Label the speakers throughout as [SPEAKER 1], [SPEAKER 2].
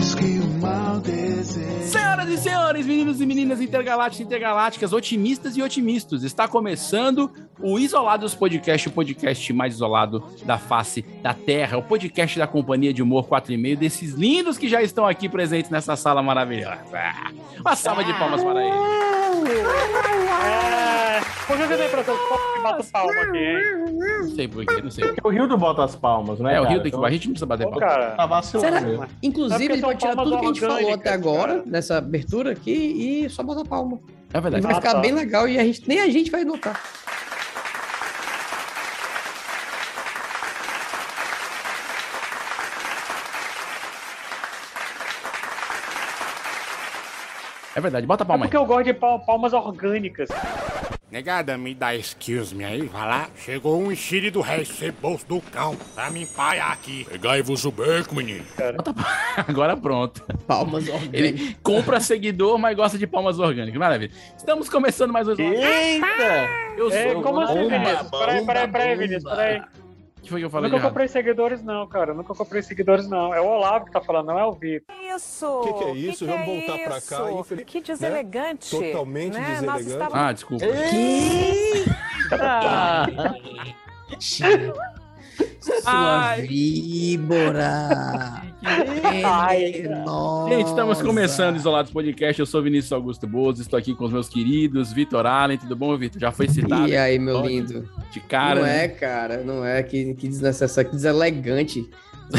[SPEAKER 1] Isso que o mal deseja.
[SPEAKER 2] Senhoras e senhores, meninos e meninas intergalácticos e intergalácticas, otimistas e otimistas, está começando o Isolados Podcast, o podcast mais isolado da face da Terra, o podcast da Companhia de Humor 4 e meio, desses lindos que já estão aqui presentes nessa sala maravilhosa. Ah, Uma salva de palmas para eles.
[SPEAKER 3] É, Por que você tem a impressão que o povo que bota palma aqui, hein?
[SPEAKER 2] Não sei porquê, não sei.
[SPEAKER 4] Porque É o Rio do bota as palmas, não é?
[SPEAKER 2] É, o
[SPEAKER 4] cara?
[SPEAKER 2] Rio tem que
[SPEAKER 4] Então,
[SPEAKER 2] a gente não precisa bater
[SPEAKER 3] Pô,
[SPEAKER 2] palma.
[SPEAKER 4] Tá
[SPEAKER 3] cara.
[SPEAKER 4] vacilando.
[SPEAKER 5] Será?
[SPEAKER 3] É
[SPEAKER 5] Inclusive,
[SPEAKER 3] porque
[SPEAKER 5] ele
[SPEAKER 3] são
[SPEAKER 5] pode tirar
[SPEAKER 3] palmas
[SPEAKER 5] tudo que a gente falou
[SPEAKER 3] orgânicas,
[SPEAKER 5] até agora,
[SPEAKER 3] cara.
[SPEAKER 5] nessa abertura aqui, e só botar palma.
[SPEAKER 2] É
[SPEAKER 5] E
[SPEAKER 2] verdade.
[SPEAKER 5] vai
[SPEAKER 3] Ah,
[SPEAKER 5] ficar
[SPEAKER 3] tá.
[SPEAKER 5] bem legal e a gente, nem a gente vai notar.
[SPEAKER 2] É verdade. Bota a
[SPEAKER 3] É
[SPEAKER 2] palma aí.
[SPEAKER 3] porque eu gosto de pal- palmas orgânicas.
[SPEAKER 6] Negada, me dá excuse me aí, vai lá. Chegou um enxire do rei, ceboso do cão, pra me empaiar aqui. Pegai-vos o beco, menino.
[SPEAKER 2] Agora pronto.
[SPEAKER 5] Palmas orgânicas.
[SPEAKER 2] Ele compra seguidor, mas gosta de palmas orgânicas. Maravilha. Estamos começando mais um Isolado.
[SPEAKER 4] Eita!
[SPEAKER 2] Eu
[SPEAKER 3] É,
[SPEAKER 2] sou.
[SPEAKER 3] como
[SPEAKER 2] o
[SPEAKER 3] assim,
[SPEAKER 4] bomba,
[SPEAKER 3] Vinícius? Peraí,
[SPEAKER 4] bomba,
[SPEAKER 3] peraí, peraí,
[SPEAKER 4] bomba.
[SPEAKER 3] Vinícius, peraí.
[SPEAKER 2] O que foi que eu falei? de
[SPEAKER 3] Nunca
[SPEAKER 2] errado?
[SPEAKER 3] comprei seguidores, não, cara. Nunca comprei seguidores, não. É o Olavo que tá falando, não é o Vitor.
[SPEAKER 7] isso?
[SPEAKER 8] Que que é isso? Vamos voltar pra cá,
[SPEAKER 7] isso?
[SPEAKER 8] infeliz-
[SPEAKER 7] Que deselegante.
[SPEAKER 8] Totalmente
[SPEAKER 7] né?
[SPEAKER 8] deselegante.
[SPEAKER 7] Nós estávamos-
[SPEAKER 2] Ah, desculpa.
[SPEAKER 5] Sua víbora. Venenosa.
[SPEAKER 2] Gente, estamos começando o Isolados Podcast. Eu sou Vinícius Augusto Bozo, estou aqui com os meus queridos Vitor Allen. Tudo bom, Vitor? Já foi citado
[SPEAKER 5] E aí, meu
[SPEAKER 2] Olha,
[SPEAKER 5] lindo?
[SPEAKER 2] de cara.
[SPEAKER 5] não
[SPEAKER 2] né?
[SPEAKER 5] é, cara, não é. Que, que desnecessário, que deselegante.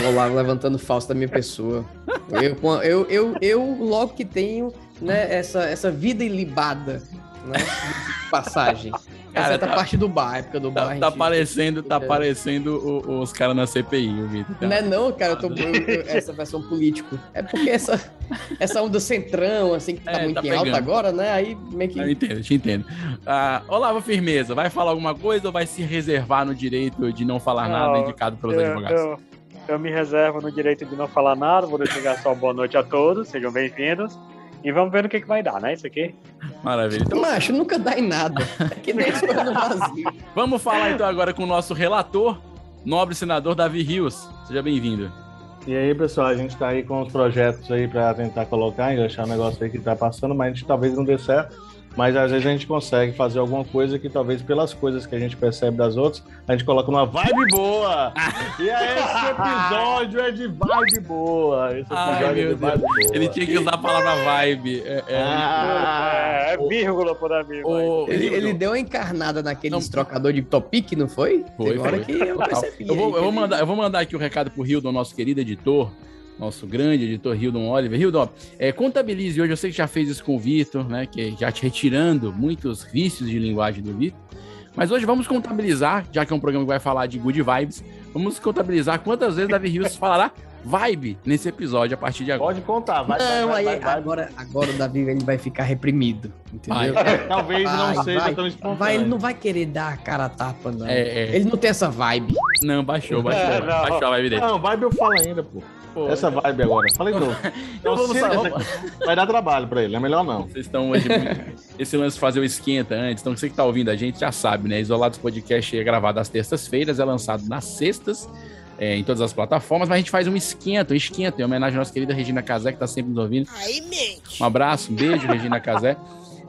[SPEAKER 5] O Olavo levantando falso da minha pessoa. Eu, com- eu, eu, eu logo que tenho né, essa, essa vida ilibada, né? de Passagem.
[SPEAKER 2] Cara,
[SPEAKER 5] Cara, essa tá
[SPEAKER 2] tá-
[SPEAKER 5] parte do bar, a época do bar. a
[SPEAKER 2] Tá, tá
[SPEAKER 5] gente-
[SPEAKER 2] aparecendo, tá
[SPEAKER 5] É.
[SPEAKER 2] aparecendo o- os caras na CPI, o Vitor. tá?
[SPEAKER 5] Não é não, cara, eu tô eu- eu- essa versão político. É porque essa, essa onda centrão, assim, que tá
[SPEAKER 2] É,
[SPEAKER 5] muito
[SPEAKER 2] tá
[SPEAKER 5] em alta
[SPEAKER 2] pegando.
[SPEAKER 5] agora, né? Aí meio que.
[SPEAKER 2] Eu entendo, eu te entendo. Ah, Olavo Firmeza, vai falar alguma coisa ou vai se reservar no direito de não falar
[SPEAKER 3] Não,
[SPEAKER 2] nada indicado pelos
[SPEAKER 3] Eu,
[SPEAKER 2] advogados?
[SPEAKER 3] eu- eu me reservo no direito de não falar nada, vou deixar só boa noite a todos, sejam bem-vindos. E vamos ver no que, que vai dar, né? Isso aqui.
[SPEAKER 2] Maravilha. Então,
[SPEAKER 5] Macho, nunca dá em nada. É que nem isso no vazio.
[SPEAKER 2] vamos falar então agora com o nosso relator, nobre senador Davi Rios. Seja bem-vindo.
[SPEAKER 4] E aí, pessoal, a gente tá aí com os projetos aí pra tentar colocar, enganchar o negócio aí que tá passando, mas a gente talvez não dê certo. Mas às vezes a gente consegue fazer alguma coisa que talvez pelas coisas que a gente percebe das outras, a gente coloca uma vibe boa. E aí, esse episódio é de vibe boa. Esse episódio
[SPEAKER 2] Ai,
[SPEAKER 4] é de
[SPEAKER 2] meu
[SPEAKER 4] vibe boa.
[SPEAKER 2] Ele tinha que usar a palavra vibe. É, é.
[SPEAKER 4] Ah,
[SPEAKER 3] é, é vírgula por Davi. vai.
[SPEAKER 2] Ô,
[SPEAKER 5] Ele,
[SPEAKER 2] Hildo,
[SPEAKER 5] ele deu uma encarnada naqueles
[SPEAKER 2] Não.
[SPEAKER 5] trocador de topic, não foi?
[SPEAKER 2] Foi,
[SPEAKER 5] Tem hora
[SPEAKER 2] foi.
[SPEAKER 5] que eu percebi.
[SPEAKER 2] Eu
[SPEAKER 5] aí
[SPEAKER 2] vou,
[SPEAKER 5] que
[SPEAKER 2] eu, vou
[SPEAKER 5] ele-
[SPEAKER 2] mandar, eu vou mandar aqui o recado pro Hildon, nosso querido editor, nosso grande editor Hildon Oliver. Hildon, é, contabilize hoje, eu sei que já fez isso com o Vitor, né? Que já te retirando muitos vícios de linguagem do Vitor. Mas hoje vamos contabilizar, já que é um programa que vai falar de good vibes, vamos contabilizar quantas vezes Davi Rios falará vibe nesse episódio a partir de agora.
[SPEAKER 4] Pode contar, vai. vai,
[SPEAKER 5] Não,
[SPEAKER 4] vai,
[SPEAKER 5] aí é
[SPEAKER 4] vai, vai.
[SPEAKER 5] agora, agora o Davi ele vai ficar reprimido, entendeu?
[SPEAKER 4] Talvez
[SPEAKER 5] Vai,
[SPEAKER 4] não seja
[SPEAKER 5] vai,
[SPEAKER 4] tão
[SPEAKER 5] Vai, ele
[SPEAKER 4] espontâneo.
[SPEAKER 5] não vai querer dar a cara a tapa, não.
[SPEAKER 2] É, é.
[SPEAKER 5] Ele não tem essa vibe.
[SPEAKER 2] Não, baixou, baixou.
[SPEAKER 3] É, não.
[SPEAKER 2] Baixou a vibe dele.
[SPEAKER 4] Não, vibe eu falo ainda, pô.
[SPEAKER 2] Pô,
[SPEAKER 4] Essa vibe agora. Fala de novo.
[SPEAKER 2] Então vamos
[SPEAKER 4] Não,
[SPEAKER 2] lá,
[SPEAKER 4] se-
[SPEAKER 2] vamos-
[SPEAKER 4] Vai dar trabalho pra ele, é melhor não.
[SPEAKER 2] Vocês estão hoje. muito- Esse lance de fazer o esquenta antes. Então, você que tá ouvindo a gente já sabe, né? Isolados Podcast é gravado às terças-feiras, é lançado nas sextas, é, em todas as plataformas, mas a gente faz um esquenta, um esquenta, em homenagem à nossa querida Regina Casé, que tá sempre nos ouvindo.
[SPEAKER 7] Aí mente.
[SPEAKER 2] Um abraço, um beijo, Regina Casé.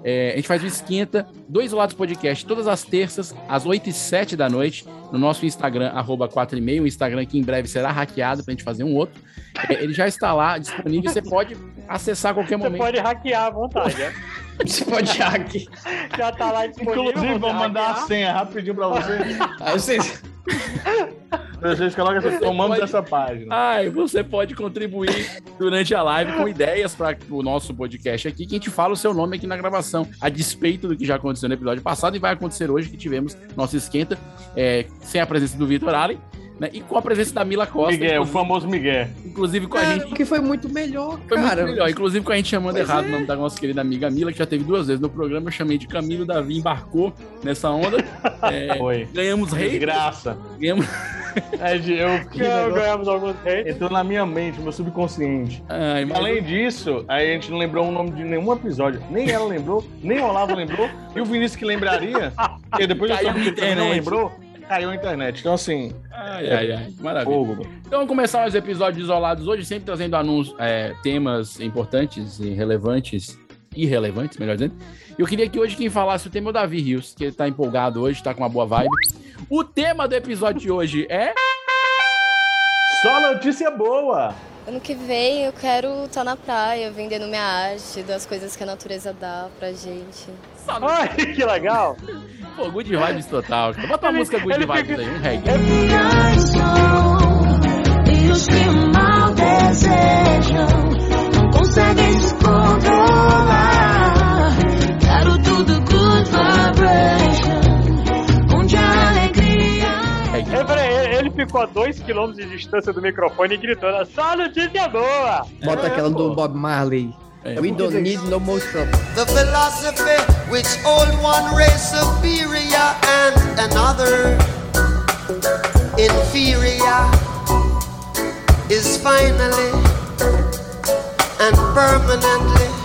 [SPEAKER 2] É, a gente faz o Esquenta, dois lados podcast, todas as terças, às 8 e 7 da noite, no nosso Instagram, arroba 4 e meio, um Instagram que em breve será hackeado pra gente fazer um outro. É, ele já está lá disponível, você pode acessar a qualquer
[SPEAKER 3] Você
[SPEAKER 2] momento.
[SPEAKER 3] pode hackear à vontade, né?
[SPEAKER 5] Você pode hack.
[SPEAKER 3] Já tá lá disponível.
[SPEAKER 4] Inclusive, vou
[SPEAKER 3] você
[SPEAKER 4] mandar a
[SPEAKER 3] hackear.
[SPEAKER 4] senha rapidinho pra vocês.
[SPEAKER 5] Aí vocês.
[SPEAKER 4] Vocês colocam essa, tomando
[SPEAKER 2] Pode-
[SPEAKER 4] dessa página.
[SPEAKER 2] Ai, Ah, você pode contribuir durante a live com ideias para o nosso podcast aqui, que a gente fala o seu nome aqui na gravação, a despeito do que já aconteceu no episódio passado e vai acontecer hoje, que tivemos nosso esquenta, é, sem a presença do Vitor Allen. né? E com a presença da Mila Costa,
[SPEAKER 4] Miguel, o
[SPEAKER 2] inclusive,
[SPEAKER 4] famoso Miguel.
[SPEAKER 2] inclusive com a
[SPEAKER 5] Cara,
[SPEAKER 2] gente.
[SPEAKER 5] o que foi muito melhor,
[SPEAKER 2] Foi
[SPEAKER 5] cara.
[SPEAKER 2] muito melhor, inclusive com a gente chamando
[SPEAKER 5] Pois
[SPEAKER 2] errado
[SPEAKER 5] é.
[SPEAKER 2] o nome da nossa querida amiga Mila, que já teve duas vezes no programa. Eu chamei de Camilo Davi, embarcou nessa onda. É,
[SPEAKER 4] Foi.
[SPEAKER 2] ganhamos rei,
[SPEAKER 4] Desgraça.
[SPEAKER 2] ganhamos.
[SPEAKER 4] É, de- eu
[SPEAKER 3] Que
[SPEAKER 2] um
[SPEAKER 4] fiquei.
[SPEAKER 3] Não,
[SPEAKER 4] negócio-
[SPEAKER 3] ganhamos alguns reis.
[SPEAKER 4] Entrou na minha mente, meu subconsciente.
[SPEAKER 2] Ai, mas-
[SPEAKER 4] Além disso, a gente não lembrou o nome de nenhum episódio. Nem ela lembrou, nem o Olavo lembrou, e o Vinícius que lembraria, porque depois eu
[SPEAKER 2] Caiu na
[SPEAKER 4] soube que ele também não
[SPEAKER 2] internet.
[SPEAKER 4] lembrou, caiu a internet. Então, assim,
[SPEAKER 2] ai, ai, ai, maravilha.
[SPEAKER 4] fogo.
[SPEAKER 2] Então vamos começar mais episódios isolados hoje, sempre trazendo anúncios, é, temas importantes e relevantes, irrelevantes, melhor dizendo. E Eu queria que hoje quem falasse o tema é o Davi Rios, que ele tá empolgado hoje, tá com uma boa vibe. O tema do episódio de hoje é.
[SPEAKER 4] Só notícia boa!
[SPEAKER 9] Ano que vem eu quero estar na praia, vendendo minha arte, das coisas que a natureza dá pra gente.
[SPEAKER 3] Ai, que legal.
[SPEAKER 2] Pô, good vibes total. cara. Bota uma
[SPEAKER 3] Ele-
[SPEAKER 2] música good
[SPEAKER 3] ele
[SPEAKER 2] vibes
[SPEAKER 3] fica-
[SPEAKER 2] aí, um reggae.
[SPEAKER 10] E os que mal desejam não conseguem se controlar. Quero tudo good vibration, onde a alegria.
[SPEAKER 2] reggae.
[SPEAKER 3] Ele, É, peraí, ele- ele ficou a 2km de distância do microfone gritando: só notícia boa!
[SPEAKER 5] Bota aquela do Bob Marley.
[SPEAKER 2] É.
[SPEAKER 5] We don't need no more trouble.
[SPEAKER 7] The philosophy which old one race superior and another inferior is finally and permanently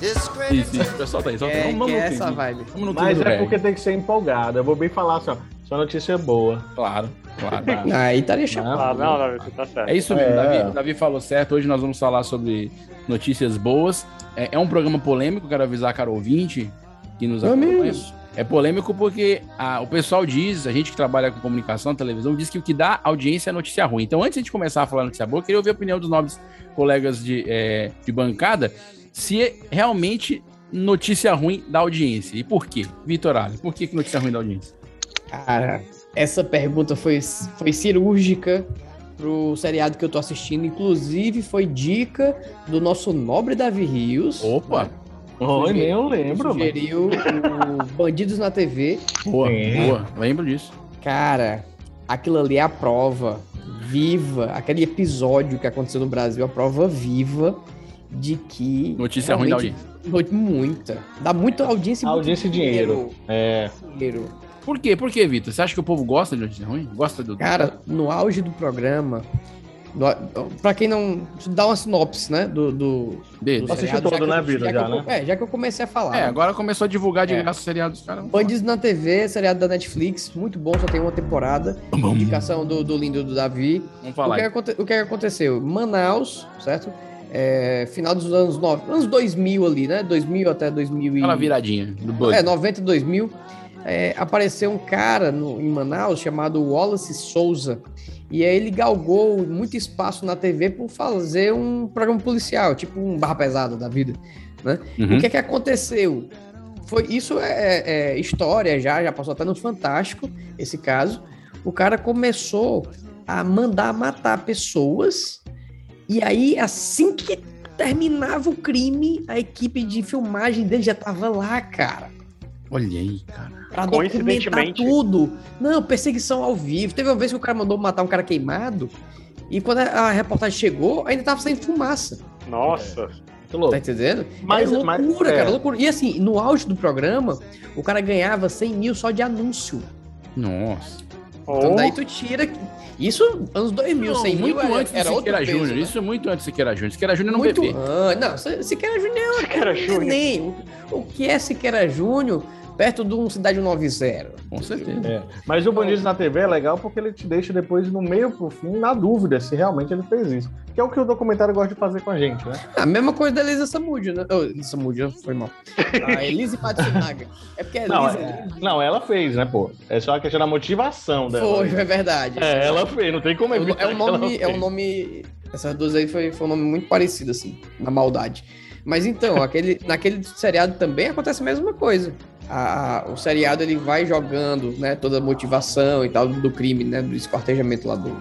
[SPEAKER 2] Isso,
[SPEAKER 7] discredited.
[SPEAKER 2] isso. Pessoal, tá aí. Só
[SPEAKER 5] É,
[SPEAKER 2] vamos
[SPEAKER 5] que
[SPEAKER 2] no
[SPEAKER 5] é
[SPEAKER 2] clima.
[SPEAKER 5] essa vibe.
[SPEAKER 2] Vamos no clima
[SPEAKER 4] Mas
[SPEAKER 2] do
[SPEAKER 4] é
[SPEAKER 2] reggae.
[SPEAKER 4] porque tem que ser empolgado. Eu vou bem falar assim, ó, só notícia boa.
[SPEAKER 2] Claro, claro.
[SPEAKER 5] Aí tá estaria chapado.
[SPEAKER 3] Ah, não, não, você tá certo.
[SPEAKER 2] É isso mesmo,
[SPEAKER 4] É.
[SPEAKER 2] Davi, Davi falou certo. Hoje nós vamos falar sobre notícias boas. É, é um programa polêmico, quero avisar, cara ouvinte, que nos
[SPEAKER 5] Meu
[SPEAKER 2] acompanha.
[SPEAKER 5] amigo.
[SPEAKER 2] É polêmico porque a- o pessoal diz, a gente que trabalha com comunicação, televisão, diz que o que dá audiência é notícia ruim. Então, antes de a gente começar a falar notícia boa, eu queria ouvir a opinião dos nobres colegas de, é, de bancada se é realmente notícia ruim da audiência. E por quê? Vitor Alho, por que que notícia ruim da audiência?
[SPEAKER 5] Cara, essa pergunta foi, foi cirúrgica pro seriado que eu tô assistindo. Inclusive, foi dica do nosso nobre Davi Rios. né,
[SPEAKER 2] Opa!
[SPEAKER 4] Oi, nem eu
[SPEAKER 5] que
[SPEAKER 4] lembro, mano.
[SPEAKER 5] Sugeriu o Bandidos na TV.
[SPEAKER 2] Boa,
[SPEAKER 4] Sim.
[SPEAKER 2] boa. Lembro disso.
[SPEAKER 5] Cara, aquilo ali é a prova viva, aquele episódio que aconteceu no Brasil, a prova viva de que.
[SPEAKER 2] Notícia ruim da
[SPEAKER 5] realmente- no- Muita. Dá muita audiência e muito
[SPEAKER 4] Audiência e dinheiro. É,
[SPEAKER 5] Dinheiro.
[SPEAKER 2] Por quê? Por quê, Vitor? Você acha que o povo gosta de notícia ruim? Gosta do.
[SPEAKER 5] Cara, no auge do programa. No, pra quem não. Dá uma sinopse, né? Do. do,
[SPEAKER 2] dele?
[SPEAKER 5] do
[SPEAKER 4] Assistiu
[SPEAKER 5] seriado,
[SPEAKER 4] todo,
[SPEAKER 5] que eu-
[SPEAKER 4] né, Vitor,
[SPEAKER 5] que
[SPEAKER 4] já,
[SPEAKER 5] eu- É, já que eu comecei a falar.
[SPEAKER 2] É,
[SPEAKER 5] né?
[SPEAKER 2] agora começou a divulgar de
[SPEAKER 5] É.
[SPEAKER 2] graça o seriado dos caras.
[SPEAKER 5] Bandidos na TV, seriado da Netflix, muito bom, só tem uma temporada.
[SPEAKER 6] Tá
[SPEAKER 5] Indicação do, do lindo do Davi.
[SPEAKER 2] Vamos
[SPEAKER 5] O
[SPEAKER 2] falar.
[SPEAKER 5] que,
[SPEAKER 2] aí.
[SPEAKER 5] aconte- o que aconteceu? Manaus, certo? É, final dos anos 9, anos 2000 ali, né? 2000 até 2000 e...
[SPEAKER 2] Aquela viradinha do
[SPEAKER 5] É,
[SPEAKER 2] Blood.
[SPEAKER 5] 90 e 2000. é, apareceu um cara no- em Manaus chamado Wallace Souza. E aí ele galgou muito espaço na TV por fazer um programa policial, tipo um barra pesada da vida.
[SPEAKER 2] Uhum.
[SPEAKER 5] O que é que aconteceu? Foi, isso é, é história já, já passou até no Fantástico, esse caso. O cara começou a mandar matar pessoas, e aí, assim que terminava o crime, a equipe de filmagem dele já tava lá, cara.
[SPEAKER 2] Olha aí, cara.
[SPEAKER 5] Pra documentar
[SPEAKER 3] Coincidentemente.
[SPEAKER 5] tudo. Não, perseguição ao vivo. Teve uma vez que o cara mandou matar um cara queimado, e quando a a reportagem chegou, ainda tava saindo fumaça.
[SPEAKER 3] Nossa.
[SPEAKER 4] tô louco.
[SPEAKER 5] Tá entendendo?
[SPEAKER 4] Mas-
[SPEAKER 5] Mas, loucura,
[SPEAKER 4] mas- é.
[SPEAKER 5] cara, loucura. E assim, no auge do programa, o cara ganhava 100 mil só de anúncio.
[SPEAKER 2] Nossa.
[SPEAKER 5] Então
[SPEAKER 3] Ou-
[SPEAKER 5] daí tu tira... que- Isso, anos 2000,
[SPEAKER 2] Não,
[SPEAKER 5] 100 mil
[SPEAKER 2] muito
[SPEAKER 5] era,
[SPEAKER 2] antes do
[SPEAKER 5] era outro
[SPEAKER 2] Siqueira
[SPEAKER 5] peso,
[SPEAKER 2] Júnior.
[SPEAKER 5] né?
[SPEAKER 2] Isso é muito antes do Siqueira Júnior. Siqueira Júnior não
[SPEAKER 5] Muito
[SPEAKER 2] bebê.
[SPEAKER 5] an- Não, Se- Siqueira Júnior
[SPEAKER 3] Siqueira
[SPEAKER 5] é um
[SPEAKER 3] Júnior.
[SPEAKER 5] neném. O, o que é Siqueira Júnior perto de um Cidade 90?
[SPEAKER 2] Com certeza.
[SPEAKER 4] É. Mas o Bandidos na TV é legal porque ele te deixa depois, no meio pro fim, na dúvida se realmente ele fez isso. Que é o que o documentário gosta de fazer com a gente, né?
[SPEAKER 5] Ah, A mesma coisa da Elisa Samúdio, né? Oh, Elisa Samúdio, foi mal. A Elisa Matsunaga. É porque a Elisa...
[SPEAKER 4] Não, é- não, ela fez, né, pô? É só a questão da motivação dela.
[SPEAKER 5] Foi, é verdade.
[SPEAKER 4] É, ela fez, não tem como
[SPEAKER 5] É, o-
[SPEAKER 4] evitar
[SPEAKER 5] é um
[SPEAKER 4] que ela
[SPEAKER 5] nome, é um
[SPEAKER 4] fez.
[SPEAKER 5] nome. Essas duas aí foi, foi um nome muito parecido, assim, na maldade. Mas então, aquele, naquele seriado também acontece a mesma coisa. A- a- o seriado ele vai jogando, né, toda a motivação e tal do crime, né, do esquartejamento lá do,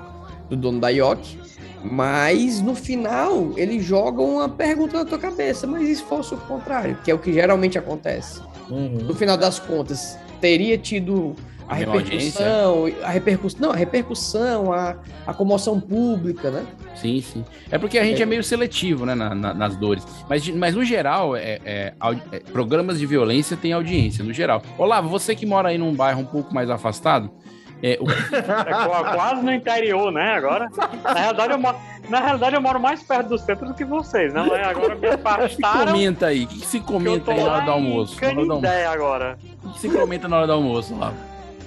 [SPEAKER 5] do dono da York. Mas no final ele joga uma pergunta na tua cabeça, mas isso fosse o contrário, que é o que geralmente acontece.
[SPEAKER 4] Uhum.
[SPEAKER 5] No final das contas, teria tido A
[SPEAKER 2] Ganhou
[SPEAKER 5] repercussão, a repercussão, não, a repercussão, a, a comoção pública, né?
[SPEAKER 2] Sim, sim. É porque a gente é meio seletivo, né, na- na- nas dores. Mas, de- mas no geral, é, é, audi- é, programas de violência têm audiência, no geral. Olavo, você que mora aí num bairro um pouco mais afastado, é, o
[SPEAKER 3] É qua- quase no interior, né? Agora. Na realidade, eu moro, na realidade, eu moro mais perto do centro do que vocês, né? Mas Agora me
[SPEAKER 2] que
[SPEAKER 3] afastaram.
[SPEAKER 2] comenta aí? O que, que se comenta
[SPEAKER 3] tô
[SPEAKER 2] aí na hora
[SPEAKER 3] lá
[SPEAKER 2] do
[SPEAKER 3] em
[SPEAKER 2] almoço? Na hora do almoço.
[SPEAKER 3] Canindé agora.
[SPEAKER 2] O que que se comenta na hora do almoço, Olavo?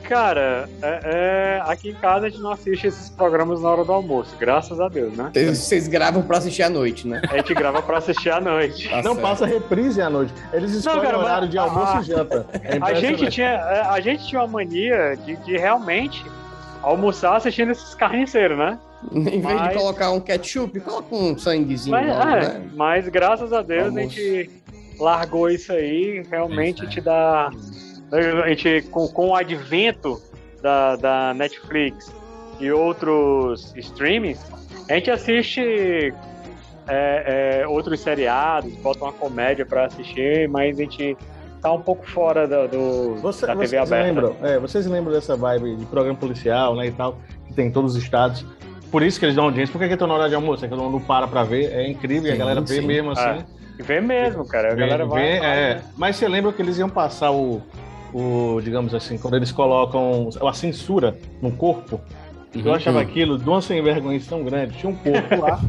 [SPEAKER 3] Cara, é- é, aqui em casa a gente não assiste esses programas na hora do almoço, graças a Deus, né?
[SPEAKER 5] Vocês- Então, Vocês gravam pra assistir à noite, né?
[SPEAKER 3] A gente grava pra assistir à noite.
[SPEAKER 5] Tá
[SPEAKER 4] não
[SPEAKER 5] certo.
[SPEAKER 4] passa reprise à noite. Eles escolhem
[SPEAKER 3] cara,
[SPEAKER 4] o
[SPEAKER 3] mas-
[SPEAKER 4] horário de almoço
[SPEAKER 3] Ah.
[SPEAKER 4] e janta. É
[SPEAKER 3] A gente,
[SPEAKER 4] impressionante.
[SPEAKER 3] tinha, é, a gente tinha uma mania de, de realmente almoçar assistindo esses carniceiros, né?
[SPEAKER 5] Em vez
[SPEAKER 3] Mas-
[SPEAKER 5] de colocar um ketchup, coloca um sanguezinho
[SPEAKER 3] Mas,
[SPEAKER 5] logo,
[SPEAKER 3] é,
[SPEAKER 5] né?
[SPEAKER 3] mas graças a Deus a
[SPEAKER 5] Almoço.
[SPEAKER 3] gente largou isso aí, realmente
[SPEAKER 5] é.
[SPEAKER 3] te dá. A gente, com, com o advento da, da Netflix e outros streamings, a gente assiste é, é, outros seriados, bota uma comédia pra assistir, mas a gente tá um pouco fora da- do,
[SPEAKER 4] Você-
[SPEAKER 3] da TV
[SPEAKER 4] vocês
[SPEAKER 3] aberta. né?
[SPEAKER 4] lembram? é, vocês lembram dessa vibe de programa policial, né, e tal, que tem em todos os estados. Por isso que eles dão audiência. Por que, que estão na hora de almoço? É que todo mundo para pra ver. É incrível, e a
[SPEAKER 5] Sim,
[SPEAKER 4] galera vê
[SPEAKER 5] sim.
[SPEAKER 4] mesmo assim.
[SPEAKER 3] É. Vê mesmo, cara. A
[SPEAKER 4] Vem-
[SPEAKER 3] galera vai.
[SPEAKER 4] vem,
[SPEAKER 3] vai,
[SPEAKER 4] é.
[SPEAKER 3] né?
[SPEAKER 4] Mas você lembra que eles iam passar o, o, digamos assim, quando eles colocam a censura no corpo?
[SPEAKER 5] Uhum.
[SPEAKER 2] Uhum.
[SPEAKER 4] Eu achava aquilo de uma sem vergonha tão grande. Tinha um corpo lá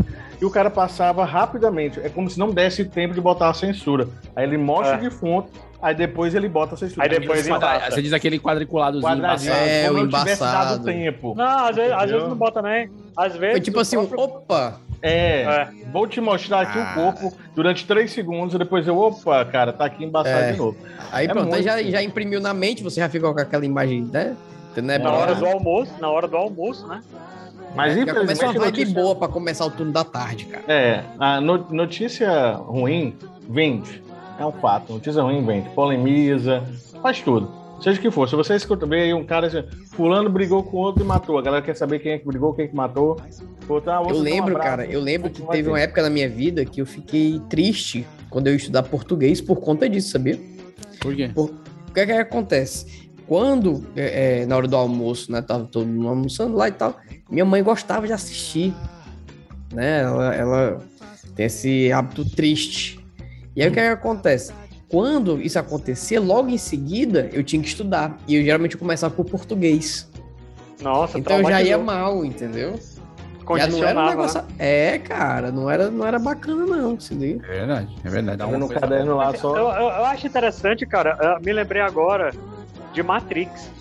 [SPEAKER 4] e o cara passava rapidamente. É como se não desse tempo de botar a censura. Aí ele mostra
[SPEAKER 3] É.
[SPEAKER 4] de fundo, aí depois ele bota a censura.
[SPEAKER 3] Aí depois
[SPEAKER 4] ele
[SPEAKER 3] ele
[SPEAKER 2] Quadra-
[SPEAKER 3] passa.
[SPEAKER 2] Ah, Você diz aquele quadriculadozinho
[SPEAKER 4] quadradinho,
[SPEAKER 2] embaçado.
[SPEAKER 5] É,
[SPEAKER 4] como
[SPEAKER 5] o
[SPEAKER 4] eu tivesse dado
[SPEAKER 5] embaçado.
[SPEAKER 4] tempo.
[SPEAKER 3] Não, às vezes, às
[SPEAKER 4] Entendeu?
[SPEAKER 3] vezes não bota, né? Às vezes.
[SPEAKER 5] Foi tipo
[SPEAKER 3] o
[SPEAKER 5] assim, um,
[SPEAKER 3] próprio-
[SPEAKER 5] opa,
[SPEAKER 4] É,
[SPEAKER 3] É.
[SPEAKER 4] vou te mostrar aqui
[SPEAKER 5] Ah.
[SPEAKER 4] o corpo durante três segundos e depois eu, opa, cara, tá aqui embaçado
[SPEAKER 5] É.
[SPEAKER 4] de novo.
[SPEAKER 5] Aí
[SPEAKER 4] É
[SPEAKER 5] pronto, aí
[SPEAKER 4] muito
[SPEAKER 5] já,
[SPEAKER 4] simples.
[SPEAKER 5] já imprimiu na mente, você já ficou com aquela imagem, né? Né,
[SPEAKER 3] É Na
[SPEAKER 5] pra-
[SPEAKER 3] hora do almoço, na hora do almoço, né?
[SPEAKER 4] é Mas
[SPEAKER 5] já começa uma
[SPEAKER 4] infelizmente.
[SPEAKER 5] vibe
[SPEAKER 4] notícia-
[SPEAKER 5] boa pra começar o turno da tarde, cara.
[SPEAKER 4] É, a no- notícia ruim vende. É um fato. Notícia ruim vende. Polemiza, faz tudo. Seja o que for. Se você escuta vê aí um cara assim, fulano brigou com outro e matou. A galera quer saber quem é que brigou, quem é que matou. Outro, ah, outro
[SPEAKER 5] Eu
[SPEAKER 4] deu um
[SPEAKER 5] lembro,
[SPEAKER 4] abraço.
[SPEAKER 5] cara, eu lembro que
[SPEAKER 4] Vai
[SPEAKER 5] teve
[SPEAKER 4] ver.
[SPEAKER 5] uma época na minha vida que eu fiquei triste quando eu ia estudar português por conta disso, sabia?
[SPEAKER 2] Por quê?
[SPEAKER 5] O que é que acontece? Quando, é, é, na hora do almoço, né, tava todo mundo almoçando lá e tal, minha mãe gostava de assistir, né? Ela, ela tem esse hábito triste. E aí o que é que acontece? Quando isso acontecia, logo em seguida, eu tinha que estudar. E eu geralmente começava por português.
[SPEAKER 3] Nossa,
[SPEAKER 5] então eu já ia
[SPEAKER 3] traumatizou.
[SPEAKER 5] mal, entendeu? Já não era um
[SPEAKER 3] Condicionava,
[SPEAKER 5] negócio...
[SPEAKER 3] né?
[SPEAKER 5] É, cara, não era, não era bacana não, se liga.
[SPEAKER 2] É verdade, é verdade. Dá
[SPEAKER 4] Tava
[SPEAKER 2] uma
[SPEAKER 4] no
[SPEAKER 2] coisa-
[SPEAKER 4] Tá caderno lá
[SPEAKER 3] Eu,
[SPEAKER 4] só.
[SPEAKER 3] eu- eu acho interessante, cara. eu me lembrei agora de Matrix.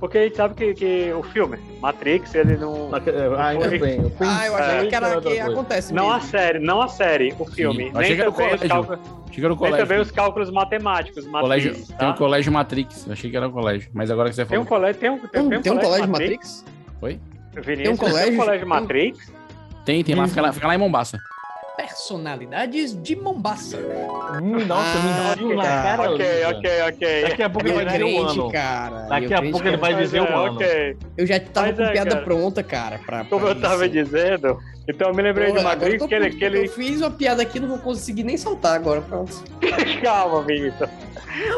[SPEAKER 3] Porque a gente sabe que, que o filme, Matrix, ele não.
[SPEAKER 4] Ah, ainda
[SPEAKER 3] Foi.
[SPEAKER 4] bem. Eu pensei
[SPEAKER 5] Ah, eu achei que era
[SPEAKER 4] É, então
[SPEAKER 5] que
[SPEAKER 4] outra coisa.
[SPEAKER 5] acontece
[SPEAKER 3] Não assim, a
[SPEAKER 5] mesmo.
[SPEAKER 3] série, não a série, o filme.
[SPEAKER 2] achei
[SPEAKER 3] Nem
[SPEAKER 2] que era o
[SPEAKER 3] também, os
[SPEAKER 2] colégio,
[SPEAKER 3] cálculos,
[SPEAKER 2] Chega no
[SPEAKER 3] nem
[SPEAKER 2] colégio.
[SPEAKER 3] também os cálculos matemáticos.
[SPEAKER 2] colégio
[SPEAKER 3] Matrix,
[SPEAKER 2] Tem
[SPEAKER 3] tá?
[SPEAKER 2] um colégio Matrix. Eu achei que era um colégio. Mas agora que você
[SPEAKER 3] Tem um
[SPEAKER 2] falou.
[SPEAKER 3] colégio. Tem um, tem,
[SPEAKER 5] Tem,
[SPEAKER 3] tem um
[SPEAKER 5] tem um colégio
[SPEAKER 3] Matrix.
[SPEAKER 5] Matrix?
[SPEAKER 3] Vinícius,
[SPEAKER 5] Tem
[SPEAKER 3] Tem
[SPEAKER 5] um colégio?
[SPEAKER 3] um colégio Matrix.
[SPEAKER 2] Tem, tem lá, fica lá, fica lá em Mombaça.
[SPEAKER 5] Personalidades de Mombaça.
[SPEAKER 4] Hum, nossa,
[SPEAKER 5] Ah,
[SPEAKER 4] me deu na
[SPEAKER 5] tá.
[SPEAKER 4] cara.
[SPEAKER 3] ok,
[SPEAKER 4] Luísa.
[SPEAKER 3] ok, ok.
[SPEAKER 4] Daqui a pouco ele vai dizer o ano.
[SPEAKER 5] cara.
[SPEAKER 4] Daqui
[SPEAKER 5] Eu
[SPEAKER 4] a
[SPEAKER 5] crente,
[SPEAKER 4] pouco ele
[SPEAKER 5] cara.
[SPEAKER 4] vai
[SPEAKER 3] Mas
[SPEAKER 4] dizer o
[SPEAKER 3] é,
[SPEAKER 4] ano.
[SPEAKER 3] ok.
[SPEAKER 5] Eu já tava
[SPEAKER 3] Mas
[SPEAKER 5] com
[SPEAKER 3] é,
[SPEAKER 5] piada
[SPEAKER 3] cara.
[SPEAKER 5] pronta, cara. Pra, pra
[SPEAKER 3] Como eu
[SPEAKER 5] isso.
[SPEAKER 3] tava dizendo. Então eu me lembrei
[SPEAKER 5] Pô,
[SPEAKER 3] de
[SPEAKER 5] agora eu
[SPEAKER 3] Matrix
[SPEAKER 5] tô
[SPEAKER 3] que ele.
[SPEAKER 5] puto,
[SPEAKER 3] Que ele...
[SPEAKER 5] Eu fiz uma piada aqui, não vou conseguir nem soltar agora, pronto.
[SPEAKER 3] Calma, Vinícius.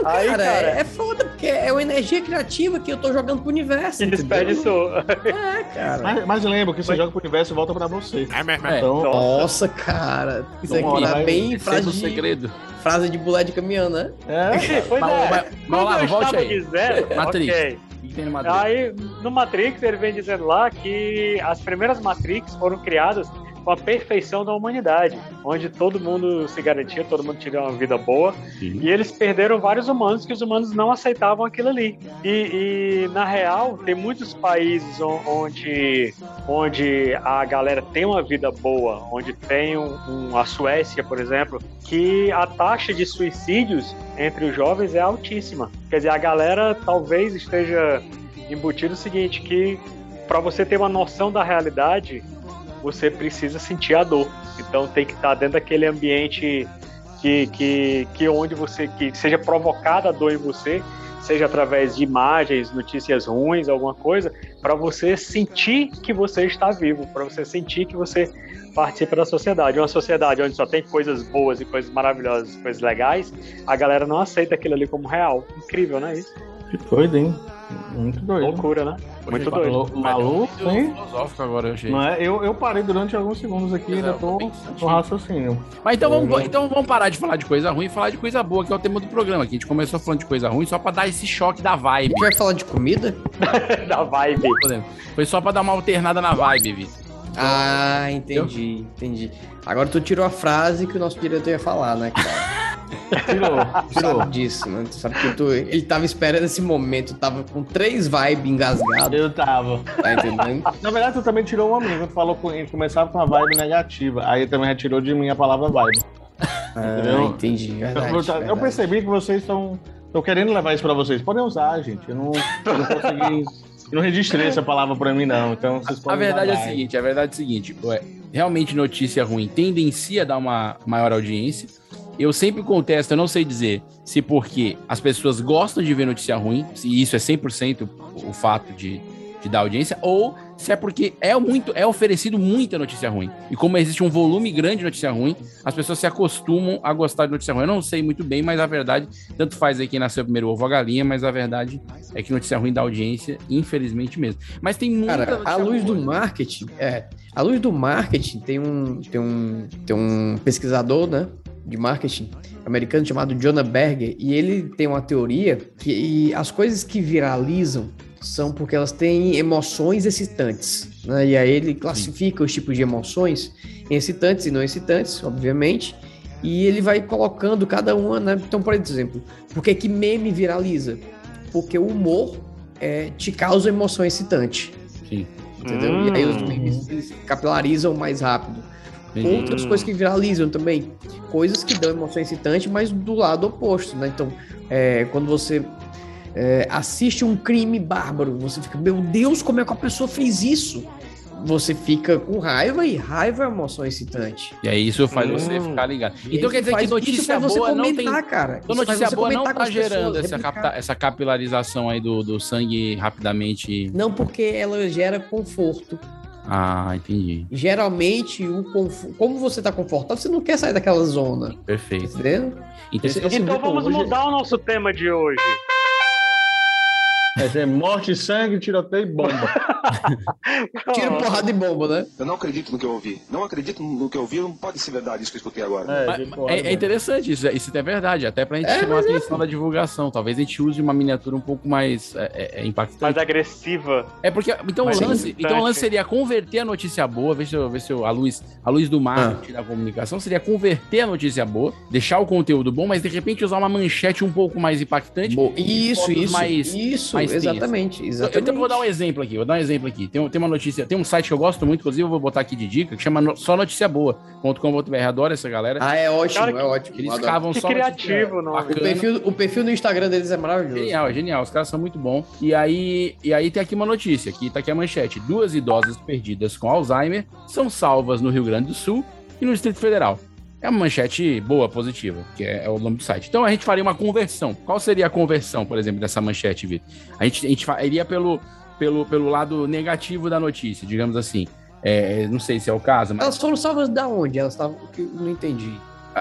[SPEAKER 3] Aí,
[SPEAKER 5] cara,
[SPEAKER 3] cara,
[SPEAKER 5] é, é foda, porque é uma energia criativa que eu tô jogando pro universo.
[SPEAKER 3] se despede
[SPEAKER 5] entendeu?
[SPEAKER 3] sua.
[SPEAKER 5] É, cara.
[SPEAKER 4] Mas, mas lembra que você joga pro universo e volta pra você.
[SPEAKER 6] É, meu irmão.
[SPEAKER 2] É.
[SPEAKER 4] Então,
[SPEAKER 5] Nossa, cara. Isso
[SPEAKER 4] Vamos
[SPEAKER 5] aqui
[SPEAKER 4] lá,
[SPEAKER 5] tá bem
[SPEAKER 2] Sendo
[SPEAKER 5] frase
[SPEAKER 2] é o
[SPEAKER 5] de,
[SPEAKER 2] segredo.
[SPEAKER 5] frase de bulé de caminhão, né?
[SPEAKER 4] é.
[SPEAKER 3] Pois é.
[SPEAKER 2] Mas- mas- Mas lá,
[SPEAKER 3] eu
[SPEAKER 2] volte
[SPEAKER 3] estava
[SPEAKER 2] aí.
[SPEAKER 3] dizendo,
[SPEAKER 2] Matrix.
[SPEAKER 3] ok.
[SPEAKER 2] O que tem no Matrix?
[SPEAKER 3] Aí, no Matrix, ele vem dizendo lá que as primeiras Matrix foram criadas com a perfeição da humanidade, onde todo mundo se garantia, todo mundo tinha uma vida boa,
[SPEAKER 2] Sim.
[SPEAKER 3] e eles perderam vários humanos que os humanos não aceitavam aquilo ali. E, e, na real, tem muitos países on- onde, onde a galera tem uma vida boa, onde tem um, um- a Suécia, por exemplo, que a taxa de suicídios entre os jovens é altíssima. Quer dizer, a galera talvez esteja embutido o seguinte, que para você ter uma noção da realidade, você precisa sentir a dor. Então tem que estar dentro daquele ambiente que, que, que onde você que seja provocada a dor em você, seja através de imagens, notícias ruins, alguma coisa, para você sentir que você está vivo, para você sentir que você participa da sociedade. Uma sociedade onde só tem coisas boas e coisas maravilhosas, coisas legais, a galera não aceita aquilo ali como real. Incrível, não é isso?
[SPEAKER 4] Que coisa, hein? Muito doido.
[SPEAKER 3] Loucura, né? Muito doido.
[SPEAKER 4] Maluco, hein?
[SPEAKER 2] Filosófico agora, eu achei.
[SPEAKER 4] Não é? eu, eu parei durante alguns segundos aqui, ainda tô no raciocínio.
[SPEAKER 2] Mas então
[SPEAKER 4] Uhum.
[SPEAKER 2] vamos, então vamos parar de falar de coisa ruim e falar de coisa boa, que é o tema do programa. Que a gente começou falando de coisa ruim só pra dar esse choque da vibe.
[SPEAKER 5] gente vai falar de comida?
[SPEAKER 3] da vibe.
[SPEAKER 2] Foi só pra dar uma alternada na vibe, Vitor.
[SPEAKER 5] Ah, entendi, entendi. Agora tu tirou a frase que o nosso diretor ia falar, né, cara?
[SPEAKER 4] Tirou,
[SPEAKER 5] Tu
[SPEAKER 4] tirou.
[SPEAKER 5] sabe disso, né? Tu sabe que tu- ele tava esperando esse momento, tava com três vibes engasgado,
[SPEAKER 4] Eu tava.
[SPEAKER 5] tá entendendo?
[SPEAKER 4] Na verdade, tu também tirou uma minha, tu falou com ele, começava com uma vibe negativa. Aí também retirou de mim a palavra vibe.
[SPEAKER 5] Ah,
[SPEAKER 4] Entendeu?
[SPEAKER 5] entendi, É verdade,
[SPEAKER 4] eu, eu
[SPEAKER 5] verdade.
[SPEAKER 4] percebi que vocês estão. Tô querendo levar isso pra vocês. Podem usar, gente. Eu não, eu não consegui. eu não registrei essa palavra pra mim, não. Então vocês
[SPEAKER 2] A
[SPEAKER 4] podem.
[SPEAKER 2] verdade é
[SPEAKER 4] usar
[SPEAKER 2] a
[SPEAKER 4] mais.
[SPEAKER 2] seguinte, a verdade é a seguinte, ué, realmente notícia ruim tendencia a dar uma maior audiência. Eu sempre contesto, eu não sei dizer se porque as pessoas gostam de ver notícia ruim, se isso é 100% o fato de, de dar audiência, ou se é porque é muito é oferecido muita notícia ruim. E como existe um volume grande de notícia ruim, as pessoas se acostumam a gostar de notícia ruim. Eu não sei muito bem, mas a verdade, tanto faz aí quem nasceu primeiro ovo ou a galinha, mas a verdade é que notícia ruim dá audiência, infelizmente mesmo. Mas tem muita
[SPEAKER 5] Cara,
[SPEAKER 2] notícia
[SPEAKER 5] a luz do
[SPEAKER 2] boa.
[SPEAKER 5] marketing, é, a luz do marketing tem um, tem um, tem um pesquisador, né, de marketing americano chamado Jonah Berger e ele tem uma teoria que e as coisas que viralizam são porque elas têm emoções excitantes, né? E aí ele classifica os tipos de emoções em excitantes e não excitantes, obviamente. E ele vai colocando cada uma, né? Então, por exemplo, por que que meme viraliza? Porque o humor é, te causa emoção excitante.
[SPEAKER 2] Sim.
[SPEAKER 5] Entendeu?
[SPEAKER 3] Hum.
[SPEAKER 5] E aí os memes eles capilarizam mais rápido.
[SPEAKER 2] Entendi.
[SPEAKER 5] Outras coisas que viralizam também. Coisas que dão emoção excitante, mas do lado oposto, né? Então, é, quando você é, assiste um crime bárbaro, você fica, meu Deus, como é que a pessoa fez isso? Você fica com raiva e raiva é emoção excitante.
[SPEAKER 2] E aí isso faz
[SPEAKER 3] Hum.
[SPEAKER 2] você ficar ligado.
[SPEAKER 5] E
[SPEAKER 2] Então
[SPEAKER 5] aí
[SPEAKER 2] quer dizer
[SPEAKER 5] faz-
[SPEAKER 2] que
[SPEAKER 5] isso
[SPEAKER 2] notícia
[SPEAKER 5] faz você
[SPEAKER 2] boa não tem.
[SPEAKER 5] comentar, cara.
[SPEAKER 2] Então
[SPEAKER 5] Isso faz
[SPEAKER 2] notícia
[SPEAKER 5] você
[SPEAKER 2] boa não
[SPEAKER 5] comentar com
[SPEAKER 2] tá
[SPEAKER 5] as pessoas,
[SPEAKER 2] gerando essa,
[SPEAKER 5] replicar.
[SPEAKER 2] capta- essa capilarização aí do, do sangue rapidamente.
[SPEAKER 5] Não porque ela gera conforto.
[SPEAKER 2] Ah, entendi.
[SPEAKER 5] geralmente o confo- como você tá confortável, você não quer sair daquela zona,
[SPEAKER 2] Perfeito.
[SPEAKER 5] entendeu?
[SPEAKER 2] Então,
[SPEAKER 4] Esse-
[SPEAKER 5] Assim,
[SPEAKER 4] esse
[SPEAKER 5] tipo,
[SPEAKER 3] Então
[SPEAKER 4] Vitor
[SPEAKER 3] vamos
[SPEAKER 4] hoje-
[SPEAKER 3] mudar o nosso tema de hoje.
[SPEAKER 4] Vai ser é, morte, sangue, tiroteio e bomba.
[SPEAKER 5] Tiro, um porrada e bomba, né?
[SPEAKER 8] Eu não acredito no que eu ouvi. Não acredito no que eu ouvi. Não pode ser verdade isso que eu escutei agora.
[SPEAKER 4] É,
[SPEAKER 2] Mas-
[SPEAKER 4] de porra,
[SPEAKER 2] é, é
[SPEAKER 4] bomba.
[SPEAKER 2] interessante, isso, isso é verdade, até pra gente
[SPEAKER 5] É,
[SPEAKER 2] chamar a
[SPEAKER 5] mas é
[SPEAKER 2] atenção da divulgação. Talvez a gente use uma miniatura um pouco mais é, é, é impactante.
[SPEAKER 3] Mais agressiva.
[SPEAKER 2] É porque. Então
[SPEAKER 3] Mas
[SPEAKER 2] o
[SPEAKER 3] é
[SPEAKER 2] lance,
[SPEAKER 3] importante.
[SPEAKER 2] então o lance seria converter a notícia boa, ver se, eu- ver se eu- a, luz, a luz do
[SPEAKER 5] Ah.
[SPEAKER 2] marketing da comunicação seria converter a notícia boa, deixar o conteúdo bom, mas de repente usar uma manchete um pouco mais impactante.
[SPEAKER 5] Bom, isso,
[SPEAKER 2] fotos
[SPEAKER 5] isso,
[SPEAKER 2] mais-
[SPEAKER 5] isso,
[SPEAKER 2] mais tensas.
[SPEAKER 5] exatamente,
[SPEAKER 2] Eu, eu
[SPEAKER 5] exatamente.
[SPEAKER 2] também vou dar um exemplo aqui, vou dar um exemplo aqui. Tem, um- tem uma notícia, tem um site que eu gosto muito, inclusive eu vou botar aqui de dica, que chama no- só notícia boa.com.br. Adoro essa galera.
[SPEAKER 5] Ah, é ótimo,
[SPEAKER 3] Cara,
[SPEAKER 5] é ótimo. eu
[SPEAKER 2] Eles
[SPEAKER 5] adoro.
[SPEAKER 2] cavam
[SPEAKER 3] Que
[SPEAKER 2] só
[SPEAKER 3] criativo, não.
[SPEAKER 2] bacana.
[SPEAKER 5] O perfil, o perfil no Instagram deles é maravilhoso.
[SPEAKER 2] Genial, genial. Os caras são muito bons. E aí, e aí tem aqui uma notícia, que tá aqui a manchete. Duas idosas perdidas com Alzheimer são salvas no Rio Grande do Sul e no Distrito Federal. É uma manchete boa, positiva, que é, é o nome do site. Então a gente faria uma conversão. Qual seria a conversão, por exemplo, dessa manchete, Vitor? A gente, a gente fa- iria pelo, pelo, pelo lado negativo da notícia, digamos assim. É, não sei se é o caso, mas
[SPEAKER 5] Elas foram salvas da onde? Elas estavam, que eu não entendi.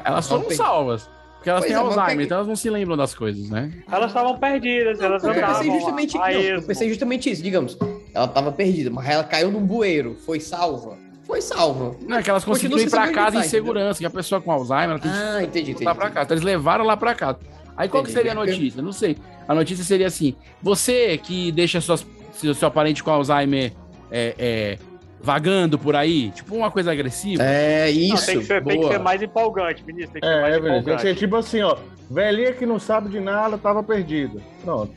[SPEAKER 2] elas foram
[SPEAKER 5] Não tem.
[SPEAKER 2] salvas. Porque elas
[SPEAKER 5] Pois
[SPEAKER 2] têm
[SPEAKER 5] é, mas
[SPEAKER 2] Alzheimer,
[SPEAKER 5] pega-
[SPEAKER 2] então elas não se lembram das coisas, né?
[SPEAKER 3] Elas estavam perdidas, elas
[SPEAKER 5] Eu
[SPEAKER 3] andavam.
[SPEAKER 5] pensei justamente,
[SPEAKER 3] a
[SPEAKER 5] não, eu
[SPEAKER 3] esmo.
[SPEAKER 5] pensei justamente isso, digamos. Ela tava perdida, mas ela caiu num bueiro, foi salva. Foi salva.
[SPEAKER 2] Não, é que elas
[SPEAKER 5] Continua
[SPEAKER 2] conseguiram ir
[SPEAKER 5] sem
[SPEAKER 2] pra
[SPEAKER 5] saber
[SPEAKER 2] casa em
[SPEAKER 5] onde tá,
[SPEAKER 2] segurança, que a pessoa com Alzheimer ela tem que
[SPEAKER 5] Ah, entendi, entendi.
[SPEAKER 2] voltar pra casa. Então eles levaram lá pra casa. Aí qual que
[SPEAKER 5] Entendi.
[SPEAKER 2] seria a notícia? Não sei. A notícia seria assim: você que deixa suas, seu, seu parente com Alzheimer é, é, vagando por aí, tipo uma coisa agressiva.
[SPEAKER 5] É isso,
[SPEAKER 3] Não, tem, que ser,
[SPEAKER 5] boa.
[SPEAKER 3] tem que ser mais empolgante, ministro. Tem que ser
[SPEAKER 4] É,
[SPEAKER 3] mais
[SPEAKER 4] é, velho. Tem que
[SPEAKER 3] empolgante.
[SPEAKER 4] ser tipo assim, ó. Velhinha que não sabe de nada, tava perdida. Pronto.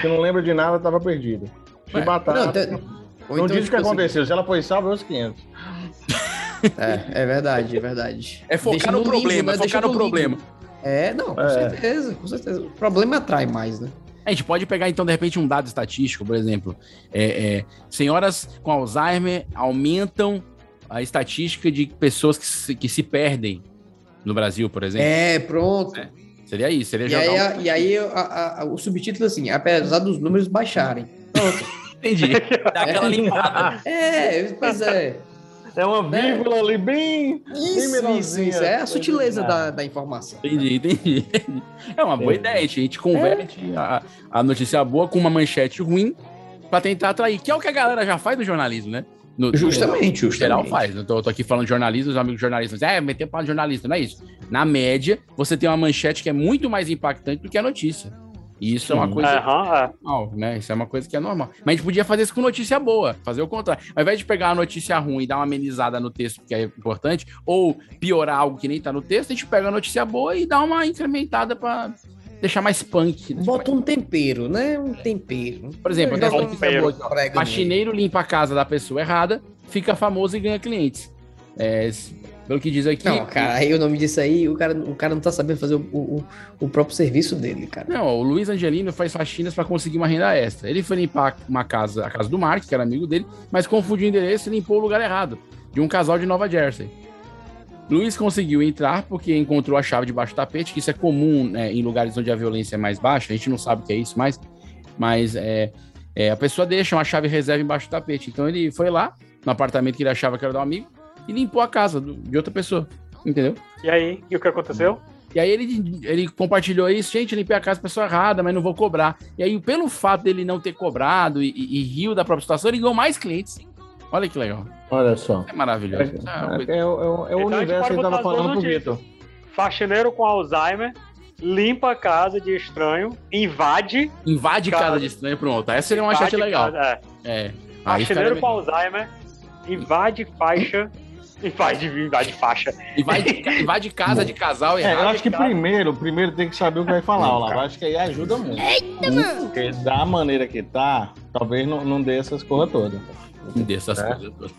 [SPEAKER 4] que não lembra de nada, tava perdida. Chibatada.
[SPEAKER 5] Não,
[SPEAKER 4] Não,
[SPEAKER 5] tá- ou então,
[SPEAKER 4] diz o que
[SPEAKER 5] tipo assim,
[SPEAKER 4] aconteceu. Se ela foi salva, é os 500.
[SPEAKER 5] É, é verdade, é verdade.
[SPEAKER 2] É focar
[SPEAKER 5] Deixa
[SPEAKER 2] no
[SPEAKER 5] limbo,
[SPEAKER 2] problema, é focar
[SPEAKER 5] Deixa
[SPEAKER 2] no
[SPEAKER 5] limbo.
[SPEAKER 2] problema.
[SPEAKER 5] É, não, com
[SPEAKER 4] É.
[SPEAKER 5] certeza, com certeza. O problema atrai mais, né?
[SPEAKER 2] A gente pode pegar, então, de repente, um dado estatístico, por exemplo. É, é, senhoras com Alzheimer aumentam a estatística de pessoas que se, que se perdem no Brasil, por exemplo.
[SPEAKER 5] É, pronto.
[SPEAKER 2] Seria isso, seria
[SPEAKER 5] E
[SPEAKER 2] jogar
[SPEAKER 5] aí,
[SPEAKER 2] um-
[SPEAKER 5] a- e aí a- a- a- o subtítulo assim, apesar dos números baixarem. Pronto.
[SPEAKER 2] Entendi. Dá aquela limpada.
[SPEAKER 5] É, pois é.
[SPEAKER 4] É uma vírgula ali bem.
[SPEAKER 5] Isso, isso, isso. É a sutileza da, da informação.
[SPEAKER 11] Né?
[SPEAKER 2] Entendi, entendi. É uma boa ideia, a gente converte
[SPEAKER 11] É.
[SPEAKER 2] a, a notícia boa com uma manchete ruim pra tentar atrair, que é o que a galera já faz no jornalismo, né? No,
[SPEAKER 11] Justamente,
[SPEAKER 2] no geral
[SPEAKER 11] justamente.
[SPEAKER 2] faz. Eu tô, eu tô aqui falando de jornalismo, os amigos jornalistas dizem, é, meter para jornalista, não é isso. Na média, você tem uma manchete que é muito mais impactante do que a notícia. E isso é uma
[SPEAKER 11] Sim.
[SPEAKER 2] coisa
[SPEAKER 3] Aham, é.
[SPEAKER 2] normal, né? Isso é uma coisa que é normal. Mas a gente podia fazer isso com notícia boa, fazer o contrário. Ao invés de pegar uma notícia ruim e dar uma amenizada no texto, que é importante, ou piorar algo que nem tá no texto, a gente pega a notícia boa e dá uma incrementada pra deixar mais punk. né?
[SPEAKER 5] Bota um tempero, né? Um tempero.
[SPEAKER 2] Por exemplo,
[SPEAKER 5] Joga
[SPEAKER 2] aquela
[SPEAKER 5] um
[SPEAKER 2] notícia boa aqui, ó.
[SPEAKER 5] prego nele.
[SPEAKER 2] Faxineiro limpa a casa da pessoa errada, fica famoso e ganha clientes. É, s- pelo que diz aqui.
[SPEAKER 5] Não, cara, aí o nome disso aí, o cara, o cara não tá sabendo fazer o, o, o próprio serviço dele, cara.
[SPEAKER 2] Não, o Luiz Angelino faz faxinas para conseguir uma renda extra. Ele foi limpar uma casa, a casa do Mark, que era amigo dele, mas confundiu o endereço e limpou o lugar errado, de um casal de Nova Jersey. Luiz conseguiu entrar porque encontrou a chave debaixo do tapete, que isso é comum né, em lugares onde a violência é mais baixa, a gente não sabe o que é isso mais, mas é, é, a pessoa deixa uma chave reserva embaixo do tapete. Então ele foi lá, no apartamento que ele achava que era do amigo, e limpou a casa do- de outra pessoa, entendeu?
[SPEAKER 3] E aí, e o que aconteceu?
[SPEAKER 2] E aí ele, ele compartilhou isso, gente, limpei a casa da pessoa errada, mas não vou cobrar. E aí, pelo fato dele não ter cobrado e, e- e riu da própria situação, ele ganhou mais clientes. Olha que legal.
[SPEAKER 4] Olha só.
[SPEAKER 2] É maravilhoso. Isso é uma coisa-
[SPEAKER 4] É, é o- é o
[SPEAKER 3] Então a gente
[SPEAKER 4] universo
[SPEAKER 3] pode
[SPEAKER 4] que eu tava
[SPEAKER 3] botar as duas
[SPEAKER 4] falando pro
[SPEAKER 3] notícias.
[SPEAKER 4] Vitor.
[SPEAKER 3] Faxineiro com Alzheimer limpa a casa de estranho, invade.
[SPEAKER 2] Invade casa,
[SPEAKER 3] Cara.
[SPEAKER 2] de estranho, pronto. Essa seria uma
[SPEAKER 3] invade
[SPEAKER 2] chat legal.
[SPEAKER 3] casa, é.
[SPEAKER 2] É. Aí ficaria
[SPEAKER 3] Faxineiro com
[SPEAKER 2] melhor.
[SPEAKER 3] Alzheimer invade faixa. Invade, invade faixa.
[SPEAKER 2] invade, invade casa de casal
[SPEAKER 4] É, eu
[SPEAKER 2] errado.
[SPEAKER 4] acho que primeiro, primeiro tem que saber o que vai falar, Olavo. Acho que aí ajuda muito. Eita, mano! Porque da maneira que tá, talvez não, não dê essas coisas todas.
[SPEAKER 2] Dessas coisas todas.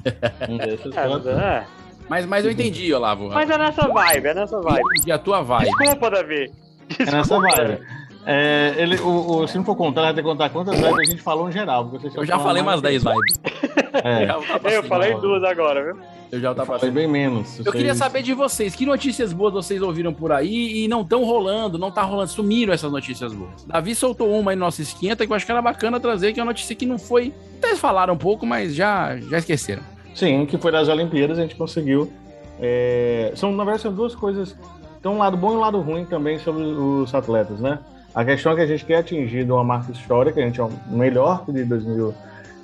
[SPEAKER 4] Não dê essas
[SPEAKER 3] É,
[SPEAKER 4] coisas todas.
[SPEAKER 3] é.
[SPEAKER 2] Mas, mas eu entendi, Olavo.
[SPEAKER 3] Mas é nessa vibe, é nessa vibe.
[SPEAKER 2] E a tua vibe.
[SPEAKER 3] Desculpa, Davi.
[SPEAKER 4] É nessa vibe. É, ele, o, o- se não for contar, vai ter que contar quantas vibes a gente falou em geral. Porque vocês
[SPEAKER 2] Eu
[SPEAKER 4] estão
[SPEAKER 2] já falei
[SPEAKER 4] falando mais
[SPEAKER 2] umas 10 vibes.
[SPEAKER 4] que- É, eu
[SPEAKER 3] Eu falei
[SPEAKER 2] né?
[SPEAKER 3] duas agora, viu?
[SPEAKER 2] Eu já tava
[SPEAKER 4] falei bem menos.
[SPEAKER 2] Eu
[SPEAKER 4] vocês-
[SPEAKER 2] queria saber de vocês, que notícias boas vocês ouviram por aí e não estão rolando, não tá rolando, sumiram essas notícias boas. Davi soltou uma aí no nosso esquenta que eu acho que era bacana trazer, que é uma notícia que não foi. Até falaram um pouco, mas já, já esqueceram.
[SPEAKER 4] Sim, que foi das Olimpíadas, a gente conseguiu. É, são, na verdade, são duas coisas. Tem um lado bom e um lado ruim também sobre os atletas, né? A questão é que a gente quer atingir de uma marca histórica, a gente é o melhor de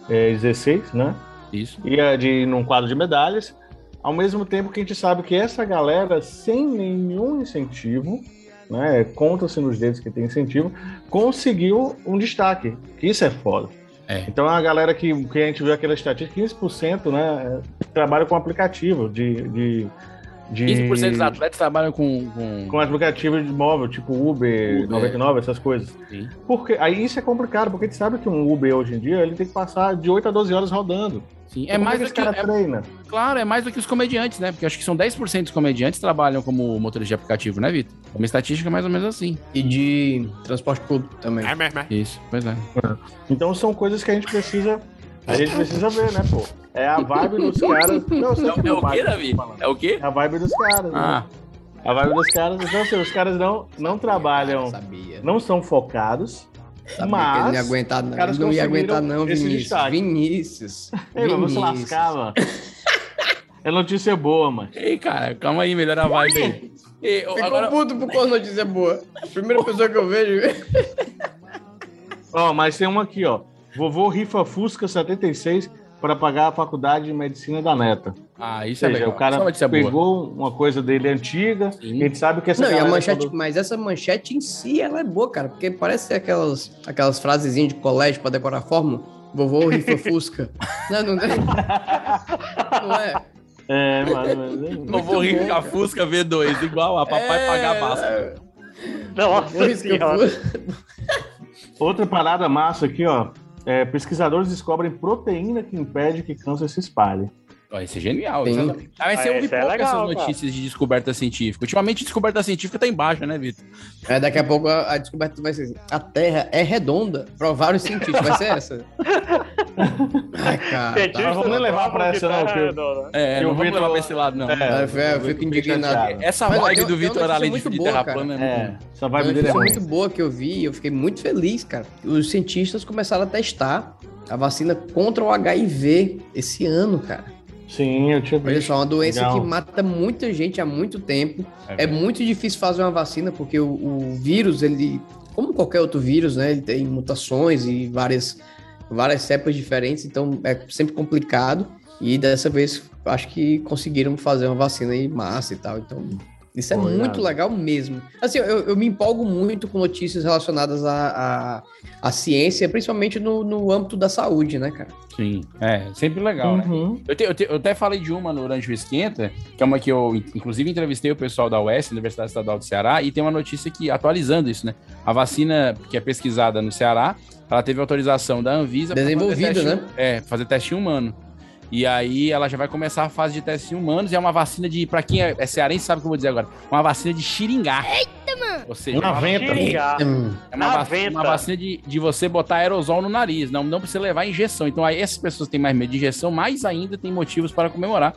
[SPEAKER 4] 2016, né?
[SPEAKER 2] Isso.
[SPEAKER 4] E a de num quadro de medalhas. Ao mesmo tempo que a gente sabe que essa galera, sem nenhum incentivo, né? Conta-se nos dedos que tem incentivo, conseguiu um destaque. Que isso é foda.
[SPEAKER 2] É.
[SPEAKER 4] Então a galera que, que a gente viu aquela estatística, 15%, né? é, Trabalha com aplicativo de. de, de
[SPEAKER 2] 15% dos atletas trabalham com. com-
[SPEAKER 4] com aplicativo de móvel, tipo Uber,
[SPEAKER 2] Uber.
[SPEAKER 4] 99, essas coisas.
[SPEAKER 2] Sim.
[SPEAKER 4] Porque aí isso é complicado, porque a gente sabe que um Uber hoje em dia ele tem que passar de 8 a 12 horas rodando.
[SPEAKER 2] Sim, é
[SPEAKER 4] Como
[SPEAKER 2] mais
[SPEAKER 4] que
[SPEAKER 2] do
[SPEAKER 4] esse
[SPEAKER 2] que.
[SPEAKER 4] cara
[SPEAKER 2] é-
[SPEAKER 4] treina.
[SPEAKER 2] claro, é mais do que os comediantes, né? Porque eu acho que são 10% dos comediantes que trabalham como motores de aplicativo, né, Vitor? É Uma estatística mais ou menos assim.
[SPEAKER 5] E de transporte público também.
[SPEAKER 6] É mesmo, é.
[SPEAKER 2] Isso, pois é.
[SPEAKER 4] Então são coisas que a gente precisa. A gente precisa ver, né, pô? É a vibe dos caras. Não, eu sei que não vibe, tô falando.
[SPEAKER 2] É o quê?
[SPEAKER 4] É a vibe dos caras. né?
[SPEAKER 2] Ah,
[SPEAKER 4] A vibe dos caras. Então, assim, os caras não,
[SPEAKER 5] É um
[SPEAKER 4] não trabalham,
[SPEAKER 5] Sabia.
[SPEAKER 4] não são focados.
[SPEAKER 5] Sabia Tá que ele não ia
[SPEAKER 4] mas.
[SPEAKER 5] aguentar, não.
[SPEAKER 4] caras
[SPEAKER 5] Ele não ia
[SPEAKER 4] conseguiram
[SPEAKER 5] aguentar, não,
[SPEAKER 4] esse
[SPEAKER 5] Vinícius.
[SPEAKER 4] destaque.
[SPEAKER 5] Vinícius.
[SPEAKER 4] Ei, mas você
[SPEAKER 5] Vinícius.
[SPEAKER 4] lascava. É notícia boa, mano.
[SPEAKER 2] ei, cara, calma aí, melhora a vibe aí. Ei,
[SPEAKER 5] Ficou
[SPEAKER 2] agora,
[SPEAKER 5] puto por causa da notícia boa. A primeira pessoa que eu vejo.
[SPEAKER 4] Ó, mas tem uma aqui, ó. Vovô rifa Fusca 76 para pagar a faculdade de medicina da neta.
[SPEAKER 2] Ah,
[SPEAKER 4] Ou
[SPEAKER 2] isso é
[SPEAKER 4] seja,
[SPEAKER 2] legal.
[SPEAKER 4] o
[SPEAKER 2] Isso é uma
[SPEAKER 4] cara
[SPEAKER 2] notícia boa.
[SPEAKER 4] pegou uma coisa dele antiga.
[SPEAKER 2] Sim.
[SPEAKER 4] E a gente sabe que essa
[SPEAKER 5] Não, e a
[SPEAKER 4] galera
[SPEAKER 5] manchete,
[SPEAKER 4] quando-
[SPEAKER 5] mas essa manchete em si, ela é boa, cara, porque parece ser aquelas, aquelas frasezinhas de colégio pra decorar a fórmula. Vovô rifa fusca. não, não, não é.
[SPEAKER 4] É, mano.
[SPEAKER 2] Não vou rir com a Fusca V2, igual a papai
[SPEAKER 5] É,
[SPEAKER 2] pagar a massa.
[SPEAKER 5] Vovô
[SPEAKER 3] Nossa
[SPEAKER 5] risca
[SPEAKER 3] senhora.
[SPEAKER 5] fusca.
[SPEAKER 4] Outra parada massa aqui, ó. É, pesquisadores descobrem proteína que impede que câncer se espalhe.
[SPEAKER 2] Ó, Isso é genial.
[SPEAKER 5] Sim.
[SPEAKER 2] isso é- Ah, mas você
[SPEAKER 3] Ah,
[SPEAKER 2] ouve
[SPEAKER 3] isso é
[SPEAKER 2] pouco
[SPEAKER 3] legal,
[SPEAKER 2] essas
[SPEAKER 3] cara.
[SPEAKER 2] notícias de descoberta científica. Ultimamente, descoberta científica tá embaixo, né, Vitor?
[SPEAKER 5] É, daqui a pouco a, a descoberta vai ser assim, a Terra é redonda. Provaram os cientistas, vai ser essa. Ai, cara.
[SPEAKER 3] Cientista
[SPEAKER 5] Tá,
[SPEAKER 4] Ah, vamos
[SPEAKER 3] não
[SPEAKER 4] levar
[SPEAKER 3] prova
[SPEAKER 4] pra
[SPEAKER 3] que
[SPEAKER 4] essa, não,
[SPEAKER 3] tá
[SPEAKER 4] filho.
[SPEAKER 3] redonda.
[SPEAKER 2] É,
[SPEAKER 4] Eu
[SPEAKER 2] não
[SPEAKER 4] vi
[SPEAKER 2] vamos levar
[SPEAKER 4] no-
[SPEAKER 2] pra esse lado, não.
[SPEAKER 4] É,
[SPEAKER 5] eu, eu fico indignado.
[SPEAKER 4] chateado.
[SPEAKER 2] Essa
[SPEAKER 5] Mas, ó,
[SPEAKER 2] vibe
[SPEAKER 5] tem-
[SPEAKER 2] do
[SPEAKER 5] tem uma
[SPEAKER 2] Vitor
[SPEAKER 5] notícia
[SPEAKER 2] além de
[SPEAKER 5] muito
[SPEAKER 2] de
[SPEAKER 5] boa,
[SPEAKER 2] terra
[SPEAKER 5] cara.
[SPEAKER 2] plana é
[SPEAKER 4] É,
[SPEAKER 2] muito-
[SPEAKER 4] essa
[SPEAKER 5] Uma
[SPEAKER 4] vibe dele é
[SPEAKER 5] notícia
[SPEAKER 4] ruim.
[SPEAKER 5] muito boa que eu vi, eu fiquei muito feliz, cara. Os cientistas começaram a testar a vacina contra o HIV esse ano, cara.
[SPEAKER 4] Sim, eu tinha
[SPEAKER 5] Olha só, uma doença
[SPEAKER 4] Legal.
[SPEAKER 5] que mata muita gente há muito tempo.
[SPEAKER 4] É
[SPEAKER 5] É, muito difícil fazer uma vacina, porque o, o vírus, ele, como qualquer outro vírus, né? Ele tem mutações e várias, várias cepas diferentes, então é sempre complicado. E dessa vez, acho que conseguiram fazer uma vacina aí massa e tal. Então, isso é
[SPEAKER 4] Pô,
[SPEAKER 5] muito
[SPEAKER 4] irado.
[SPEAKER 5] legal mesmo. Assim, eu, eu me empolgo muito com notícias relacionadas à, à, à ciência, principalmente no, no âmbito da saúde, né, cara?
[SPEAKER 2] Sim, é sempre legal, né?
[SPEAKER 4] Uhum.
[SPEAKER 2] Eu, te- eu te- eu até falei de uma no Orange Esquenta, que é uma que eu, in- inclusive, entrevistei o pessoal da UES, Universidade Estadual do Ceará, e tem uma notícia que, atualizando isso, né? A vacina que é pesquisada no Ceará, ela teve autorização da Anvisa. pra
[SPEAKER 5] Desenvolvida,
[SPEAKER 2] fazer teste-
[SPEAKER 5] né?
[SPEAKER 2] É, fazer teste em humano. E aí ela já vai começar a fase de teste em humanos, e é uma vacina de, pra quem é, é cearense sabe o que eu vou dizer agora, uma vacina de xiringá. Eita, mano! Ou seja,
[SPEAKER 4] Na
[SPEAKER 2] uma-
[SPEAKER 4] venta.
[SPEAKER 3] Xingar.
[SPEAKER 5] Hum.
[SPEAKER 2] é uma,
[SPEAKER 3] Na
[SPEAKER 2] vac-
[SPEAKER 3] venta.
[SPEAKER 2] uma vacina de, de você botar aerosol no nariz, não, não precisa levar injeção. Então, aí essas pessoas têm mais medo de injeção, mais ainda tem motivos para comemorar.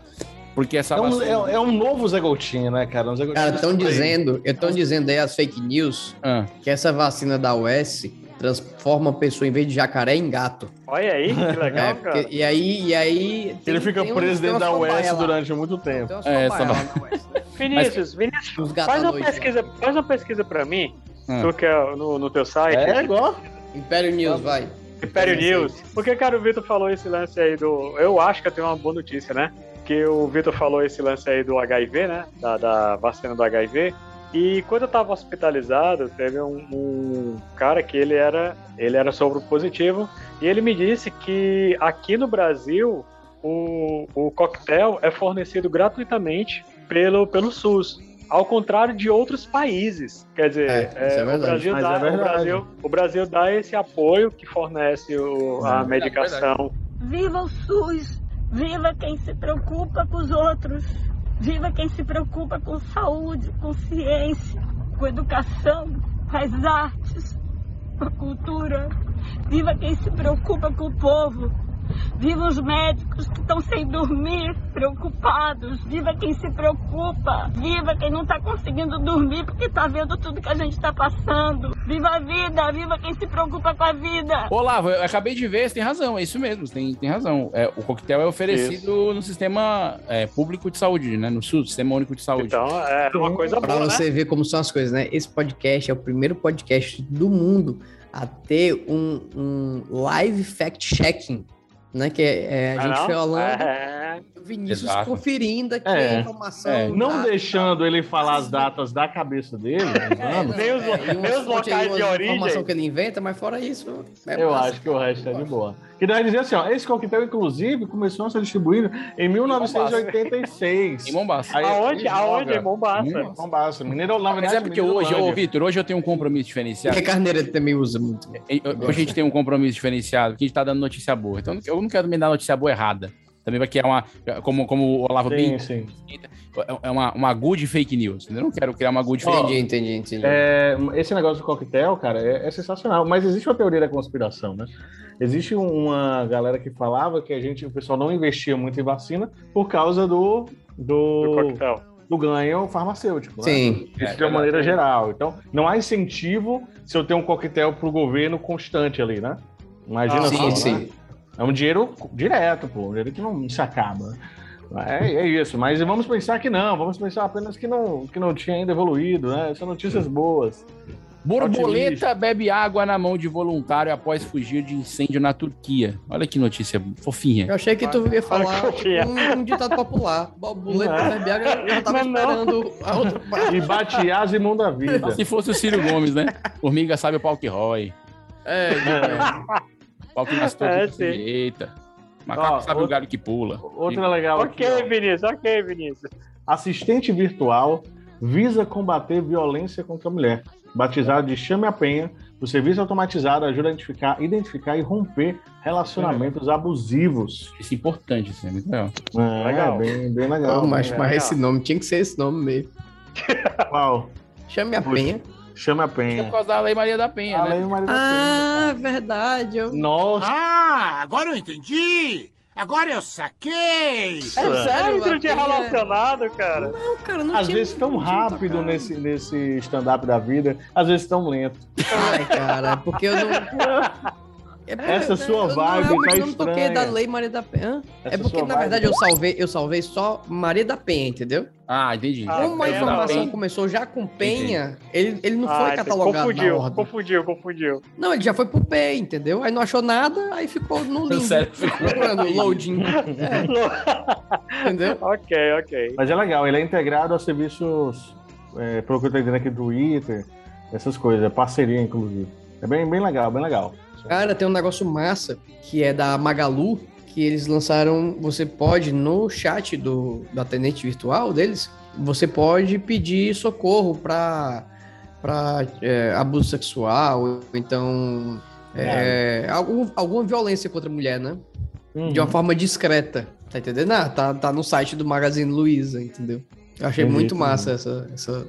[SPEAKER 2] Porque essa
[SPEAKER 4] É um,
[SPEAKER 2] vacina.
[SPEAKER 4] é, é um novo Zé Gotinha, né, cara? Um Zé Gotinha
[SPEAKER 5] Cara, estão
[SPEAKER 4] diferente.
[SPEAKER 5] dizendo, estão dizendo aí as fake news
[SPEAKER 2] Ah,
[SPEAKER 5] que essa vacina da US transforma a pessoa em vez de jacaré em gato.
[SPEAKER 3] Olha aí, que
[SPEAKER 5] É,
[SPEAKER 3] legal,
[SPEAKER 5] porque-
[SPEAKER 3] cara.
[SPEAKER 5] e aí, e aí tem-
[SPEAKER 4] Ele fica
[SPEAKER 5] tem um-
[SPEAKER 4] preso
[SPEAKER 5] tem
[SPEAKER 4] dentro da
[SPEAKER 5] uma
[SPEAKER 4] US
[SPEAKER 5] sambaia lá.
[SPEAKER 4] durante muito tempo.
[SPEAKER 5] Tem uma
[SPEAKER 2] É,
[SPEAKER 5] sambaia
[SPEAKER 2] sambaia.
[SPEAKER 5] lá na US, né?
[SPEAKER 3] Vinícius, Vinícius,
[SPEAKER 5] Uns gatos
[SPEAKER 3] faz
[SPEAKER 5] à
[SPEAKER 3] uma
[SPEAKER 5] noite,
[SPEAKER 3] pesquisa, faz uma pesquisa pra mim,
[SPEAKER 2] Ah.
[SPEAKER 3] tu que é no, no teu site, assim,
[SPEAKER 4] É, igual.
[SPEAKER 5] né? Império News, vai.
[SPEAKER 3] Império News. Porque, cara, o Vitor falou esse lance aí do. Eu acho que eu tenho uma boa notícia, né? Que o Vitor falou esse lance aí do HIV, né? Da, da vacina do HIV. E quando eu tava hospitalizado, teve um, um cara que ele era, ele era positivo e ele me disse que aqui no Brasil o, o coquetel é fornecido gratuitamente pelo, pelo SUS. Ao contrário de outros países. Quer dizer,
[SPEAKER 5] É, isso é
[SPEAKER 3] é, o,
[SPEAKER 5] verdade.
[SPEAKER 3] Brasil
[SPEAKER 4] Mas
[SPEAKER 3] dá,
[SPEAKER 4] é
[SPEAKER 3] o,
[SPEAKER 4] verdade. É,
[SPEAKER 3] Brasil, o Brasil dá esse apoio que fornece o- a medicação.
[SPEAKER 10] Viva o SUS! Viva quem se preocupa com os outros! Viva quem se preocupa com saúde, com ciência, com educação, com as artes, com a cultura! Viva quem se preocupa com o povo! Viva os médicos que estão sem dormir, preocupados! Viva quem se preocupa! Viva quem não está conseguindo dormir porque está vendo tudo que a gente está passando! Viva a vida! Viva quem se preocupa com a vida!
[SPEAKER 2] Olavo, eu acabei de ver, você tem razão, é isso mesmo, você tem, tem razão. É, o coquetel é oferecido no sistema é, público de saúde, né? No SUS, Sistema Único de Saúde.
[SPEAKER 3] Então é uma coisa
[SPEAKER 5] Pra
[SPEAKER 3] boa, né?
[SPEAKER 5] você ver como são as coisas, né? Esse podcast é o primeiro podcast do mundo a ter um, um live fact-checking, né? Que é, é, a
[SPEAKER 3] Ah,
[SPEAKER 5] gente
[SPEAKER 3] não?
[SPEAKER 5] foi Holanda,
[SPEAKER 3] É.
[SPEAKER 5] o Vinícius
[SPEAKER 2] Exato.
[SPEAKER 5] conferindo aqui
[SPEAKER 4] É.
[SPEAKER 5] a informação.
[SPEAKER 2] É.
[SPEAKER 4] Não
[SPEAKER 5] tá?
[SPEAKER 4] deixando né? ele falar as datas da cabeça dele, mas
[SPEAKER 5] É,
[SPEAKER 4] vamos.
[SPEAKER 5] não,
[SPEAKER 3] Nem os-
[SPEAKER 5] e umas
[SPEAKER 3] nem os
[SPEAKER 5] fontes aí,
[SPEAKER 3] locais de
[SPEAKER 5] umas
[SPEAKER 3] origem.
[SPEAKER 5] informação que ele inventa, mas fora isso, é
[SPEAKER 4] eu
[SPEAKER 5] massa,
[SPEAKER 4] acho que o
[SPEAKER 5] cara.
[SPEAKER 4] resto é de
[SPEAKER 5] Eu
[SPEAKER 4] boa. Que deve dizer assim, ó, esse coquetel, inclusive, começou a ser distribuído em 1986.
[SPEAKER 2] Em Mombaça.
[SPEAKER 4] Aí,
[SPEAKER 3] Aonde?
[SPEAKER 4] ele
[SPEAKER 3] Aonde?
[SPEAKER 4] joga. Hum.
[SPEAKER 3] Em Mombasa.
[SPEAKER 4] Mombaça. Mineiro, na
[SPEAKER 2] Mas
[SPEAKER 4] verdade,
[SPEAKER 2] é porque hoje,
[SPEAKER 4] Mineirolândia.
[SPEAKER 2] ô Vitor, hoje eu tenho um compromisso diferenciado.
[SPEAKER 5] Porque Carneiro também usa muito.
[SPEAKER 2] E- Hoje a gente tem um compromisso diferenciado, que a gente tá dando notícia boa. Então eu não quero me dar notícia boa errada. Também vai criar uma. Como, como o Olavo bem
[SPEAKER 4] Sim, sim.
[SPEAKER 2] é uma, uma good fake news. entendeu? Eu não quero criar uma good fake
[SPEAKER 5] Entendi, entendi, entendi.
[SPEAKER 4] É, esse negócio do coquetel, cara, é, é sensacional. Mas existe uma teoria da conspiração, né? Existe um, uma galera que falava que a gente, o pessoal não investia muito em vacina por causa do,
[SPEAKER 5] Hum.
[SPEAKER 3] Do
[SPEAKER 4] do,
[SPEAKER 3] coquetel.
[SPEAKER 4] do ganho farmacêutico. né?
[SPEAKER 5] Sim.
[SPEAKER 4] Isso
[SPEAKER 2] É,
[SPEAKER 4] de uma maneira geral. Então, não há incentivo se eu tenho um coquetel pro governo constante ali, né? Imagina
[SPEAKER 3] Ah,
[SPEAKER 4] só,
[SPEAKER 5] Sim,
[SPEAKER 4] né?
[SPEAKER 5] sim.
[SPEAKER 4] É um dinheiro direto, pô. Um dinheiro que não se acaba. É, é isso, mas vamos pensar que não, vamos pensar apenas que não, que não tinha ainda evoluído, né? São notícias boas.
[SPEAKER 2] Borboleta
[SPEAKER 4] Otimista.
[SPEAKER 2] bebe água na mão de voluntário após fugir de incêndio na Turquia. Olha que notícia fofinha.
[SPEAKER 5] Eu achei que tu ia falar
[SPEAKER 3] Olha que eu ia.
[SPEAKER 5] um, um ditado popular. Boleta
[SPEAKER 4] Não.
[SPEAKER 5] Verbiaga, eu já tava
[SPEAKER 3] Mas não.
[SPEAKER 5] esperando a outra parte.
[SPEAKER 4] E bate as imunda vida.
[SPEAKER 2] Se fosse o Ciro Gomes, né? Formiga sabe o pau que rói.
[SPEAKER 5] É,
[SPEAKER 2] Pau que nasce todo
[SPEAKER 3] É,
[SPEAKER 2] que
[SPEAKER 3] sim.
[SPEAKER 2] direita. Macaco
[SPEAKER 4] Ó,
[SPEAKER 2] sabe o
[SPEAKER 4] outra-
[SPEAKER 2] galho que pula.
[SPEAKER 4] Outra legal aqui,
[SPEAKER 3] Ok,
[SPEAKER 4] ó.
[SPEAKER 3] Vinícius, ok, Vinícius.
[SPEAKER 4] Assistente virtual visa combater violência contra a mulher. Batizado de Chame a Penha, o serviço automatizado ajuda a identificar, identificar e romper relacionamentos abusivos.
[SPEAKER 2] Isso é importante, isso é muito legal.
[SPEAKER 4] É,
[SPEAKER 3] Legal.
[SPEAKER 4] Bem, bem legal.
[SPEAKER 5] Não, mas,
[SPEAKER 4] Bem
[SPEAKER 5] mas
[SPEAKER 3] legal.
[SPEAKER 5] esse nome tinha que ser esse nome mesmo.
[SPEAKER 4] legal.
[SPEAKER 5] Chame a
[SPEAKER 4] Puxa.
[SPEAKER 5] Penha.
[SPEAKER 4] Chame a
[SPEAKER 2] É por
[SPEAKER 4] Penha.
[SPEAKER 2] causa da Lei Maria da Penha, né?
[SPEAKER 4] Além do marido
[SPEAKER 5] Ah, verdade.
[SPEAKER 4] da
[SPEAKER 5] Eu...
[SPEAKER 4] Penha. Nossa!
[SPEAKER 6] Ah, agora eu entendi! Agora eu
[SPEAKER 3] É,
[SPEAKER 6] saquei!
[SPEAKER 5] Ah, sério,
[SPEAKER 3] isso
[SPEAKER 5] a
[SPEAKER 3] tinha
[SPEAKER 5] Penha-
[SPEAKER 3] relacionado, cara.
[SPEAKER 5] Não, cara, não
[SPEAKER 4] Às
[SPEAKER 5] tinha-
[SPEAKER 4] vezes tão
[SPEAKER 5] não tinha
[SPEAKER 4] rápido
[SPEAKER 5] tocado.
[SPEAKER 4] nesse, nesse stand-up da vida, às vezes tão lento.
[SPEAKER 5] é Ai, cara, porque eu não. É porque-
[SPEAKER 4] Essa sua
[SPEAKER 5] eu não
[SPEAKER 4] vibe
[SPEAKER 5] realmente
[SPEAKER 4] tá
[SPEAKER 5] não me toquei
[SPEAKER 4] estranha.
[SPEAKER 5] é da Lei Maria da Penha. Hã? é
[SPEAKER 4] Essa
[SPEAKER 5] porque,
[SPEAKER 4] sua vibe-
[SPEAKER 5] na
[SPEAKER 4] tá
[SPEAKER 5] verdade, eu salvei, eu salvei só Maria da Penha, entendeu?
[SPEAKER 2] Ah, entendi.
[SPEAKER 4] é
[SPEAKER 3] Ah,
[SPEAKER 5] Como a
[SPEAKER 3] Penha da
[SPEAKER 5] informação
[SPEAKER 3] Penha.
[SPEAKER 5] começou já com Penha, ele, ele não foi
[SPEAKER 3] Ah,
[SPEAKER 5] catalogado
[SPEAKER 3] confundiu,
[SPEAKER 5] na ordem.
[SPEAKER 3] confundiu, confundiu.
[SPEAKER 5] Não, ele já foi pro P, entendeu? Aí não achou nada, aí ficou no link.
[SPEAKER 2] Sério,
[SPEAKER 5] Procurando loading. É, entendeu?
[SPEAKER 3] ok, ok.
[SPEAKER 4] Mas é legal, ele é integrado a serviços, é, pelo que eu tô entendendo aqui, do Twitter, essas coisas, é parceria, inclusive. É bem, bem legal, bem legal.
[SPEAKER 5] Cara, tem um negócio massa que é da Magalu, que eles lançaram. Você pode, no chat do, do atendente virtual deles, você pode pedir socorro pra, pra é, abuso sexual, ou então. é, algum- alguma violência contra a mulher, né?
[SPEAKER 4] Uhum.
[SPEAKER 5] De uma forma discreta. Tá entendendo? Ah, tá, tá no site do Magazine Luiza, entendeu? Eu achei
[SPEAKER 4] Entendi,
[SPEAKER 5] muito
[SPEAKER 4] entendi. Tá.
[SPEAKER 5] massa essa, essa,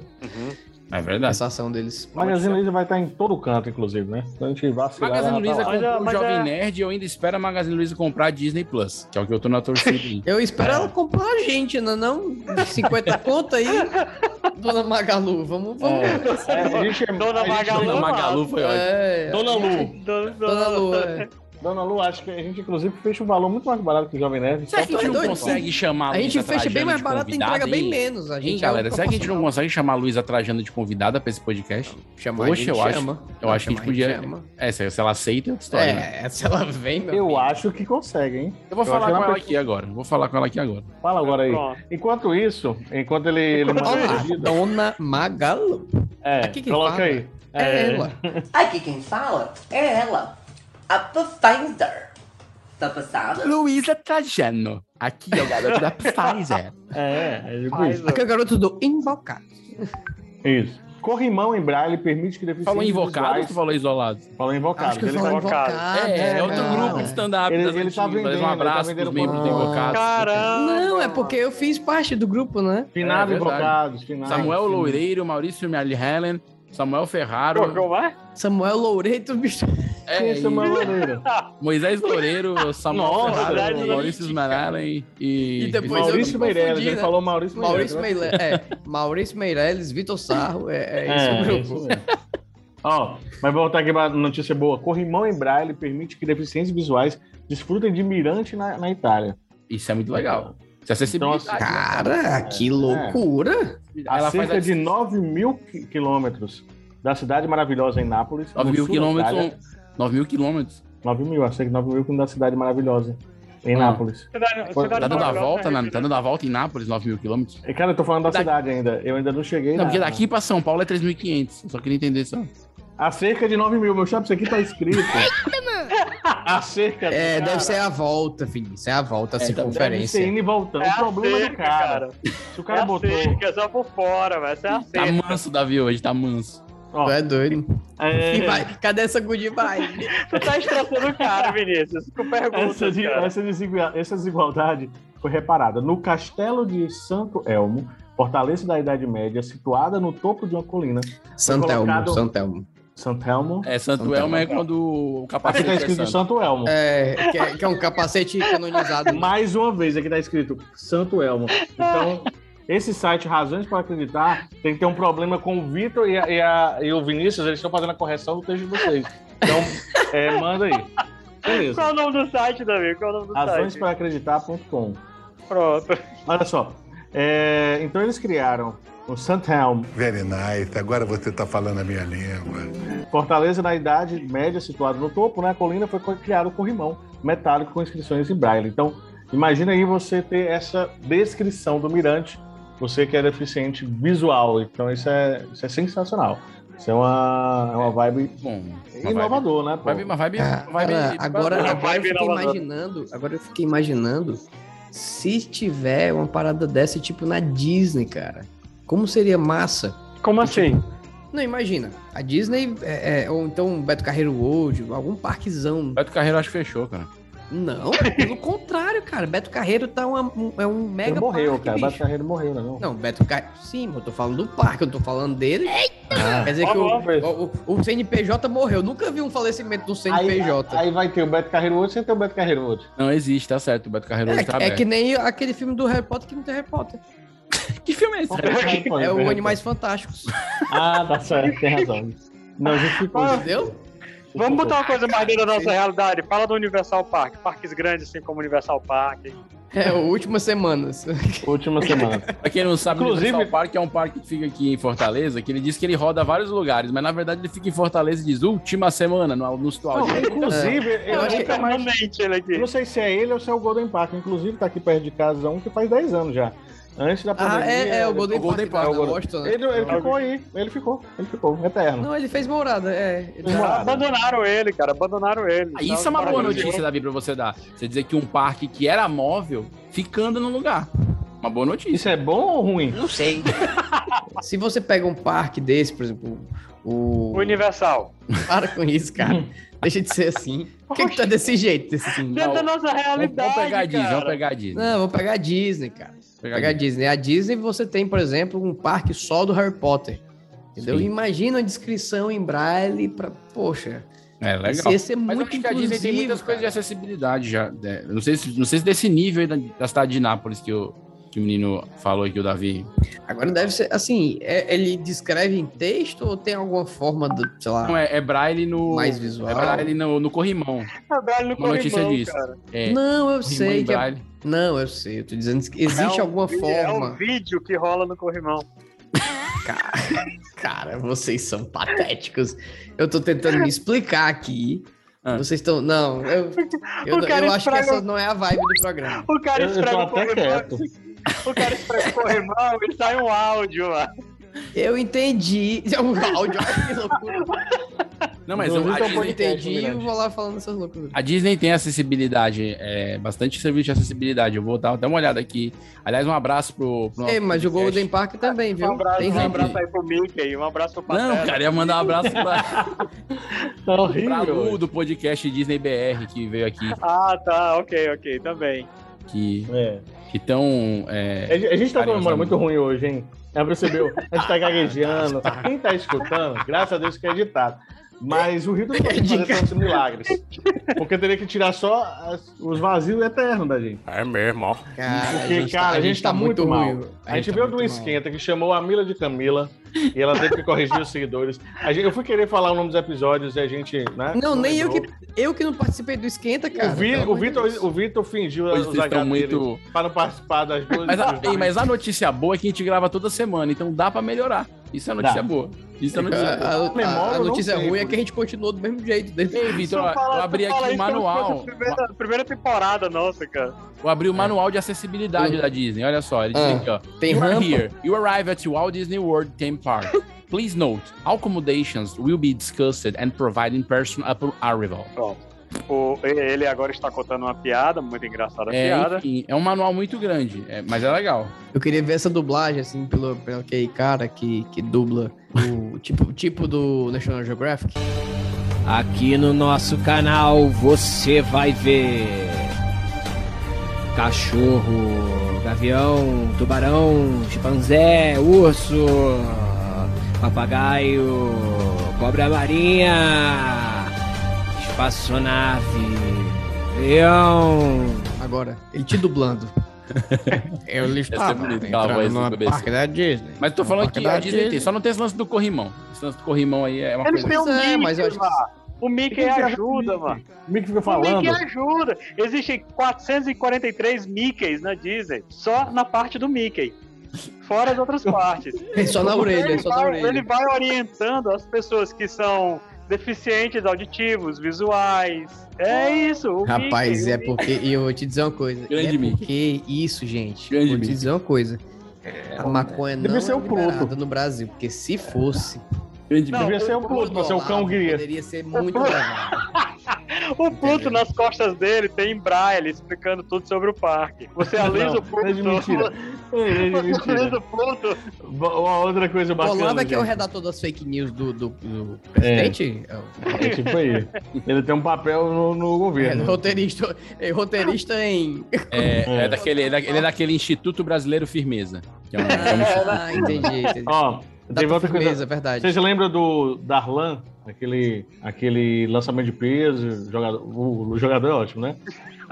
[SPEAKER 2] É verdade.
[SPEAKER 5] essa ação deles.
[SPEAKER 4] O Magazine Luiza vai estar em todo canto, inclusive, né? Então a gente vacilar.
[SPEAKER 2] Magazine
[SPEAKER 4] ela
[SPEAKER 2] Luiza
[SPEAKER 4] tá lá.
[SPEAKER 3] Mas é-
[SPEAKER 2] comprou o
[SPEAKER 3] mas
[SPEAKER 2] Jovem
[SPEAKER 3] é-
[SPEAKER 2] Nerd e eu ainda espero a Magazine Luiza comprar a Disney Plus, que é o que eu tô na torcida. hein?
[SPEAKER 5] Eu
[SPEAKER 4] É.
[SPEAKER 5] espero ela comprar a gente, não é não? 50 conto aí, dona Magalu. Vamos, vamos.
[SPEAKER 4] É, a gente é-
[SPEAKER 3] Dona
[SPEAKER 4] a gente-
[SPEAKER 3] Magalu.
[SPEAKER 2] Dona Magalu foi ótimo.
[SPEAKER 5] É,
[SPEAKER 4] Dona Lu.
[SPEAKER 3] Dona,
[SPEAKER 5] dona Lu, é.
[SPEAKER 4] Dona Lu, acho que a gente, inclusive, fecha um valor muito mais barato que o Jovem Nerd.
[SPEAKER 2] Será que a
[SPEAKER 5] tu é
[SPEAKER 2] gente não
[SPEAKER 5] doido?
[SPEAKER 2] consegue chamar
[SPEAKER 5] A gente
[SPEAKER 2] Luísa
[SPEAKER 5] fecha bem
[SPEAKER 2] Trajano
[SPEAKER 5] mais
[SPEAKER 2] de
[SPEAKER 5] barato e
[SPEAKER 2] convidada,
[SPEAKER 5] entrega bem
[SPEAKER 2] hein?
[SPEAKER 5] menos. A
[SPEAKER 2] Hein,
[SPEAKER 5] gente é
[SPEAKER 2] galera, será que a gente não
[SPEAKER 5] proporcional.
[SPEAKER 2] consegue chamar a Luísa Trajano de convidada pra esse podcast?
[SPEAKER 5] Chamar,
[SPEAKER 2] Poxa,
[SPEAKER 5] a gente
[SPEAKER 2] eu acho-
[SPEAKER 5] chama.
[SPEAKER 2] eu acho que a gente
[SPEAKER 5] Chamar,
[SPEAKER 2] podia-
[SPEAKER 5] chama.
[SPEAKER 2] É, se se ela aceita, é outra história. né?
[SPEAKER 5] É, se ela vem, meu
[SPEAKER 4] Eu
[SPEAKER 5] amigo.
[SPEAKER 4] acho que consegue, hein?
[SPEAKER 2] Eu vou
[SPEAKER 4] Eu
[SPEAKER 2] falar
[SPEAKER 4] acho
[SPEAKER 2] com
[SPEAKER 4] que
[SPEAKER 2] ela
[SPEAKER 4] ela
[SPEAKER 2] aqui agora. Vou falar com ela aqui agora.
[SPEAKER 4] Fala agora aí.
[SPEAKER 5] Hum.
[SPEAKER 3] Pronto.
[SPEAKER 4] Enquanto isso, enquanto ele, ele manda a
[SPEAKER 5] Olá,
[SPEAKER 4] medida,
[SPEAKER 5] dona Magalu.
[SPEAKER 4] Então, é,
[SPEAKER 5] aqui quem
[SPEAKER 4] coloca
[SPEAKER 5] fala.
[SPEAKER 4] aí.
[SPEAKER 5] É, ela.
[SPEAKER 11] Aqui quem fala é ela, a Pathfinder. Tá passada?
[SPEAKER 2] Luísa Trajano. Aqui é o garoto da Pfizer.
[SPEAKER 4] É, é tipo
[SPEAKER 3] Faz,
[SPEAKER 4] isso.
[SPEAKER 5] Aqui é o garoto do Invocar.
[SPEAKER 4] Isso. Corrimão em braille permite que deficientes
[SPEAKER 2] Falou invocado ou tu
[SPEAKER 4] visuais...
[SPEAKER 2] falou isolado?
[SPEAKER 4] Falou invocado.
[SPEAKER 5] Acho que eu
[SPEAKER 4] ele
[SPEAKER 5] falo
[SPEAKER 4] tá-
[SPEAKER 3] invocado.
[SPEAKER 5] invocado.
[SPEAKER 2] é, é
[SPEAKER 5] né,
[SPEAKER 2] outro
[SPEAKER 5] cara?
[SPEAKER 2] grupo de stand-up.
[SPEAKER 4] Ele-
[SPEAKER 2] das
[SPEAKER 4] ele tá
[SPEAKER 2] antigas.
[SPEAKER 4] vendendo,
[SPEAKER 2] Um
[SPEAKER 4] ele tá
[SPEAKER 2] abraço
[SPEAKER 4] vendendo
[SPEAKER 2] pros membros do
[SPEAKER 4] produto.
[SPEAKER 2] Invocados.
[SPEAKER 3] Caramba!
[SPEAKER 5] Não, é porque eu fiz parte do grupo, né?
[SPEAKER 4] Finado
[SPEAKER 2] É, é verdade.
[SPEAKER 4] invocados, finado.
[SPEAKER 2] Samuel
[SPEAKER 4] finado.
[SPEAKER 2] Loureiro, Maurício Miali Helen, Samuel Ferraro,
[SPEAKER 3] Pô, Como é?
[SPEAKER 5] Samuel Loureto, bicho.
[SPEAKER 2] é,
[SPEAKER 4] Quem é
[SPEAKER 2] e
[SPEAKER 4] Samuel Loureiro?
[SPEAKER 2] Moisés Loureiro, Samuel
[SPEAKER 4] Nossa,
[SPEAKER 2] Ferraro,
[SPEAKER 3] verdade,
[SPEAKER 2] Maurício Smialen e...
[SPEAKER 5] E depois eu-
[SPEAKER 4] Maurício
[SPEAKER 5] me confundi,
[SPEAKER 4] Meirelles, ele
[SPEAKER 5] né?
[SPEAKER 4] falou Maurício Meirelles.
[SPEAKER 5] Maurício
[SPEAKER 4] né?
[SPEAKER 5] Meirelles, é, Maurício Meirelles, Vitor Sarro, é, é isso o
[SPEAKER 4] É,
[SPEAKER 5] grupo.
[SPEAKER 4] é isso mesmo. Ó, mas voltar aqui para notícia boa. Corrimão em braille permite que deficientes visuais desfrutem de mirante na, na Itália.
[SPEAKER 2] Isso é muito legal. Isso é
[SPEAKER 4] Então,
[SPEAKER 2] acessibilidade.
[SPEAKER 5] Cara, que loucura!
[SPEAKER 4] a
[SPEAKER 2] Ela faz
[SPEAKER 4] cerca
[SPEAKER 2] a
[SPEAKER 4] de 9 mil qui- quilômetros da cidade maravilhosa em Nápoles.
[SPEAKER 2] 9
[SPEAKER 4] no
[SPEAKER 2] mil
[SPEAKER 4] sul da Itália.
[SPEAKER 2] quilômetros. um- 9 mil quilômetros.
[SPEAKER 4] 9 mil, a cerca de 9 mil da cidade maravilhosa em
[SPEAKER 2] Ah.
[SPEAKER 4] Nápoles.
[SPEAKER 3] Cidade,
[SPEAKER 4] Tá
[SPEAKER 2] Tá dando a
[SPEAKER 3] maravilhosa,
[SPEAKER 2] volta, na,
[SPEAKER 3] né?
[SPEAKER 2] tá dando a volta em Nápoles, 9 mil quilômetros.
[SPEAKER 4] E, cara, eu tô falando da
[SPEAKER 2] Da-
[SPEAKER 4] cidade ainda. Eu ainda não cheguei.
[SPEAKER 2] Não,
[SPEAKER 4] na-
[SPEAKER 2] porque daqui pra São Paulo é 3.500. Eu Só queria entender Tá só.
[SPEAKER 4] A cerca de 9 mil. Meu chapa, isso aqui tá escrito. A cerca.
[SPEAKER 5] É,
[SPEAKER 4] cara,
[SPEAKER 5] deve ser a volta, Vinícius, é a volta, a
[SPEAKER 4] Deve ser
[SPEAKER 5] circunferência.
[SPEAKER 4] indo e voltando.
[SPEAKER 3] É
[SPEAKER 4] o
[SPEAKER 3] a
[SPEAKER 4] um problema do
[SPEAKER 3] cerca,
[SPEAKER 4] cara.
[SPEAKER 3] cara.
[SPEAKER 4] Se o
[SPEAKER 3] é
[SPEAKER 4] cara
[SPEAKER 3] a
[SPEAKER 4] botou.
[SPEAKER 3] cerca, só por fora, velho. Essa é a
[SPEAKER 2] Tá
[SPEAKER 3] cerca.
[SPEAKER 2] manso, Davi, hoje, tá manso.
[SPEAKER 4] ó,
[SPEAKER 5] Tu é doido.
[SPEAKER 4] é,
[SPEAKER 5] E vai, cadê essa goodbye?
[SPEAKER 3] Tu tá estressando o cara, Vinícius. Tu pergunta,
[SPEAKER 4] Essa, de-
[SPEAKER 3] cara.
[SPEAKER 4] essa desigual- essa desigualdade foi reparada no Castelo de Santo Elmo, fortaleza da Idade Média, situada no topo de uma colina. colocado-
[SPEAKER 5] Santelmo, Santelmo.
[SPEAKER 4] Santo Elmo.
[SPEAKER 2] É, Santo
[SPEAKER 5] Então,
[SPEAKER 2] Elmo é
[SPEAKER 5] tá.
[SPEAKER 2] quando o
[SPEAKER 4] Aqui
[SPEAKER 2] capacete
[SPEAKER 4] tá
[SPEAKER 2] é
[SPEAKER 4] escrito
[SPEAKER 2] santo.
[SPEAKER 4] Santo Elmo.
[SPEAKER 5] É, que é, que é um capacete
[SPEAKER 3] É.
[SPEAKER 5] canonizado.
[SPEAKER 4] Mais uma vez, aqui tá escrito Santo Elmo. Então, esse site Razões para Acreditar tem que ter um problema com o Vitor e, a- e a- e o Vinícius, eles estão fazendo a correção do texto de vocês. Então, é, manda aí. Beleza.
[SPEAKER 3] Qual é o nome do site, Davi? Qual é o nome do
[SPEAKER 4] Razões
[SPEAKER 3] site?
[SPEAKER 4] para acreditar.com.
[SPEAKER 3] Pronto.
[SPEAKER 4] Olha só. é, então eles criaram o Santo Elmo,
[SPEAKER 1] Very nice, agora você tá falando a minha língua.
[SPEAKER 4] Fortaleza na Idade Média, situado no topo, né? A colina foi co- criado o corrimão metálico com inscrições em braille. Então, imagina aí você ter essa descrição do mirante, você que é deficiente visual. Então, isso é, isso é sensacional. Isso é uma, é uma vibe
[SPEAKER 2] Bom, uma vibe,
[SPEAKER 4] inovador, né? pô?
[SPEAKER 2] vibe, uma vibe, uma vibe,
[SPEAKER 5] Cara, agora,
[SPEAKER 3] Vai
[SPEAKER 5] agora eu
[SPEAKER 3] virar
[SPEAKER 5] fiquei
[SPEAKER 3] uma-
[SPEAKER 5] imaginando, agora eu fiquei imaginando se tiver uma parada dessa tipo na Disney, cara. Como seria massa?
[SPEAKER 3] Como assim?
[SPEAKER 5] Não, imagina. A Disney, é, é, ou então Beto Carreiro World, algum parquezão.
[SPEAKER 2] Beto Carreiro acho que fechou, cara.
[SPEAKER 5] Não, pelo contrário, cara. Beto Carreiro tá uma- um, é um mega
[SPEAKER 4] Ele morreu,
[SPEAKER 5] parque,
[SPEAKER 4] cara.
[SPEAKER 5] bicho.
[SPEAKER 4] Beto Carreiro morreu, né? Não.
[SPEAKER 5] Não, Beto Carreiro... Sim, mas eu tô falando do parque, eu não tô falando dele.
[SPEAKER 4] Ah.
[SPEAKER 5] Quer dizer que o,
[SPEAKER 3] Ó,
[SPEAKER 5] o- o CNPJ morreu. Nunca vi um falecimento do CNPJ.
[SPEAKER 4] Aí vai ter o Beto Carreiro hoje sem ter o Beto Carreiro hoje.
[SPEAKER 2] Não existe, tá certo. O Beto Carreiro hoje tá
[SPEAKER 5] é, é
[SPEAKER 2] aberto.
[SPEAKER 5] que nem aquele filme do Harry Potter que não tem Harry Potter.
[SPEAKER 2] que filme é esse?
[SPEAKER 5] É
[SPEAKER 4] né?
[SPEAKER 5] o Animais Fantásticos.
[SPEAKER 4] Ah, tá certo, tem razão. Não, a gente ficou.
[SPEAKER 5] Entendeu?
[SPEAKER 3] Vamos botar uma coisa mais dentro da nossa realidade. Fala do Universal Park. Parques grandes, assim como Universal Park.
[SPEAKER 5] É, o Últimas Semanas.
[SPEAKER 4] Última semana.
[SPEAKER 2] Pra quem não sabe,
[SPEAKER 4] Inclusive-
[SPEAKER 2] Inclusive... Universal Park é um parque que fica aqui em Fortaleza, que ele diz que ele roda vários lugares, mas na verdade ele fica em Fortaleza e diz última semana no, no
[SPEAKER 4] Não,
[SPEAKER 2] atual
[SPEAKER 5] é
[SPEAKER 2] dia.
[SPEAKER 4] inclusive, eu,
[SPEAKER 3] Eu acho que
[SPEAKER 4] nunca
[SPEAKER 3] é
[SPEAKER 4] mais.
[SPEAKER 3] permanente ele aqui.
[SPEAKER 4] Eu não sei se é ele ou se é o Golden Park. Inclusive, tá aqui perto de casa um que faz 10 anos já. Antes da
[SPEAKER 5] Ah,
[SPEAKER 4] pandemia.
[SPEAKER 5] é, é o Golden Park,
[SPEAKER 2] Park,
[SPEAKER 5] da
[SPEAKER 2] é o Golden-
[SPEAKER 5] Washington, né?
[SPEAKER 4] Ele, ele ficou aí. Ele ficou. Ele ficou. Eterno.
[SPEAKER 5] Não, ele fez morada, é. Ele tá-
[SPEAKER 4] Morada.
[SPEAKER 3] Abandonaram ele, cara. Abandonaram ele. Então,
[SPEAKER 2] Ah, Isso é uma boa notícia, Davi, pra você dar. Você dizer que um parque que era móvel ficando no lugar. Uma boa notícia.
[SPEAKER 4] Isso é bom ou ruim?
[SPEAKER 11] Não sei.
[SPEAKER 5] Se você pega um parque desse, por exemplo, o.
[SPEAKER 3] Universal.
[SPEAKER 5] Para com isso, cara. Deixa de ser assim. Por que, que tá desse jeito? Desse assim?
[SPEAKER 3] Dentro da nossa
[SPEAKER 2] Vamos,
[SPEAKER 3] realidade.
[SPEAKER 2] vamos pegar a Disney,
[SPEAKER 3] cara.
[SPEAKER 2] vamos pegar a Disney.
[SPEAKER 5] Não, vou pegar a Disney, cara.
[SPEAKER 2] Pegar a
[SPEAKER 5] Pegar a Disney. A Disney você tem, por exemplo, um parque só do Harry Potter. Entendeu?
[SPEAKER 2] Sim.
[SPEAKER 5] Imagina a descrição em braille pra. Poxa.
[SPEAKER 2] É legal.
[SPEAKER 5] Isso ia ser
[SPEAKER 2] Mas eu
[SPEAKER 5] muito
[SPEAKER 2] acho que a Disney tem muitas
[SPEAKER 5] inclusivo,
[SPEAKER 2] coisas de
[SPEAKER 5] cara.
[SPEAKER 2] acessibilidade já. né? Eu não, sei se, não sei se desse nível aí da, da cidade de Nápoles que o, que o menino falou aqui, o Davi.
[SPEAKER 5] Agora deve ser, assim, é- ele descreve em texto ou tem alguma forma do, sei lá.
[SPEAKER 2] Não, é, é Braille no.
[SPEAKER 5] Mais visual.
[SPEAKER 2] É Braille no, no corrimão.
[SPEAKER 3] Trabalho no
[SPEAKER 2] Uma notícia
[SPEAKER 3] corrimão,
[SPEAKER 2] disso.
[SPEAKER 3] cara.
[SPEAKER 2] É,
[SPEAKER 5] Não, eu
[SPEAKER 2] corrimão
[SPEAKER 5] sei
[SPEAKER 2] em
[SPEAKER 5] que é-
[SPEAKER 2] Braille.
[SPEAKER 5] Não, eu sei. Eu tô dizendo que existe
[SPEAKER 3] É um
[SPEAKER 5] alguma
[SPEAKER 3] vi- É
[SPEAKER 5] forma.
[SPEAKER 3] um vídeo que rola no corrimão.
[SPEAKER 5] Cara, vocês são patéticos. Eu tô tentando me explicar aqui.
[SPEAKER 2] Ah.
[SPEAKER 5] Vocês estão. Não, eu, eu,
[SPEAKER 3] O cara
[SPEAKER 5] eu acho que
[SPEAKER 3] estraga-
[SPEAKER 5] essa não é a vibe do programa.
[SPEAKER 3] O cara
[SPEAKER 4] Eu- eu
[SPEAKER 3] esfrega
[SPEAKER 4] tô
[SPEAKER 3] o
[SPEAKER 4] até
[SPEAKER 3] corrimão.
[SPEAKER 4] quieto.
[SPEAKER 3] O cara esfrega o corrimão e sai um áudio lá.
[SPEAKER 5] Eu entendi. É um áudio, olha que loucura.
[SPEAKER 2] Não, mas
[SPEAKER 4] Inclusive,
[SPEAKER 2] o- a
[SPEAKER 4] tem
[SPEAKER 2] Disney,
[SPEAKER 4] um
[SPEAKER 5] Eu
[SPEAKER 4] podcast,
[SPEAKER 5] entendi e
[SPEAKER 4] Mirante.
[SPEAKER 5] vou lá falando essas loucuras.
[SPEAKER 2] a Disney tem acessibilidade, é, bastante serviço de acessibilidade. Eu vou dar, dar uma olhada aqui. Aliás, um abraço pro. pro nosso
[SPEAKER 5] Ei, mas
[SPEAKER 2] podcast.
[SPEAKER 5] o Golden Park também, viu?
[SPEAKER 3] Um abraço,
[SPEAKER 5] Tem
[SPEAKER 3] um
[SPEAKER 5] sempre.
[SPEAKER 3] abraço aí pro Mickey, um abraço pro Pateta.
[SPEAKER 2] Não, cara, ia mandar um abraço pra,
[SPEAKER 4] Tá
[SPEAKER 2] pra Lu
[SPEAKER 4] horrível.
[SPEAKER 2] do podcast Disney BR que veio aqui.
[SPEAKER 3] Ah, tá, ok, ok, também.
[SPEAKER 2] Que,
[SPEAKER 4] É.
[SPEAKER 2] que tão. é,
[SPEAKER 4] A gente- a gente tá com uma
[SPEAKER 2] Carinhosamente.
[SPEAKER 4] memória muito ruim hoje, hein? Já percebeu? A gente tá gaguejando. Quem tá escutando, graças a Deus que é editado. Mas o Rio não pode fazer tantos milagres. Porque teria que tirar só as- os vazios eternos da gente.
[SPEAKER 6] É mesmo, ó.
[SPEAKER 5] Cara,
[SPEAKER 4] Porque, cara, a gente tá muito mal.
[SPEAKER 5] ruim.
[SPEAKER 4] A gente
[SPEAKER 5] tá
[SPEAKER 4] veio
[SPEAKER 5] muito
[SPEAKER 4] do
[SPEAKER 5] mal.
[SPEAKER 4] Esquenta, que chamou a Mila de Camila, e ela teve que corrigir os seguidores. A gente- eu fui querer falar o nome dos episódios e a gente, né?
[SPEAKER 5] Não, nem eu
[SPEAKER 4] lembrou.
[SPEAKER 5] que, eu que não participei do Esquenta, cara.
[SPEAKER 4] O, Vi-
[SPEAKER 5] pelo
[SPEAKER 4] o
[SPEAKER 5] amor de
[SPEAKER 4] Vitor,
[SPEAKER 5] Deus.
[SPEAKER 4] o Vitor fingiu
[SPEAKER 2] Hoje
[SPEAKER 4] os
[SPEAKER 2] vocês estão
[SPEAKER 4] H dele
[SPEAKER 2] muito.
[SPEAKER 4] pra não participar das duas.
[SPEAKER 2] Mas
[SPEAKER 3] ah,
[SPEAKER 2] a,
[SPEAKER 4] dos dois.
[SPEAKER 2] mas a notícia boa é que a gente grava toda semana, então dá pra melhorar. Isso é notícia
[SPEAKER 4] Dá.
[SPEAKER 2] boa. Isso é
[SPEAKER 5] A,
[SPEAKER 2] notícia boa.
[SPEAKER 5] a- a-
[SPEAKER 4] Memória,
[SPEAKER 5] a
[SPEAKER 4] eu não
[SPEAKER 5] notícia
[SPEAKER 4] sei,
[SPEAKER 5] ruim é
[SPEAKER 4] pô.
[SPEAKER 5] que a gente continuou do mesmo jeito. desde-
[SPEAKER 2] Ei, Vitor,
[SPEAKER 3] Tu
[SPEAKER 2] ó,
[SPEAKER 3] fala-
[SPEAKER 2] eu
[SPEAKER 3] tu
[SPEAKER 2] abri
[SPEAKER 3] fala
[SPEAKER 2] aqui o
[SPEAKER 3] isso como se
[SPEAKER 2] manual.
[SPEAKER 5] então,
[SPEAKER 3] fosse a Primeira, a primeira temporada nossa, cara.
[SPEAKER 2] Eu abri o manual de acessibilidade da Disney. Olha só, ele diz
[SPEAKER 5] É. Ah,
[SPEAKER 2] aqui, ó.
[SPEAKER 5] tem
[SPEAKER 2] you are
[SPEAKER 5] rampa?
[SPEAKER 2] here. You arrive at Walt Disney World Theme Park. Please note, all accommodations will be discussed and provided in person upon arrival.
[SPEAKER 3] O, ele agora está contando uma piada, muito engraçada a
[SPEAKER 2] É,
[SPEAKER 3] piada.
[SPEAKER 2] enfim, é um manual muito grande, é, mas é legal.
[SPEAKER 5] Eu queria ver essa dublagem, assim, pelo, pelo aquele cara que, que dubla o tipo, tipo do National Geographic.
[SPEAKER 12] Aqui no nosso canal você vai ver cachorro, gavião, tubarão, chimpanzé, urso, papagaio, cobra marinha, espaçonave, leão.
[SPEAKER 5] Agora, ele te dublando. Eu lhe
[SPEAKER 2] estava entrando numa parque
[SPEAKER 5] da Disney.
[SPEAKER 2] Mas tô falando que a Disney tem, só não tem esse lance do corrimão. Esse lance do corrimão aí é uma
[SPEAKER 3] Eles
[SPEAKER 2] coisa.
[SPEAKER 3] têm o
[SPEAKER 5] Pois é,
[SPEAKER 3] Mickey,
[SPEAKER 5] mas eu acho que-
[SPEAKER 3] lá. O Mickey ajuda, mano.
[SPEAKER 4] O Mickey
[SPEAKER 2] Tá
[SPEAKER 4] fica
[SPEAKER 3] O Mickey
[SPEAKER 4] falando.
[SPEAKER 3] ajuda. Existem 443 Mickeys na Disney, só na parte do Mickey. Fora as outras partes.
[SPEAKER 5] é Só na orelha,
[SPEAKER 3] ele,
[SPEAKER 5] só na
[SPEAKER 3] vai,
[SPEAKER 5] orelha.
[SPEAKER 3] ele vai orientando as pessoas que são deficientes auditivos, visuais. É isso. o
[SPEAKER 5] Rapaz,
[SPEAKER 3] Mickey,
[SPEAKER 5] é
[SPEAKER 3] o Mickey.
[SPEAKER 5] porque. E eu vou te dizer uma coisa.
[SPEAKER 2] Grande
[SPEAKER 5] é
[SPEAKER 2] Mickey.
[SPEAKER 5] porque isso, gente.
[SPEAKER 2] Grande
[SPEAKER 5] vou te
[SPEAKER 2] Mickey.
[SPEAKER 5] dizer uma coisa. a maconha
[SPEAKER 4] Deve
[SPEAKER 5] não é
[SPEAKER 4] ser o Pluto.
[SPEAKER 5] liberada no Brasil, porque se fosse,
[SPEAKER 2] grande
[SPEAKER 3] Não,
[SPEAKER 4] Devia ser um o
[SPEAKER 5] o
[SPEAKER 4] Pluto, pra ser o é cão É. guia.
[SPEAKER 5] poderia ser muito
[SPEAKER 3] Pluto.
[SPEAKER 5] levado.
[SPEAKER 3] O Pluto nas costas dele tem braille explicando tudo sobre o parque. Você alisa o Pluto.
[SPEAKER 4] é de mentira. É de
[SPEAKER 3] Você alisa
[SPEAKER 4] mentira.
[SPEAKER 3] o Pluto.
[SPEAKER 4] Uma outra coisa
[SPEAKER 5] O
[SPEAKER 4] bacana.
[SPEAKER 5] Olavo é que é o
[SPEAKER 4] gente.
[SPEAKER 5] redator das fake news do, do, do presidente? É. o-
[SPEAKER 4] É tipo aí. Ele tem um papel no, no
[SPEAKER 5] É,
[SPEAKER 4] governo.
[SPEAKER 5] roteirista, é, roteirista em.
[SPEAKER 2] É, é daquele, ele é da- ele é daquele Instituto Brasileiro Firmeza. Que é um, é um instituto.
[SPEAKER 5] ah, entendi, entendi.
[SPEAKER 4] Ó,
[SPEAKER 5] Dá
[SPEAKER 4] teve
[SPEAKER 5] pra
[SPEAKER 4] outra coisa.
[SPEAKER 5] firmeza, é verdade.
[SPEAKER 4] Vocês lembram do Darlan? Aquele, aquele lançamento de peso, jogador, o, o jogador é ótimo, né?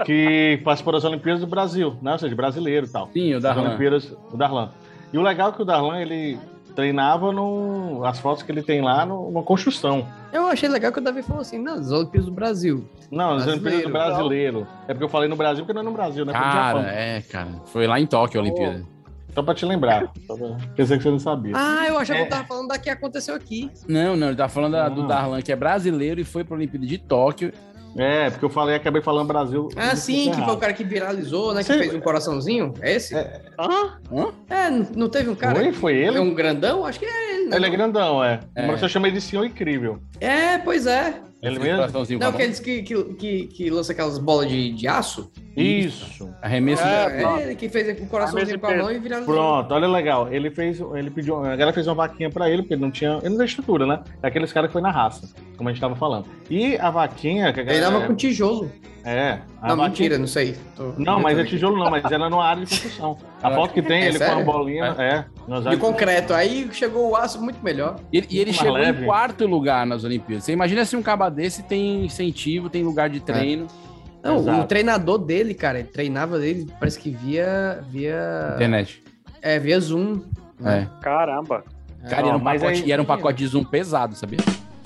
[SPEAKER 4] Que participou das Olimpíadas do Brasil, né? Ou seja, brasileiro e tal.
[SPEAKER 2] Sim, o
[SPEAKER 4] Das
[SPEAKER 2] Darlan.
[SPEAKER 4] Olimpíadas, o Darlan. E o legal é que o Darlan, ele treinava no, as fotos que ele tem lá no- numa construção.
[SPEAKER 5] Eu achei legal que o Davi falou assim, não, as Olimpíadas do Brasil.
[SPEAKER 4] Não, as Olimpíadas do brasileiro. É porque eu falei no Brasil, porque não é no Brasil, né? Foi no
[SPEAKER 2] Cara,
[SPEAKER 4] Japão.
[SPEAKER 2] é, cara. Foi lá em Tóquio a Olimpíada.
[SPEAKER 4] Só pra te lembrar. Só pra- Pensei que você não sabia.
[SPEAKER 5] Ah, eu achava
[SPEAKER 2] É.
[SPEAKER 5] que eu tava falando da que aconteceu aqui.
[SPEAKER 2] Não, não, ele tá falando da-
[SPEAKER 5] Ah.
[SPEAKER 2] do Darlan, que é brasileiro e foi pra Olimpíada de Tóquio.
[SPEAKER 4] É, porque eu falei, acabei falando Brasil.
[SPEAKER 5] Ah,
[SPEAKER 4] é
[SPEAKER 5] sim, que foi o cara que viralizou, né? Que fez um coraçãozinho. É esse?
[SPEAKER 3] Hã?
[SPEAKER 5] É, n- não teve um cara?
[SPEAKER 4] Foi? Foi ele?
[SPEAKER 5] É um grandão? Acho que é ele. né?
[SPEAKER 4] Ele é grandão, é.
[SPEAKER 5] É.
[SPEAKER 4] Mas eu chamei de senhor incrível.
[SPEAKER 5] É, pois é.
[SPEAKER 4] Ele mesmo?
[SPEAKER 2] coraçãozinho
[SPEAKER 5] Não,
[SPEAKER 2] com a
[SPEAKER 5] aqueles que, que, que, que lança aquelas bolas de, de aço.
[SPEAKER 4] Isso.
[SPEAKER 2] Arremesso
[SPEAKER 5] É, é ele que fez com o coraçãozinho
[SPEAKER 4] Arremesso
[SPEAKER 5] com a
[SPEAKER 4] de
[SPEAKER 5] mão
[SPEAKER 4] peso.
[SPEAKER 5] e viralizou.
[SPEAKER 4] Pronto, olha legal. Ele fez, ele pediu, a galera fez uma vaquinha pra ele, porque ele não tinha, ele não tinha estrutura, né? Aqueles caras que foi na raça, como a gente tava falando. E a vaquinha que a
[SPEAKER 5] Ele
[SPEAKER 4] galera
[SPEAKER 5] dava com tijolo.
[SPEAKER 4] É. a
[SPEAKER 5] Não,
[SPEAKER 4] vaquinha-
[SPEAKER 5] mentira, não sei. Tô-
[SPEAKER 4] Não, mas é
[SPEAKER 5] aqui.
[SPEAKER 4] tijolo não, mas era numa área de construção. A foto que tem,
[SPEAKER 5] É
[SPEAKER 4] ele com
[SPEAKER 5] sério?
[SPEAKER 4] uma bolinha, é. nas
[SPEAKER 5] De
[SPEAKER 4] áreas-
[SPEAKER 5] concreto. Aí chegou o aço muito melhor.
[SPEAKER 2] E ele, e ele
[SPEAKER 4] Mais
[SPEAKER 2] chegou
[SPEAKER 4] leve.
[SPEAKER 2] em quarto lugar nas Olimpíadas. Você imagina se um caba desse tem incentivo, tem lugar de treino.
[SPEAKER 5] Não, o
[SPEAKER 2] Exato.
[SPEAKER 5] treinador dele, cara, ele treinava dele, parece que via. via
[SPEAKER 2] Internet.
[SPEAKER 5] É, via Zoom.
[SPEAKER 2] É.
[SPEAKER 3] Caramba.
[SPEAKER 2] Cara, e era um,
[SPEAKER 4] É. mas
[SPEAKER 2] pacote,
[SPEAKER 4] aí-
[SPEAKER 2] e era um pacote de zoom pesado, sabia?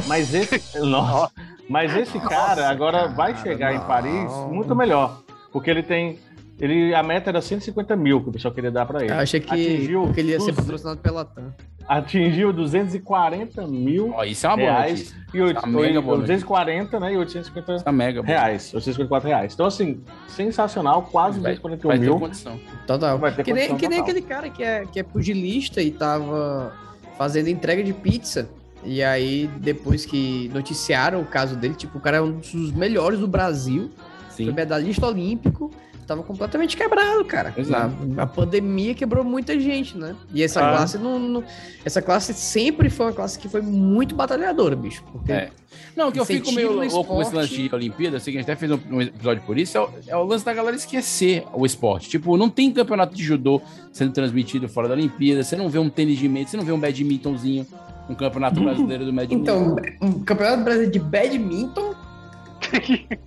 [SPEAKER 4] Mas esse, Nossa. mas esse cara agora vai chegar em Paris muito melhor, porque ele tem, ele a meta era 150 mil que o pessoal queria dar pra ele.
[SPEAKER 5] Eu achei que,
[SPEAKER 4] Atingiu
[SPEAKER 5] que ele ia ser
[SPEAKER 4] duze-
[SPEAKER 5] patrocinado pela TAM.
[SPEAKER 4] atingiu 240 mil
[SPEAKER 2] Ó, isso é uma boa
[SPEAKER 4] reais
[SPEAKER 2] notícia.
[SPEAKER 4] e oito-
[SPEAKER 2] Isso é uma mega boa notícia.
[SPEAKER 4] 240, né, e 850
[SPEAKER 2] Tá mega bom.
[SPEAKER 4] reais, 854 reais. Então assim, sensacional, quase
[SPEAKER 2] Vai-
[SPEAKER 4] 241
[SPEAKER 2] vai ter
[SPEAKER 4] mil.
[SPEAKER 2] condição.
[SPEAKER 5] Total.
[SPEAKER 4] Vai ter
[SPEAKER 5] Que nem,
[SPEAKER 4] condição
[SPEAKER 5] que nem
[SPEAKER 4] total.
[SPEAKER 5] aquele cara que é, que é pugilista e tava fazendo entrega de pizza. E aí, depois que noticiaram o caso dele, tipo, o cara é um dos melhores do Brasil,
[SPEAKER 2] Sim.
[SPEAKER 5] foi medalhista olímpico, tava completamente quebrado, cara.
[SPEAKER 2] Exato.
[SPEAKER 5] A, a pandemia quebrou muita gente, né? E essa
[SPEAKER 2] Ah.
[SPEAKER 5] classe não, não- Essa classe sempre foi uma classe que foi muito batalhadora, bicho. Porque
[SPEAKER 2] É. Não, o que eu fico
[SPEAKER 5] incentivo
[SPEAKER 2] meio
[SPEAKER 5] no
[SPEAKER 2] louco com esse
[SPEAKER 5] esporte-
[SPEAKER 2] lance de Olimpíada, assim, que a gente até fez um, um episódio por isso, é o, é o lance da galera esquecer o esporte. Tipo, não tem campeonato de judô sendo transmitido fora da Olimpíada, você não vê um tênis de meia, você não vê um badmintonzinho, um campeonato brasileiro do badminton.
[SPEAKER 5] Então, um campeonato brasileiro de badminton. é,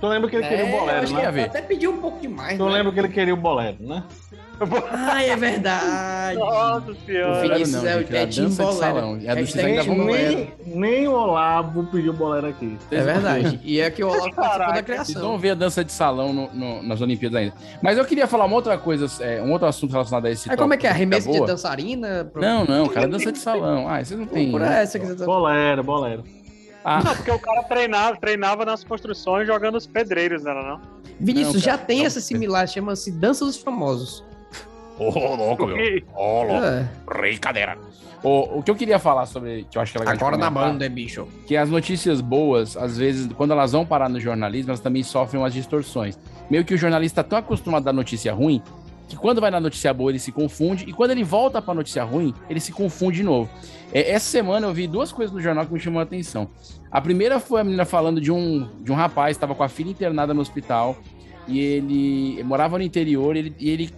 [SPEAKER 4] Tu lembra Então,
[SPEAKER 2] É,
[SPEAKER 4] que ele queria o bolero,
[SPEAKER 5] acho
[SPEAKER 4] né?
[SPEAKER 5] que até pediu um pouco demais.
[SPEAKER 4] Tu
[SPEAKER 5] né?
[SPEAKER 4] lembra que ele queria o bolero, né?
[SPEAKER 5] Ai, é verdade.
[SPEAKER 3] Nossa
[SPEAKER 5] O
[SPEAKER 3] senhora.
[SPEAKER 5] Vinícius
[SPEAKER 2] Não,
[SPEAKER 5] é,
[SPEAKER 2] gente,
[SPEAKER 5] o- é,
[SPEAKER 2] era
[SPEAKER 5] Tim
[SPEAKER 2] dança de
[SPEAKER 5] Bolero.
[SPEAKER 2] salão, é do
[SPEAKER 5] Hashtag
[SPEAKER 2] Suzane
[SPEAKER 5] Tim
[SPEAKER 2] Gabon.
[SPEAKER 5] Bolero.
[SPEAKER 4] Nem, nem o Olavo pediu bolero aqui.
[SPEAKER 5] É verdade. E é que o Olavo participou da
[SPEAKER 2] Vocês
[SPEAKER 5] criação.
[SPEAKER 2] vão ver a dança de salão no- no- nas Olimpíadas ainda. Mas eu queria falar uma outra coisa, é, um outro assunto relacionado a esse
[SPEAKER 5] Aí como é
[SPEAKER 2] tópico
[SPEAKER 5] que é?
[SPEAKER 2] da
[SPEAKER 5] Arremesso de
[SPEAKER 2] boa.
[SPEAKER 5] dançarina? Pro-
[SPEAKER 2] Não, não, cara, é dança de salão. Ah, vocês não têm.
[SPEAKER 5] Por essa que você tá...
[SPEAKER 4] Bolero, bolero.
[SPEAKER 2] Ah,
[SPEAKER 3] Não, porque o cara treinava, treinava nas construções jogando os pedreiros, não era não?
[SPEAKER 5] Vinícius,
[SPEAKER 2] Não,
[SPEAKER 5] já
[SPEAKER 2] cara,
[SPEAKER 5] tem essa similar, chama-se Dança dos Famosos.
[SPEAKER 2] Ô, louco, meu.
[SPEAKER 3] Ih,
[SPEAKER 2] Ô, louco.
[SPEAKER 5] É.
[SPEAKER 2] Brincadeira. O, o que eu queria falar sobre. Que eu acho que é legal de
[SPEAKER 5] Agora na
[SPEAKER 2] comentar,
[SPEAKER 5] banda, é bicho.
[SPEAKER 2] Que as notícias boas, às vezes, quando elas vão parar no jornalismo, elas também sofrem umas distorções. Meio que o jornalista tá tão acostumado a dar notícia ruim que quando vai na notícia boa ele se confunde e quando ele volta pra notícia ruim, ele se confunde de novo. É, essa semana eu vi duas coisas no jornal que me chamou a atenção. A primeira foi a menina falando de um, de um rapaz que estava com a filha internada no hospital e ele morava no interior e ele, e ele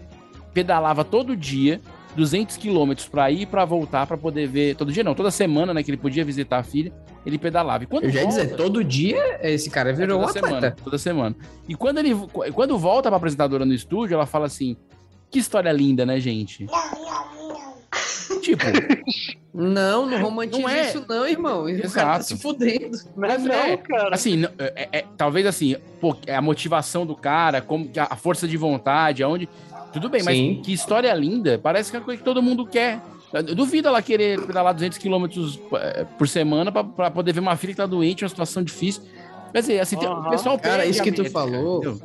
[SPEAKER 2] pedalava todo dia 200 quilômetros pra ir e pra voltar pra poder ver. Todo dia não, toda semana, né? Que ele podia visitar a filha, ele pedalava. E quando
[SPEAKER 5] Eu já ia
[SPEAKER 2] volta-
[SPEAKER 5] dizer, todo dia esse cara
[SPEAKER 2] é,
[SPEAKER 5] virou um
[SPEAKER 2] toda semana,
[SPEAKER 5] atleta.
[SPEAKER 2] toda semana. E quando ele quando volta pra apresentadora no estúdio, ela fala assim: "Que história linda, né, gente?" tipo,
[SPEAKER 5] Não, não romantiza
[SPEAKER 2] Não é.
[SPEAKER 5] isso não, irmão. O cara tá
[SPEAKER 2] Exato.
[SPEAKER 5] se fudendo.
[SPEAKER 3] Não é
[SPEAKER 2] Mas
[SPEAKER 3] não,
[SPEAKER 2] é,
[SPEAKER 3] cara.
[SPEAKER 2] assim, não- é- é- é- talvez assim, pô, é a motivação do cara, como que a a força de vontade, aonde tudo bem,
[SPEAKER 5] Sim.
[SPEAKER 2] mas que história linda, parece que é uma coisa que todo mundo quer. Eu duvido ela querer pedalar 200 km por semana pra- pra poder ver uma filha que tá doente, uma situação difícil. Quer dizer, assim, tem-
[SPEAKER 3] Aham.
[SPEAKER 2] o pessoal
[SPEAKER 5] Cara,
[SPEAKER 2] perde
[SPEAKER 5] isso
[SPEAKER 2] a
[SPEAKER 5] que tu
[SPEAKER 2] métrica,
[SPEAKER 5] falou.
[SPEAKER 2] entendeu?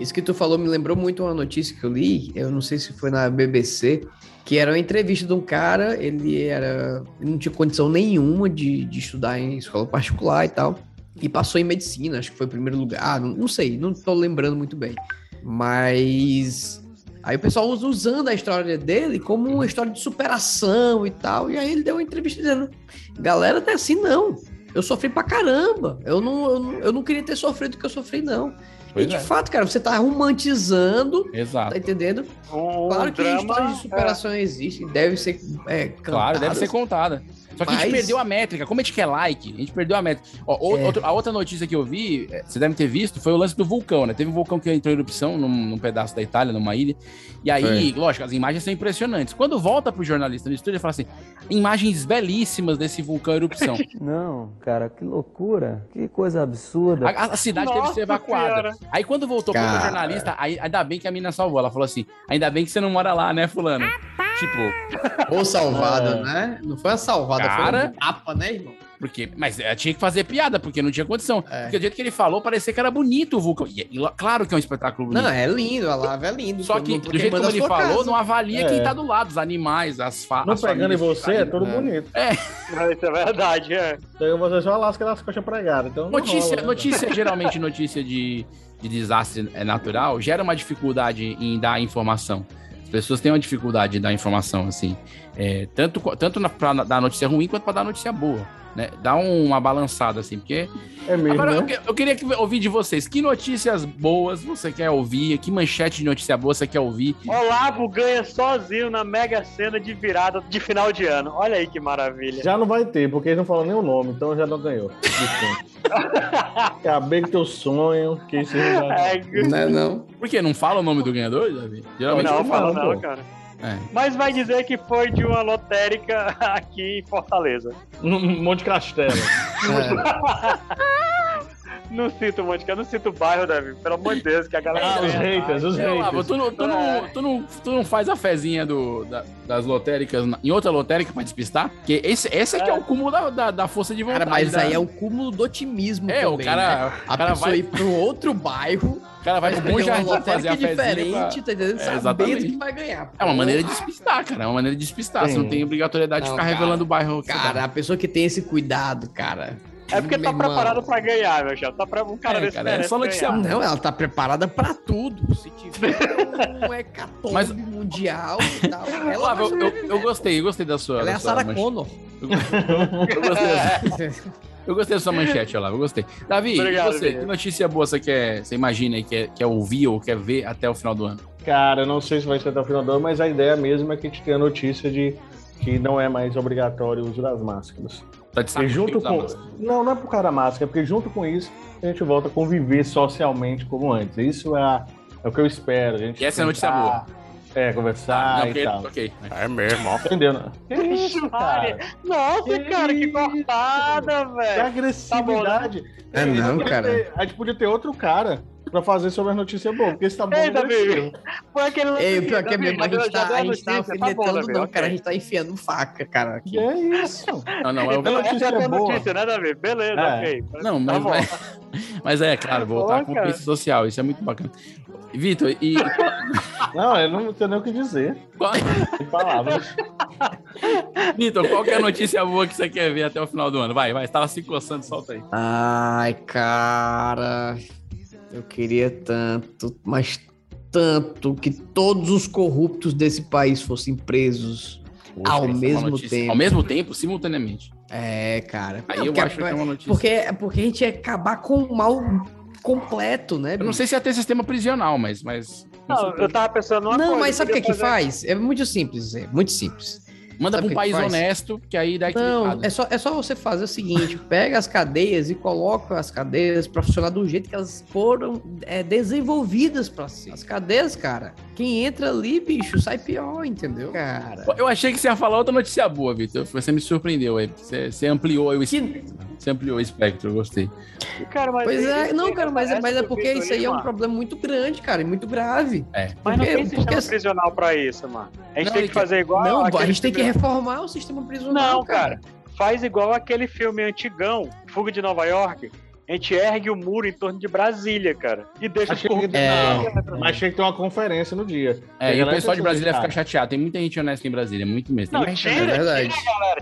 [SPEAKER 5] Isso que tu falou me lembrou muito uma notícia que eu li, eu não sei se foi na BBC, que era uma entrevista de um cara, ele era ele não tinha condição nenhuma de, de estudar em escola particular e tal, e passou em medicina, acho que foi em primeiro lugar, ah, não, não sei, não tô lembrando muito bem. Mas aí o pessoal usa- usando a história dele como uma história de superação e tal, e aí ele deu uma entrevista dizendo: "Galera, não é assim não. Eu sofri pra caramba. Eu não, eu não, eu não queria ter sofrido o que eu sofri não".
[SPEAKER 2] Pois
[SPEAKER 5] e de
[SPEAKER 2] é.
[SPEAKER 5] fato, cara, você tá romantizando,
[SPEAKER 2] Exato.
[SPEAKER 5] tá entendendo?
[SPEAKER 3] Um, um
[SPEAKER 5] Claro que
[SPEAKER 3] drama,
[SPEAKER 5] histórias de superação existem, deve ser é,
[SPEAKER 2] Claro, deve
[SPEAKER 5] cantadas,
[SPEAKER 2] ser contada. Só que a gente
[SPEAKER 5] Mas-
[SPEAKER 2] perdeu a métrica. Como a gente quer like, a gente perdeu a métrica. Ó,
[SPEAKER 13] É.
[SPEAKER 2] o- outro- a outra notícia que eu vi, é, você deve ter visto, foi o lance do vulcão, né? Teve um vulcão que entrou em erupção num, num pedaço da Itália, numa ilha. E aí, lógico, as imagens são impressionantes. Quando volta pro jornalista no estúdio, ele fala assim: imagens belíssimas desse vulcão em erupção.
[SPEAKER 13] Não, cara, que loucura. Que coisa absurda.
[SPEAKER 2] A, a- a cidade teve que ser evacuada. Aí quando voltou pro
[SPEAKER 13] Cara.
[SPEAKER 2] jornalista, aí, ainda bem que a mina salvou. Ela falou assim: ainda bem que você não mora lá, né, fulano? Tipo.
[SPEAKER 5] Ou salvada, né? Não foi a salvada,
[SPEAKER 2] Cara.
[SPEAKER 5] foi um tapa, né, irmão?
[SPEAKER 2] Porque, mas é, tinha que fazer piada, porque não tinha condição. Porque do jeito que ele falou, parecia que era bonito o vulcão. E, e lo- claro que é um espetáculo bonito.
[SPEAKER 5] Não, é lindo, a lava é lindo.
[SPEAKER 2] Só que
[SPEAKER 5] Não-
[SPEAKER 2] do
[SPEAKER 5] quem
[SPEAKER 2] jeito como
[SPEAKER 5] manda
[SPEAKER 2] ele
[SPEAKER 5] sua
[SPEAKER 2] falou,
[SPEAKER 5] casa.
[SPEAKER 2] não avalia
[SPEAKER 5] É.
[SPEAKER 2] quem tá do lado, os animais, as falas.
[SPEAKER 4] Não pegando em você, é tudo bonito.
[SPEAKER 2] É.
[SPEAKER 3] Isso é verdade, é.
[SPEAKER 4] Então você só lasca das coxas pregadas. Então não
[SPEAKER 2] Notícia,
[SPEAKER 4] rola, né?
[SPEAKER 2] notícia geralmente notícia de, de desastre é, natural gera uma dificuldade em dar informação. As pessoas têm uma dificuldade em dar informação, assim. É, tanto co- tanto na, pra dar notícia ruim quanto pra dar notícia boa. Né? Dá uma balançada, assim, porque.
[SPEAKER 4] É mesmo,
[SPEAKER 2] Agora,
[SPEAKER 4] né?
[SPEAKER 2] eu, que- eu queria que- ouvir de vocês. Que notícias boas você quer ouvir? Que manchete de notícia boa você quer ouvir?
[SPEAKER 3] Olavo ganha sozinho na Mega Sena de virada de final de ano. Olha aí que maravilha.
[SPEAKER 4] Já não vai ter, porque eles não falam nem o nome, então já não ganhou. Desculpa. Acabei com teu sonho, que isso
[SPEAKER 3] É, Não é não.
[SPEAKER 2] Por que? Não fala o nome do ganhador, Davi? Geralmente
[SPEAKER 3] não, fala não,
[SPEAKER 2] pô.
[SPEAKER 3] cara.
[SPEAKER 2] É.
[SPEAKER 3] Mas vai dizer que foi de uma lotérica aqui em Fortaleza.
[SPEAKER 4] No Monte Castelo.
[SPEAKER 5] É,
[SPEAKER 3] Não cito Monte Castelo, não cito o bairro, Davi. Pelo amor de Deus, que a galera...
[SPEAKER 4] Ah, os
[SPEAKER 2] É.
[SPEAKER 3] ganha.
[SPEAKER 4] haters, os
[SPEAKER 2] Sei lá,
[SPEAKER 4] haters.
[SPEAKER 2] tu, não, tu, não, tu, não, tu não faz a fezinha do, da- das lotéricas na- em outra lotérica pra despistar? Porque esse, esse aqui é, o cúmulo da, da, da força de vontade.
[SPEAKER 5] Cara, mas
[SPEAKER 2] da-
[SPEAKER 5] aí é o cúmulo do otimismo
[SPEAKER 2] É, o
[SPEAKER 5] também,
[SPEAKER 2] cara-
[SPEAKER 5] né?
[SPEAKER 2] o
[SPEAKER 5] A
[SPEAKER 2] cara
[SPEAKER 5] pessoa
[SPEAKER 2] vai-
[SPEAKER 5] ir pro outro bairro...
[SPEAKER 2] O cara vai pro Bom Jardim fazer a fezinha
[SPEAKER 5] diferente,
[SPEAKER 2] pra-
[SPEAKER 5] tá entendendo?
[SPEAKER 2] É,
[SPEAKER 5] Sabendo
[SPEAKER 2] exatamente.
[SPEAKER 5] que vai ganhar.
[SPEAKER 2] É uma maneira de despistar, cara. É uma maneira de despistar. Você não
[SPEAKER 5] Sim.
[SPEAKER 2] tem obrigatoriedade de
[SPEAKER 5] Não,
[SPEAKER 2] ficar
[SPEAKER 5] cara.
[SPEAKER 2] revelando o bairro. que você
[SPEAKER 5] Cara,
[SPEAKER 2] tá.
[SPEAKER 5] a pessoa que tem esse cuidado, cara...
[SPEAKER 3] É porque tá
[SPEAKER 5] Meu irmão.
[SPEAKER 3] preparado pra ganhar, meu chapa. Tá pra... Um cara desse merece ganhar.
[SPEAKER 5] Não, ela tá preparada pra tudo. Se tiver um hecatombe
[SPEAKER 2] Mas-
[SPEAKER 5] mundial e tal, ela
[SPEAKER 2] Olavo,
[SPEAKER 5] vai
[SPEAKER 2] eu, eu, eu gostei, eu gostei da sua.
[SPEAKER 5] Ela é
[SPEAKER 2] da
[SPEAKER 5] a
[SPEAKER 2] sua
[SPEAKER 5] Sarah
[SPEAKER 2] manche-
[SPEAKER 5] Connor.
[SPEAKER 2] Eu gostei, da sua- eu gostei da sua manchete, Olavo, eu gostei. Davi, e
[SPEAKER 4] Obrigado,
[SPEAKER 2] você,
[SPEAKER 4] Vitor.
[SPEAKER 2] que notícia boa você quer, você imagina aí, quer, quer ouvir ou quer ver até o final do ano?
[SPEAKER 4] Cara, eu não sei se vai ser até o final do ano, mas a ideia mesmo é que a gente tenha notícia de que não é mais obrigatório o uso das máscaras.
[SPEAKER 2] Tá de saco
[SPEAKER 4] e junto
[SPEAKER 2] cheio da
[SPEAKER 4] com...
[SPEAKER 2] máscara.
[SPEAKER 4] Não, não é por causa da máscara, porque junto com isso a gente volta a conviver socialmente como antes. Isso é, a- é o que eu espero. A gente
[SPEAKER 2] E essa é a notícia Ah,
[SPEAKER 4] tentar, É, conversar
[SPEAKER 2] Não,
[SPEAKER 4] e
[SPEAKER 2] porque-
[SPEAKER 4] tal.
[SPEAKER 2] ok.
[SPEAKER 6] É mesmo, ó.
[SPEAKER 4] Entendeu? né?
[SPEAKER 3] Ixi, Maria.
[SPEAKER 2] Tá
[SPEAKER 3] Nossa, cara, que cortada, velho.
[SPEAKER 2] né?
[SPEAKER 4] Que agressividade.
[SPEAKER 5] É não,
[SPEAKER 4] Podia
[SPEAKER 5] cara.
[SPEAKER 4] ter- a gente podia ter outro cara pra fazer sobre as notícias boas, porque isso tá bom.
[SPEAKER 3] Ei, Davi.
[SPEAKER 4] agressivo.
[SPEAKER 3] Foi aquele lance
[SPEAKER 5] É,
[SPEAKER 3] aqui,
[SPEAKER 5] o pior que é
[SPEAKER 3] Davi,
[SPEAKER 5] mesmo, a gente
[SPEAKER 3] já
[SPEAKER 5] tá,
[SPEAKER 3] deu
[SPEAKER 5] a gente tá
[SPEAKER 3] notícia, tá bom,
[SPEAKER 5] alfinetando,
[SPEAKER 3] Davi,
[SPEAKER 5] não,
[SPEAKER 3] ok.
[SPEAKER 5] cara, a gente tá enfiando faca, cara, aqui.
[SPEAKER 4] Que é isso?
[SPEAKER 2] Não, não, é o-
[SPEAKER 3] Então, essa é até
[SPEAKER 4] boa.
[SPEAKER 3] notícia, né, Davi? Beleza,
[SPEAKER 2] É.
[SPEAKER 3] ok.
[SPEAKER 2] Não, mas,
[SPEAKER 3] Tá bom.
[SPEAKER 2] mas, mas é claro, voltar
[SPEAKER 3] Boa,
[SPEAKER 2] à convivência
[SPEAKER 3] cara.
[SPEAKER 2] social, isso é muito bacana. Vitor, e
[SPEAKER 4] Não, eu não tenho nem o que dizer.
[SPEAKER 2] Qual-
[SPEAKER 4] Sem palavras.
[SPEAKER 2] Vitor, qual que é a notícia boa que você quer ver até o final do ano? Vai, vai, estava se coçando, solta aí.
[SPEAKER 5] Ai, cara. Eu queria tanto, mas tanto que todos os corruptos desse país fossem presos
[SPEAKER 2] Poxa, essa
[SPEAKER 5] ao
[SPEAKER 2] é uma
[SPEAKER 5] mesmo
[SPEAKER 2] notícia-
[SPEAKER 5] tempo.
[SPEAKER 2] Ao mesmo tempo, simultaneamente.
[SPEAKER 5] É, cara.
[SPEAKER 2] Aí
[SPEAKER 5] Não,
[SPEAKER 2] eu
[SPEAKER 5] porque-
[SPEAKER 2] acho que é uma notícia.
[SPEAKER 5] Porque, porque a gente ia acabar com o mal completo, né?
[SPEAKER 2] Eu não sei se ia ter sistema prisional, mas. mas
[SPEAKER 3] Não, eu tava pensando numa
[SPEAKER 5] Não,
[SPEAKER 3] coisa,
[SPEAKER 5] mas sabe o que, é
[SPEAKER 3] podia
[SPEAKER 5] que
[SPEAKER 3] fazer-
[SPEAKER 5] faz? É muito simples, é muito simples.
[SPEAKER 2] Manda pra um
[SPEAKER 5] Sabe o que
[SPEAKER 2] país
[SPEAKER 5] que faz?
[SPEAKER 2] honesto, que aí dá Ah,
[SPEAKER 5] Não,
[SPEAKER 2] Tá equilibrado.
[SPEAKER 5] é só, é só você fazer o seguinte: pega as cadeias e coloca as cadeias pra funcionar do jeito que elas foram é, desenvolvidas pra ser. As cadeias, cara, quem entra ali, bicho, sai pior, entendeu? Cara.
[SPEAKER 2] Eu achei que você ia falar outra notícia boa, Vitor. Você me surpreendeu aí. Você, você ampliou aí o espectro. Você ampliou o espectro, eu gostei.
[SPEAKER 3] Cara, mas
[SPEAKER 5] Pois
[SPEAKER 3] isso
[SPEAKER 5] é,
[SPEAKER 3] aí
[SPEAKER 5] não, cara, mas,
[SPEAKER 3] parece
[SPEAKER 5] mas é
[SPEAKER 3] que o
[SPEAKER 5] porque
[SPEAKER 3] Vitor
[SPEAKER 5] isso aí é um
[SPEAKER 3] Lima-
[SPEAKER 5] problema muito grande, cara, e muito grave.
[SPEAKER 2] É.
[SPEAKER 3] Mas não
[SPEAKER 5] Porque-
[SPEAKER 3] tem sistema
[SPEAKER 5] porque-
[SPEAKER 3] prisional pra isso, mano. A gente
[SPEAKER 5] Não,
[SPEAKER 3] tem
[SPEAKER 5] ele
[SPEAKER 3] que
[SPEAKER 5] quer-
[SPEAKER 3] fazer igual.
[SPEAKER 5] Não, a
[SPEAKER 3] aquele
[SPEAKER 5] gente tem que
[SPEAKER 3] filme-
[SPEAKER 5] reformar o sistema prisional.
[SPEAKER 3] Não, cara. Faz igual aquele filme antigão, Fuga de Nova York. A gente ergue o muro em torno de Brasília, cara. E deixa
[SPEAKER 4] Achei
[SPEAKER 3] os
[SPEAKER 4] que,
[SPEAKER 3] corruptos na área.
[SPEAKER 4] não, mas tinha que ter uma conferência no dia.
[SPEAKER 2] É, e o
[SPEAKER 4] Galera,
[SPEAKER 2] pessoal de
[SPEAKER 4] vocês
[SPEAKER 2] Brasília
[SPEAKER 4] sabem.
[SPEAKER 2] fica chateado. Tem muita gente honesta em Brasília, muito mesmo. Tem
[SPEAKER 3] Não,
[SPEAKER 2] muita
[SPEAKER 3] tira, tira a galera,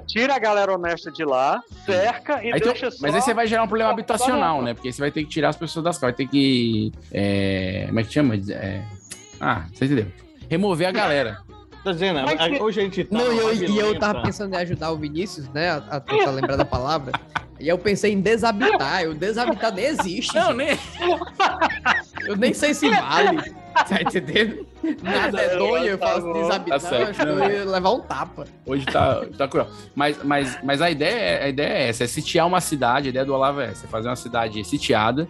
[SPEAKER 3] tira a galera honesta de lá, cerca e
[SPEAKER 2] Aí tu-
[SPEAKER 3] deixa só.
[SPEAKER 2] mas aí você vai gerar um problema habitacional, né? Porque aí você vai ter que tirar as pessoas das casas, vai ter que. é, como é que chama? É, ah, você entendeu? Remover a galera.
[SPEAKER 4] Tá dizendo,
[SPEAKER 5] Mas
[SPEAKER 4] a-
[SPEAKER 5] que-
[SPEAKER 4] hoje a gente tá. então.
[SPEAKER 5] Não, e
[SPEAKER 4] numa
[SPEAKER 5] eu, e eu tava
[SPEAKER 4] violenta.
[SPEAKER 5] pensando em ajudar o Vinícius, né? A, a tentar lembrar da palavra. E eu pensei em desabitar. E o desabitar nem existe.
[SPEAKER 2] Não,
[SPEAKER 5] gente.
[SPEAKER 2] nem.
[SPEAKER 5] Eu nem sei se vale. Tá entendendo? Nada é doido, eu faço desabitado,
[SPEAKER 2] Tá certo.
[SPEAKER 5] acho que eu ia levar um tapa.
[SPEAKER 2] Hoje tá, tá cruel. Mas, mas, mas a, ideia, é- a ideia é essa: é sitiar uma cidade. A ideia do Olavo é essa: é fazer uma cidade sitiada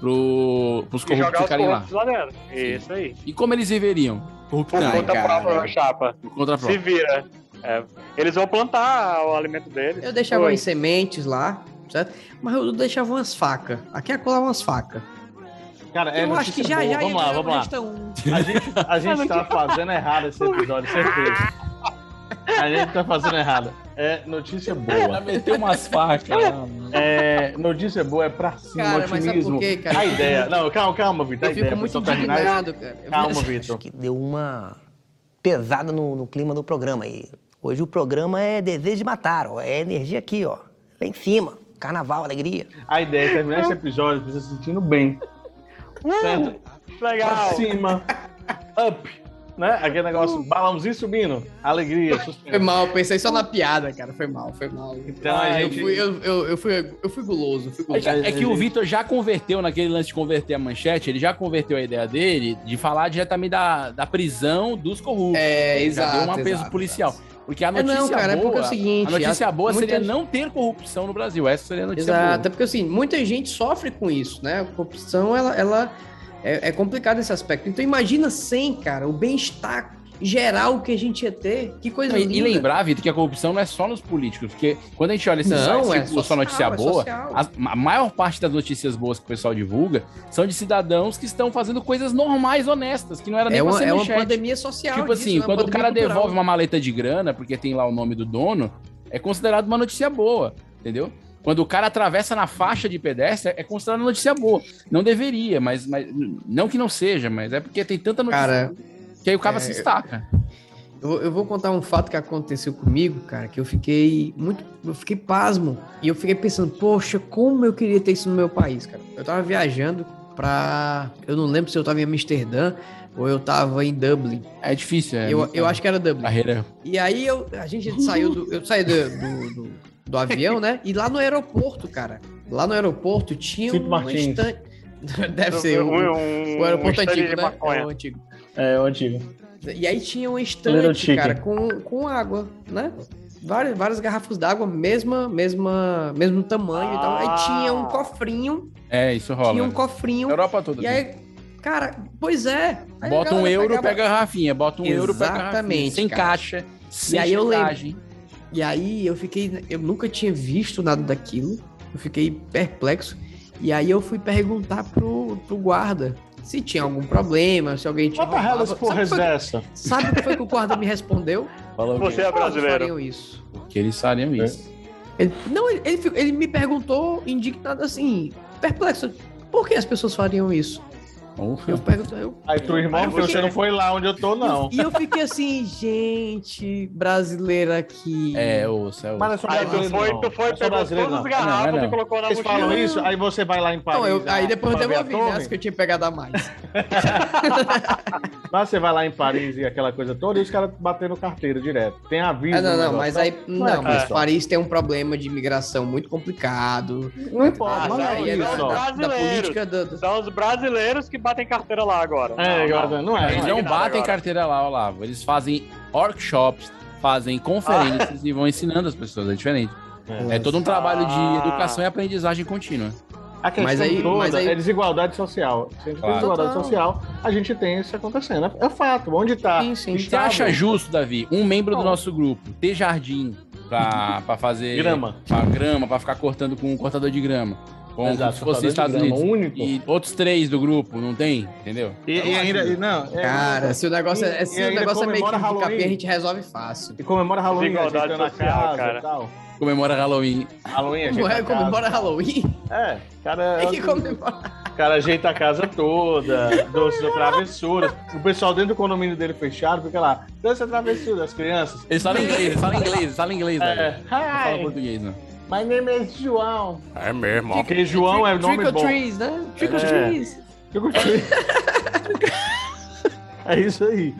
[SPEAKER 2] pro, pros
[SPEAKER 3] E
[SPEAKER 2] corruptos
[SPEAKER 3] jogar os
[SPEAKER 2] ficarem lá.
[SPEAKER 3] corruptos lá dentro. Isso aí.
[SPEAKER 2] E como eles viveriam?
[SPEAKER 3] Por
[SPEAKER 2] Corruptando.
[SPEAKER 3] conta própria, meu chapa.
[SPEAKER 2] Por conta
[SPEAKER 3] Se
[SPEAKER 2] própria.
[SPEAKER 3] vira. É, Eles vão plantar o alimento deles.
[SPEAKER 5] Eu deixava
[SPEAKER 3] Oi.
[SPEAKER 5] umas sementes lá, certo? Mas eu deixava umas facas. Aqui é colar umas facas.
[SPEAKER 4] Cara, é
[SPEAKER 5] Eu acho que já, já
[SPEAKER 4] Vamos
[SPEAKER 5] ia
[SPEAKER 4] lá,
[SPEAKER 5] ganhar
[SPEAKER 4] vamos
[SPEAKER 5] uma
[SPEAKER 4] lá.
[SPEAKER 5] lista um.
[SPEAKER 4] A gente, a gente tá fazendo errado esse episódio, certeza. A gente tá fazendo errado. É notícia boa.
[SPEAKER 2] Meteu umas facas.
[SPEAKER 4] É, notícia boa é pra cima,
[SPEAKER 5] Cara, mas sabe
[SPEAKER 4] otimismo.
[SPEAKER 5] por quê, cara?
[SPEAKER 4] A ideia. Não, calma, calma, Vitor. A
[SPEAKER 5] Eu fico
[SPEAKER 4] ideia pra
[SPEAKER 5] muito
[SPEAKER 4] só terminar isso.
[SPEAKER 5] indignado, cara. Eu-
[SPEAKER 4] Calma, Vitor.
[SPEAKER 14] que deu uma pesada no, no clima do programa. E hoje o programa é Desejo de Matar, ó. É energia aqui, ó. Lá em cima. Carnaval, alegria.
[SPEAKER 4] A ideia é terminar esse episódio você se sentindo bem. Certo?
[SPEAKER 3] Legal.
[SPEAKER 4] Pra cima. Up. Né? Aquele negócio, balãozinho subindo. Alegria,
[SPEAKER 5] Foi
[SPEAKER 4] suspense.
[SPEAKER 5] mal, eu pensei só na piada, cara. Foi mal, foi mal.
[SPEAKER 4] Então,
[SPEAKER 5] Ah,
[SPEAKER 4] a
[SPEAKER 5] eu,
[SPEAKER 4] gente-
[SPEAKER 5] fui, eu, eu, eu fui, eu fui guloso, eu fui
[SPEAKER 2] É
[SPEAKER 5] guloso.
[SPEAKER 2] que, é que o Vitor já converteu naquele lance de converter a manchete, ele já converteu a ideia dele de falar diretamente da, da prisão dos corruptos.
[SPEAKER 5] É,
[SPEAKER 2] Já
[SPEAKER 5] exato,
[SPEAKER 2] Deu um peso
[SPEAKER 5] exato,
[SPEAKER 2] policial. Porque a
[SPEAKER 5] É, não,
[SPEAKER 2] notícia
[SPEAKER 5] cara, é
[SPEAKER 2] boa,
[SPEAKER 5] porque é o seguinte,
[SPEAKER 2] a notícia
[SPEAKER 5] as-
[SPEAKER 2] boa seria
[SPEAKER 5] muita-
[SPEAKER 2] não ter corrupção no Brasil. Essa seria a notícia
[SPEAKER 5] Exato,
[SPEAKER 2] boa.
[SPEAKER 5] é porque assim, muita gente sofre com isso, né? A corrupção, ela, ela é, é complicada nesse aspecto. Então imagina sem, cara, o bem-estar geral que a gente ia ter. Que coisa
[SPEAKER 2] E,
[SPEAKER 5] linda.
[SPEAKER 2] e lembrar, Vitor, que a corrupção não é só nos políticos, porque quando a gente olha esse
[SPEAKER 5] Não,
[SPEAKER 2] site
[SPEAKER 5] é
[SPEAKER 2] que publica só
[SPEAKER 5] social,
[SPEAKER 2] notícia
[SPEAKER 5] é
[SPEAKER 2] boa,
[SPEAKER 5] social.
[SPEAKER 2] a, a maior parte das notícias boas que o pessoal divulga são de cidadãos que estão fazendo coisas normais, honestas, que não era nem
[SPEAKER 5] é
[SPEAKER 2] pra
[SPEAKER 5] uma,
[SPEAKER 2] ser
[SPEAKER 5] é uma
[SPEAKER 2] manchete.
[SPEAKER 5] pandemia social.
[SPEAKER 2] Tipo
[SPEAKER 5] disso,
[SPEAKER 2] assim,
[SPEAKER 5] né? Uma
[SPEAKER 2] quando o
[SPEAKER 5] pandemia
[SPEAKER 2] cara
[SPEAKER 5] cultural.
[SPEAKER 2] devolve uma maleta de grana, porque tem lá o nome do dono, é considerado uma notícia boa, entendeu? Quando o cara atravessa na faixa de pedestre, é considerado uma notícia boa. Não deveria, mas, mas não que não seja, mas é porque tem tanta notícia
[SPEAKER 5] Cara,
[SPEAKER 2] que aí o cara
[SPEAKER 5] é,
[SPEAKER 2] se destaca.
[SPEAKER 5] Eu, vou- eu vou contar um fato que aconteceu comigo, cara, que eu fiquei muito. Eu fiquei pasmo. E eu fiquei pensando, poxa, como eu queria ter isso no meu país, cara. Eu tava viajando pra. Eu não lembro se eu tava em Amsterdã ou eu tava em Dublin.
[SPEAKER 2] É difícil, é.
[SPEAKER 3] então.
[SPEAKER 5] Eu, eu acho que era Dublin.
[SPEAKER 2] Carreira.
[SPEAKER 5] E aí eu, a gente saiu do. Eu saí do, do, do- do avião, né? E lá no aeroporto, cara. Lá no aeroporto tinha
[SPEAKER 4] Filipe
[SPEAKER 5] um
[SPEAKER 4] Martins.
[SPEAKER 5] estante. Deve ser o,
[SPEAKER 3] Um-
[SPEAKER 5] o aeroporto
[SPEAKER 3] um estande
[SPEAKER 5] antigo,
[SPEAKER 3] de
[SPEAKER 5] né?
[SPEAKER 3] maconha.
[SPEAKER 5] É o antigo.
[SPEAKER 4] É, o antigo.
[SPEAKER 5] E aí tinha um
[SPEAKER 4] Little
[SPEAKER 5] estante,
[SPEAKER 4] chicken.
[SPEAKER 5] cara, com, com água, né? Várias, várias garrafas d'água, mesma, mesma, mesmo tamanho e tal.
[SPEAKER 3] Ah.
[SPEAKER 5] Aí tinha um cofrinho,
[SPEAKER 2] É, isso rola.
[SPEAKER 5] tinha um cofrinho.
[SPEAKER 2] Europa toda.
[SPEAKER 5] E aí, cara, pois é. Aí a
[SPEAKER 2] Bota um
[SPEAKER 5] galera
[SPEAKER 2] euro,
[SPEAKER 5] pegava-
[SPEAKER 2] pega a garrafinha. Bota um euro, pega a garrafinha.
[SPEAKER 5] Exatamente,
[SPEAKER 2] Sem
[SPEAKER 5] cara.
[SPEAKER 2] caixa, sem
[SPEAKER 5] E aí eu
[SPEAKER 2] checagem.
[SPEAKER 5] lembro. E aí eu fiquei. Eu nunca tinha visto nada daquilo. Eu fiquei perplexo. E aí eu fui perguntar pro, pro guarda se tinha algum problema, se alguém tinha.
[SPEAKER 4] What the hell
[SPEAKER 5] roubado.
[SPEAKER 4] is porra
[SPEAKER 5] Sabe
[SPEAKER 4] is
[SPEAKER 5] o que foi-
[SPEAKER 4] essa?
[SPEAKER 5] Sabe o que foi que o guarda me respondeu?
[SPEAKER 2] Falou
[SPEAKER 3] Você é
[SPEAKER 5] Como
[SPEAKER 3] brasileiro.
[SPEAKER 5] fariam isso.
[SPEAKER 2] que eles
[SPEAKER 4] É.
[SPEAKER 2] fariam isso.
[SPEAKER 5] Ele- não, ele, ele, fi- ele me perguntou indignado assim, perplexo. Por que as pessoas fariam isso?
[SPEAKER 2] Ufa.
[SPEAKER 5] Eu
[SPEAKER 4] Hum.
[SPEAKER 5] pergunto, eu
[SPEAKER 4] Aí tu irmão,
[SPEAKER 5] Aí eu
[SPEAKER 4] porque você
[SPEAKER 5] fiquei-
[SPEAKER 4] não foi lá onde eu tô, não.
[SPEAKER 5] E eu fiquei assim, gente, brasileira aqui.
[SPEAKER 2] É, osso, é osso.
[SPEAKER 4] Mas não é só
[SPEAKER 3] Aí tu
[SPEAKER 4] brasileiro,
[SPEAKER 3] Ah, então foi,
[SPEAKER 4] não.
[SPEAKER 3] tu
[SPEAKER 4] Não
[SPEAKER 3] foi,
[SPEAKER 4] é só
[SPEAKER 3] pegou
[SPEAKER 4] brasileiro,
[SPEAKER 3] todas as
[SPEAKER 4] não.
[SPEAKER 2] Não,
[SPEAKER 3] garrafas
[SPEAKER 2] não é
[SPEAKER 3] e
[SPEAKER 2] não.
[SPEAKER 3] colocou na
[SPEAKER 4] Vocês falam
[SPEAKER 3] mochila.
[SPEAKER 4] isso, aí você vai lá em Paris.
[SPEAKER 5] Não, Então, eu-
[SPEAKER 4] a-
[SPEAKER 5] aí depois eu
[SPEAKER 4] pra ver a
[SPEAKER 5] devolvi, né?
[SPEAKER 4] torre.
[SPEAKER 5] Acho que eu tinha pegado a mais.
[SPEAKER 4] Mas você vai lá em Paris e aquela coisa toda, e os caras batendo carteira direto. Tem aviso.
[SPEAKER 5] Ah, não,
[SPEAKER 4] no
[SPEAKER 5] não,
[SPEAKER 4] negócio.
[SPEAKER 5] mas aí. Não,
[SPEAKER 4] é
[SPEAKER 5] mas
[SPEAKER 4] questão.
[SPEAKER 5] Paris tem um problema de imigração muito complicado.
[SPEAKER 4] Não importa,
[SPEAKER 5] Ah,
[SPEAKER 4] mas
[SPEAKER 5] aí
[SPEAKER 4] é
[SPEAKER 5] é da,
[SPEAKER 4] isso, ó.
[SPEAKER 5] da- da
[SPEAKER 3] Brasileiros.
[SPEAKER 5] política da. da-
[SPEAKER 3] São os brasileiros que batem carteira lá agora.
[SPEAKER 4] É, Gordon, não é.
[SPEAKER 2] Eles
[SPEAKER 3] Não,
[SPEAKER 2] não
[SPEAKER 3] não,
[SPEAKER 2] batem
[SPEAKER 3] agora.
[SPEAKER 2] carteira lá, Olavo. Eles fazem workshops, fazem conferências
[SPEAKER 4] Ah.
[SPEAKER 2] e vão ensinando as pessoas. É diferente. É todo um trabalho
[SPEAKER 3] Ah.
[SPEAKER 2] de educação e aprendizagem contínua.
[SPEAKER 4] A questão
[SPEAKER 5] Mas aí-
[SPEAKER 4] toda
[SPEAKER 5] mas aí-
[SPEAKER 4] é desigualdade social. Se a gente
[SPEAKER 2] Claro.
[SPEAKER 4] tem desigualdade
[SPEAKER 5] Total.
[SPEAKER 4] social, a gente tem isso acontecendo. É- É fato. Onde está?
[SPEAKER 5] Sim, sim.
[SPEAKER 2] Você acha justo, Davi, um membro do
[SPEAKER 4] Não.
[SPEAKER 2] nosso grupo ter jardim pra, pra fazer.
[SPEAKER 4] Grama.
[SPEAKER 2] Pra grama, pra ficar cortando com um cortador de grama. Com,
[SPEAKER 4] Exato,
[SPEAKER 2] como se fosse
[SPEAKER 4] cortador de
[SPEAKER 2] Estados
[SPEAKER 4] grama, um
[SPEAKER 2] Unidos.
[SPEAKER 4] único.
[SPEAKER 2] E outros três do grupo, não tem? Entendeu?
[SPEAKER 4] E, e ainda. e não, é-
[SPEAKER 5] Cara, se o negócio
[SPEAKER 4] E-
[SPEAKER 5] é, se
[SPEAKER 4] e
[SPEAKER 5] o
[SPEAKER 4] ainda
[SPEAKER 5] negócio é meio que
[SPEAKER 4] comemora
[SPEAKER 5] de capim,
[SPEAKER 4] Halloween.
[SPEAKER 5] a gente resolve fácil.
[SPEAKER 4] E comemora Halloween
[SPEAKER 3] Desigualdade
[SPEAKER 4] ajeitando a tá
[SPEAKER 3] social,
[SPEAKER 4] casa
[SPEAKER 3] cara.
[SPEAKER 4] e tal.
[SPEAKER 2] Comemora Halloween.
[SPEAKER 4] Halloween
[SPEAKER 5] Como
[SPEAKER 4] ajeita
[SPEAKER 5] é,
[SPEAKER 4] a tá casa.
[SPEAKER 5] comemora Halloween?
[SPEAKER 4] É, cara,
[SPEAKER 5] Tem que comemorar.
[SPEAKER 4] o cara ajeita a casa toda, doces ou travessuras. O pessoal dentro do condomínio dele fechado fica lá, dança travessura, as crianças.
[SPEAKER 2] Eles falam inglês, eles falam inglês, eles falam inglês, Davi.
[SPEAKER 4] É,
[SPEAKER 2] Não fala
[SPEAKER 4] hi,
[SPEAKER 2] português, né? não.
[SPEAKER 4] my name is João.
[SPEAKER 6] É mesmo, ó.
[SPEAKER 4] Porque João é nome
[SPEAKER 5] Trick or
[SPEAKER 4] bom.
[SPEAKER 5] trees, né? Trick or
[SPEAKER 4] É.
[SPEAKER 5] trees.
[SPEAKER 4] Eu gostei. É isso aí.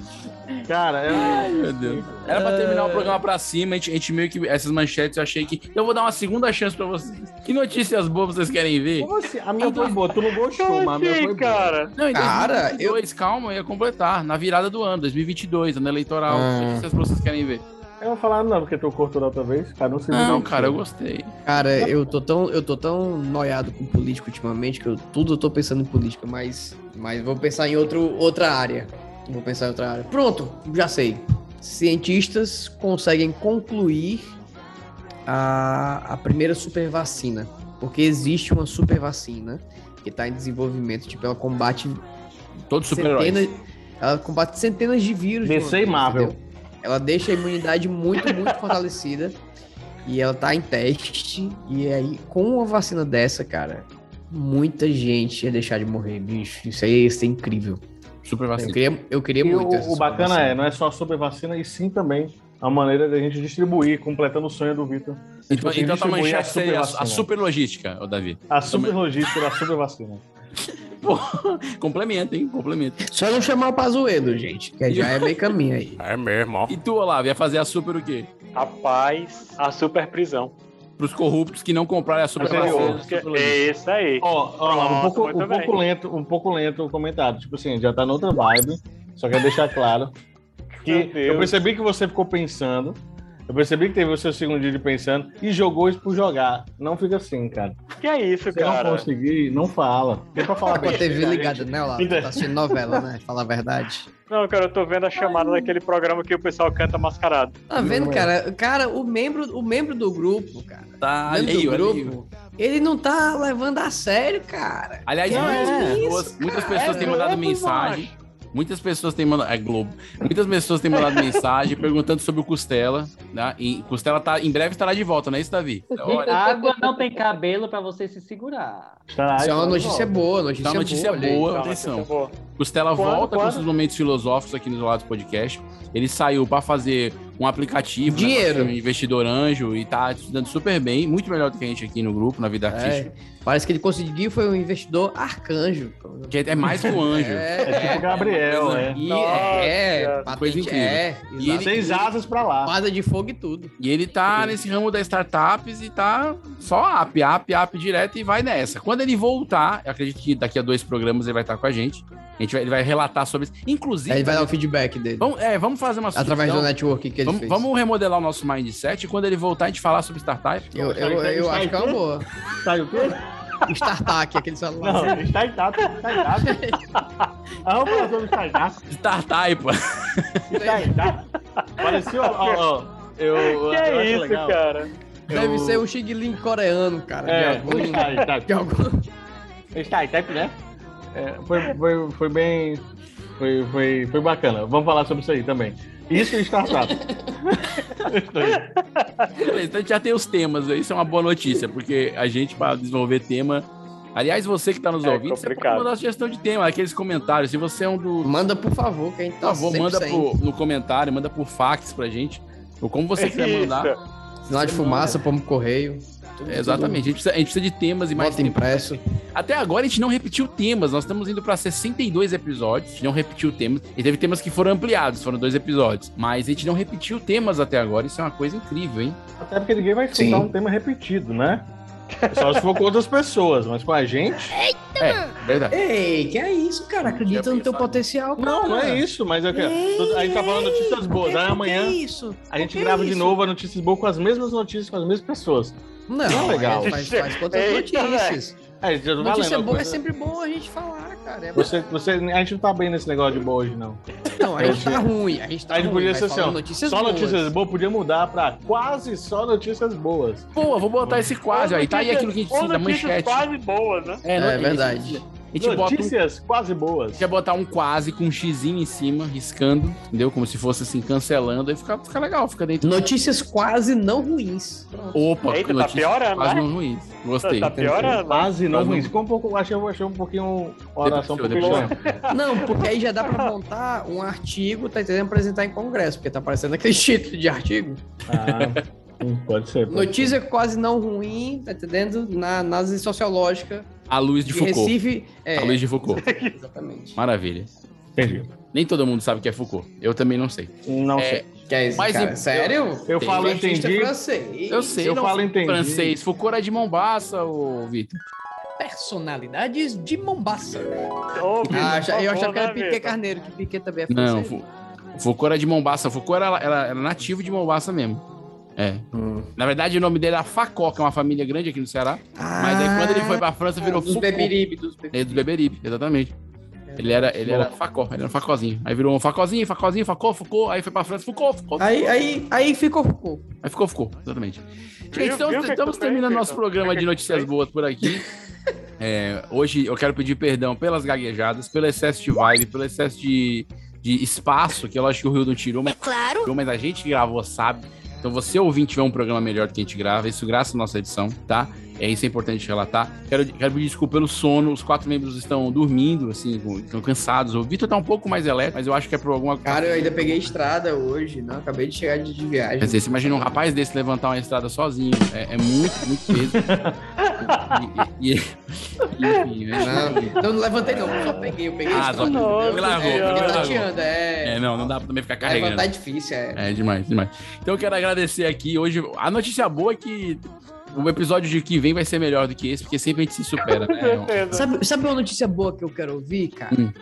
[SPEAKER 4] Cara, é um- eu...
[SPEAKER 2] Ai, meu Deus. Era pra terminar o programa pra cima, a gente, a gente meio que. Essas manchetes eu achei que. Eu vou dar uma segunda chance pra vocês. Que notícias boas vocês querem ver?
[SPEAKER 4] Como assim? A minha foi boa, tu não gostou,
[SPEAKER 3] Então,
[SPEAKER 4] mas a
[SPEAKER 3] assim,
[SPEAKER 4] minha foi é boa.
[SPEAKER 2] Não, em
[SPEAKER 5] Cara,
[SPEAKER 2] 2022, calma, eu ia completar. Na virada do ano, 2022, ano eleitoral.
[SPEAKER 5] Ah.
[SPEAKER 2] Que notícias vocês querem ver?
[SPEAKER 4] Eu não vou falar não, porque tu cortou da outra vez. Cara, não se
[SPEAKER 2] Não,
[SPEAKER 4] engane.
[SPEAKER 2] cara, eu gostei.
[SPEAKER 5] Cara, eu tô tão, eu tô tão noiado com política ultimamente que eu tudo eu tô pensando em política, mas, mas vou pensar em outro, outra área. Vou pensar em outra área. Pronto, já sei. Cientistas conseguem concluir a, a primeira super vacina. Porque existe uma super vacina que tá em desenvolvimento, tipo, ela combate
[SPEAKER 2] Todos super-heróis.
[SPEAKER 5] centenas- Ela combate centenas de vírus. de uma
[SPEAKER 4] DC e
[SPEAKER 5] vez,
[SPEAKER 4] Marvel.
[SPEAKER 5] entendeu? Ela deixa a imunidade muito, muito fortalecida. E ela tá em teste. E aí, com uma vacina dessa, cara, muita gente ia deixar de morrer, bicho. Isso aí ia ser incrível.
[SPEAKER 2] Super
[SPEAKER 5] Eu
[SPEAKER 2] vacina.
[SPEAKER 5] queria, eu queria
[SPEAKER 4] E
[SPEAKER 5] muito.
[SPEAKER 4] o-
[SPEAKER 5] essa
[SPEAKER 4] o, bacana
[SPEAKER 5] vacina.
[SPEAKER 4] é, não é só sobre vacina, e sim também a maneira da gente distribuir, completando o sonho do Vitor.
[SPEAKER 5] Tipo
[SPEAKER 2] Então,
[SPEAKER 5] assim,
[SPEAKER 2] então tá
[SPEAKER 4] distribuir
[SPEAKER 5] é
[SPEAKER 2] manchete seria a, a
[SPEAKER 5] né?
[SPEAKER 4] supervacina.
[SPEAKER 2] super logística, ô Davi.
[SPEAKER 4] A super logística da super vacina.
[SPEAKER 2] Complementa, hein? Complementa.
[SPEAKER 4] né?
[SPEAKER 5] Só não chamar o Pazuello, gente, que já é meio caminho aí.
[SPEAKER 6] É mesmo, ó.
[SPEAKER 2] E tu, Olavo, ia fazer a super o quê?
[SPEAKER 3] Rapaz, a super prisão.
[SPEAKER 2] Pros corruptos que não comprarem a super vacina.
[SPEAKER 3] É isso aí.
[SPEAKER 4] Ó, ó, lá, um,
[SPEAKER 3] Pronto,
[SPEAKER 4] pouco,
[SPEAKER 3] muito
[SPEAKER 4] um
[SPEAKER 3] bem.
[SPEAKER 4] pouco lento, um pouco lento o comentário. Tipo assim, já tá noutra vibe. Só quero deixar claro
[SPEAKER 3] Meu
[SPEAKER 4] que
[SPEAKER 3] Deus.
[SPEAKER 4] eu percebi que você ficou pensando. Eu percebi que teve o seu segundo dia de pensando e jogou isso por jogar. Não fica assim, cara.
[SPEAKER 3] Que é isso,
[SPEAKER 4] Se não
[SPEAKER 3] cara?
[SPEAKER 4] conseguir, não fala. Tem pra falar
[SPEAKER 5] Tá com a TV
[SPEAKER 4] besteira,
[SPEAKER 5] ligada, né, Olavo?
[SPEAKER 4] Entendi.
[SPEAKER 5] Tá assistindo novela, né? Fala a verdade.
[SPEAKER 3] Não, cara, eu tô vendo a chamada daquele programa que o pessoal canta mascarado.
[SPEAKER 5] Tá vendo,
[SPEAKER 4] é.
[SPEAKER 5] cara? Cara, o membro, o membro do grupo, cara.
[SPEAKER 2] Tá
[SPEAKER 5] membro
[SPEAKER 2] alheio,
[SPEAKER 5] do grupo,
[SPEAKER 2] alheio.
[SPEAKER 5] ele não tá levando a sério, cara.
[SPEAKER 2] Aliás,
[SPEAKER 5] Não,
[SPEAKER 2] muitas,
[SPEAKER 5] é
[SPEAKER 2] pessoas, muitas pessoas têm mandado mensagem. Muitas pessoas têm mandado. É Globo. Muitas pessoas têm mandado mensagem perguntando sobre o Costela. Né? E Costela tá, em breve estará de volta, não é isso, Davi? Olha,
[SPEAKER 15] Água não tem cabelo pra você se segurar.
[SPEAKER 4] Tá,
[SPEAKER 5] Isso é uma
[SPEAKER 4] então,
[SPEAKER 5] notícia
[SPEAKER 4] ó.
[SPEAKER 5] boa, notícia,
[SPEAKER 2] tá uma notícia
[SPEAKER 5] boa. olha aí.
[SPEAKER 2] boa,
[SPEAKER 3] Tá,
[SPEAKER 2] atenção.
[SPEAKER 3] notícia boa.
[SPEAKER 2] Costela
[SPEAKER 3] Quando,
[SPEAKER 2] volta com
[SPEAKER 3] quando?
[SPEAKER 2] seus momentos filosóficos aqui no Isolados Podcast. Ele saiu para fazer um aplicativo, né,
[SPEAKER 5] Dinheiro.
[SPEAKER 2] pra ser um investidor anjo, e tá estudando super bem, muito melhor do que a gente aqui no grupo, na vida
[SPEAKER 5] É,
[SPEAKER 2] artística.
[SPEAKER 5] parece que ele conseguiu foi um investidor arcanjo.
[SPEAKER 2] Que é mais que um anjo.
[SPEAKER 4] É tipo Gabriel, é.
[SPEAKER 5] E
[SPEAKER 3] Nossa,
[SPEAKER 5] é, é,
[SPEAKER 2] coisa
[SPEAKER 5] patente,
[SPEAKER 2] incrível.
[SPEAKER 5] é,
[SPEAKER 2] E ele-
[SPEAKER 5] exato.
[SPEAKER 4] Seis asas pra lá.
[SPEAKER 5] espada de fogo e tudo.
[SPEAKER 2] E ele tá nesse ramo das startups e tá só app, app, app direto e vai nessa. Quando ele voltar, eu acredito que daqui a dois programas ele vai estar com a gente. A gente vai, ele vai relatar sobre isso. Inclusive,
[SPEAKER 5] Aí ele vai dar o feedback dele,
[SPEAKER 2] vamos, é, vamos fazer uma
[SPEAKER 5] É. através do
[SPEAKER 2] sugestão.
[SPEAKER 5] network que ele
[SPEAKER 2] Vamos,
[SPEAKER 5] fez.
[SPEAKER 2] vamos remodelar o nosso mindset e quando ele voltar a gente falar sobre startup.
[SPEAKER 5] Eu, eu, eu, acho que é uma boa.
[SPEAKER 4] Sabe Tá o quê?
[SPEAKER 5] Startup, aquele celular.
[SPEAKER 4] Não, tá está em tato, está em tato. A operação do Startup.
[SPEAKER 2] Startup.
[SPEAKER 4] Está em tato. Pareceu, ó, ó. Eu,
[SPEAKER 3] Que
[SPEAKER 4] eu acho
[SPEAKER 3] é isso,
[SPEAKER 4] legal.
[SPEAKER 3] cara?
[SPEAKER 5] Deve
[SPEAKER 4] Eu-
[SPEAKER 5] ser um xing-ling coreano, cara.
[SPEAKER 4] É,
[SPEAKER 5] de algum-
[SPEAKER 4] está em tato.
[SPEAKER 5] de algum-
[SPEAKER 4] Startup, né? É, foi, foi, foi bem. Foi, foi, foi bacana. Vamos falar sobre isso aí também. Isso e startup.
[SPEAKER 2] Beleza, então a gente já tem os temas aí, isso é uma boa notícia, porque a gente, para desenvolver tema. Aliás, você que tá nos
[SPEAKER 3] É
[SPEAKER 2] ouvindo, você pode
[SPEAKER 3] complicado.
[SPEAKER 2] mandar sugestão de tema, aqueles comentários. Se você é um do,
[SPEAKER 5] Manda por favor, que a gente
[SPEAKER 2] Por
[SPEAKER 5] tá
[SPEAKER 2] favor,
[SPEAKER 5] sempre
[SPEAKER 2] manda
[SPEAKER 5] sem.
[SPEAKER 2] pro- no comentário, manda por fax pra gente. Ou como você quiser mandar.
[SPEAKER 3] É Isso.
[SPEAKER 5] Sinal de fumaça, pombo correio. né? tudo-
[SPEAKER 2] É, exatamente. A gente, precisa, a gente precisa de temas e
[SPEAKER 5] tudo.
[SPEAKER 2] mais
[SPEAKER 5] Bota
[SPEAKER 2] temas.
[SPEAKER 5] impresso.
[SPEAKER 2] Até agora a gente não repetiu temas. Nós estamos indo pra 62 episódios. A gente não repetiu temas. E teve temas que foram ampliados, foram dois episódios. Mas a gente não repetiu temas até agora. Isso é uma coisa incrível, hein?
[SPEAKER 4] Até porque ninguém vai escutar
[SPEAKER 5] Sim.
[SPEAKER 4] um tema repetido, né? Só se for com outras pessoas, mas com a gente.
[SPEAKER 2] É, verdade.
[SPEAKER 5] Ei, que é isso, cara?
[SPEAKER 2] Acredita
[SPEAKER 5] Acredita
[SPEAKER 2] no
[SPEAKER 5] no
[SPEAKER 2] teu
[SPEAKER 5] teu potencial,
[SPEAKER 4] Não, não é isso, mas eu quero. A gente tá falando notícias boas. Aí amanhã
[SPEAKER 5] É, isso?
[SPEAKER 4] a gente grava de novo a notícias boas com as mesmas notícias, com as mesmas pessoas.
[SPEAKER 5] Não, é
[SPEAKER 4] Não, legal.
[SPEAKER 5] legal. Faz, faz quantas
[SPEAKER 3] Eita,
[SPEAKER 5] notícias.
[SPEAKER 4] É, já tô
[SPEAKER 5] Notícia
[SPEAKER 4] valendo.
[SPEAKER 5] boa é
[SPEAKER 4] coisa-
[SPEAKER 5] sempre bom a gente falar, cara. É
[SPEAKER 4] Você, você, a gente não tá bem nesse negócio de boa hoje, não.
[SPEAKER 5] Não, a gente tá ruim. A gente tá
[SPEAKER 4] A gente
[SPEAKER 5] ruim.
[SPEAKER 4] podia
[SPEAKER 5] mas
[SPEAKER 4] ser assim,
[SPEAKER 5] falando
[SPEAKER 4] ó,
[SPEAKER 5] notícias
[SPEAKER 4] só
[SPEAKER 5] boas.
[SPEAKER 4] notícias boas podia mudar pra quase só notícias boas.
[SPEAKER 2] Boa, vou botar esse quase aí. Tá aí aquilo que a gente
[SPEAKER 3] Ou
[SPEAKER 2] precisa,
[SPEAKER 3] notícias
[SPEAKER 2] manchete.
[SPEAKER 3] quase boas, né?
[SPEAKER 2] não-
[SPEAKER 5] É verdade.
[SPEAKER 2] A gente bota um
[SPEAKER 4] notícias quase boas.
[SPEAKER 2] Quer botar um quase com um xizinho em cima, riscando, entendeu? Como se fosse assim, cancelando, aí fica, fica legal, fica dentro.
[SPEAKER 5] Notícias quase não ruins.
[SPEAKER 2] Opa,
[SPEAKER 3] Eita, tá
[SPEAKER 2] notícias
[SPEAKER 3] piorando,
[SPEAKER 2] quase
[SPEAKER 3] né?
[SPEAKER 2] não ruins. Gostei.
[SPEAKER 3] Tá piorando, né?
[SPEAKER 4] um Quase não
[SPEAKER 2] Quase
[SPEAKER 4] ruim.
[SPEAKER 2] não.
[SPEAKER 4] Ficou um pouco, achei, achei um pouquinho uma oração um pouquinho
[SPEAKER 3] tá
[SPEAKER 2] Depois-
[SPEAKER 4] estranha.
[SPEAKER 5] Não, porque aí já dá pra montar um artigo, tá entendendo? Apresentar em congresso, porque tá aparecendo aquele título de artigo.
[SPEAKER 4] Ah, hum, pode ser. pode
[SPEAKER 5] Notícia quase não ruim, tá entendendo? Na análise sociológica
[SPEAKER 2] A luz de
[SPEAKER 5] de,
[SPEAKER 2] Foucault.
[SPEAKER 5] Recife. É,
[SPEAKER 2] A luz de Foucault.
[SPEAKER 5] exatamente.
[SPEAKER 2] Maravilha.
[SPEAKER 4] Entendi.
[SPEAKER 2] Nem todo mundo sabe o que é Foucault. Eu também não sei.
[SPEAKER 4] Não sei.
[SPEAKER 5] Que é isso, cara?
[SPEAKER 2] em-
[SPEAKER 5] Sério?
[SPEAKER 2] Eu
[SPEAKER 5] Tem
[SPEAKER 2] falo
[SPEAKER 5] artista
[SPEAKER 2] entendi.
[SPEAKER 5] francês.
[SPEAKER 2] Eu sei, não Francês. Foucault é de Mombaça, ô Vitor.
[SPEAKER 5] Personalidades de Mombaça.
[SPEAKER 3] Vitor,
[SPEAKER 5] Ah, acha- eu
[SPEAKER 3] por
[SPEAKER 5] achava
[SPEAKER 3] favor,
[SPEAKER 5] que era
[SPEAKER 3] né,
[SPEAKER 5] Piquet
[SPEAKER 3] Vitor?
[SPEAKER 5] Carneiro, que Piquet também é francês.
[SPEAKER 2] Não, Fou- Foucault era de Mombaça. Foucault era, era- era nativo é de Mombaça mesmo. É. Na verdade, o nome dele era Facó, que é uma família grande aqui no Ceará. mas aí quando ele foi pra França, virou
[SPEAKER 5] Ah, dos
[SPEAKER 2] Foucault.
[SPEAKER 5] Beberibe, dos Beberibe.
[SPEAKER 2] É, dos Beberibe, exatamente. Ele é era, ele era Facó, ele era um Facózinho. Aí virou um Facózinho, Facózinho, Facó, Foucault. Aí foi pra França, Foucault, Foucault.
[SPEAKER 5] Aí, aí, aí ficou Foucault.
[SPEAKER 2] Aí ficou, ficou, exatamente.
[SPEAKER 5] Viu,
[SPEAKER 2] Gente, estamos,
[SPEAKER 5] viu o que
[SPEAKER 2] estamos
[SPEAKER 5] que tu
[SPEAKER 2] terminando
[SPEAKER 5] fez,
[SPEAKER 2] nosso
[SPEAKER 5] Vitor?
[SPEAKER 2] programa de notícias boas por aqui. É, hoje eu quero pedir perdão pelas gaguejadas, pelo excesso de vibe, pelo excesso de, de espaço, que eu acho que o Rio não tirou, mas, claro. mas a gente que gravou sabe. Então você ouvinte vê um programa melhor do que a gente grava, isso graças à nossa edição, tá? É isso é importante relatar. Quero, quero pedir desculpa pelo sono, os quatro membros estão dormindo, assim, com- estão cansados. O Vitor tá um pouco mais elétrico, mas eu acho que é por alguma
[SPEAKER 5] Cara, eu ainda peguei estrada hoje, não? Acabei de chegar de, de viagem.
[SPEAKER 2] Quer dizer, você imagina um rapaz desse levantar uma estrada sozinho. É, é muito, muito peso. E- e- e- enfim, né?
[SPEAKER 5] Não, não, não levantei não, só peguei, eu peguei
[SPEAKER 2] Ah,
[SPEAKER 5] estrada.
[SPEAKER 2] só peguei.
[SPEAKER 5] Eu-
[SPEAKER 2] Me lavou,
[SPEAKER 5] é, eu
[SPEAKER 2] me
[SPEAKER 5] fiquei
[SPEAKER 2] lavou.
[SPEAKER 5] tateando, é.
[SPEAKER 2] É, não, não dá pra também ficar carregando.
[SPEAKER 5] Levantar é difícil, é.
[SPEAKER 2] É demais, demais. Então eu quero agradecer aqui hoje. A notícia boa é que o episódio de que vem vai ser melhor do que esse, porque sempre a gente se supera, né?
[SPEAKER 5] Sabe, sabe uma notícia boa que eu quero ouvir, cara?
[SPEAKER 2] Hum.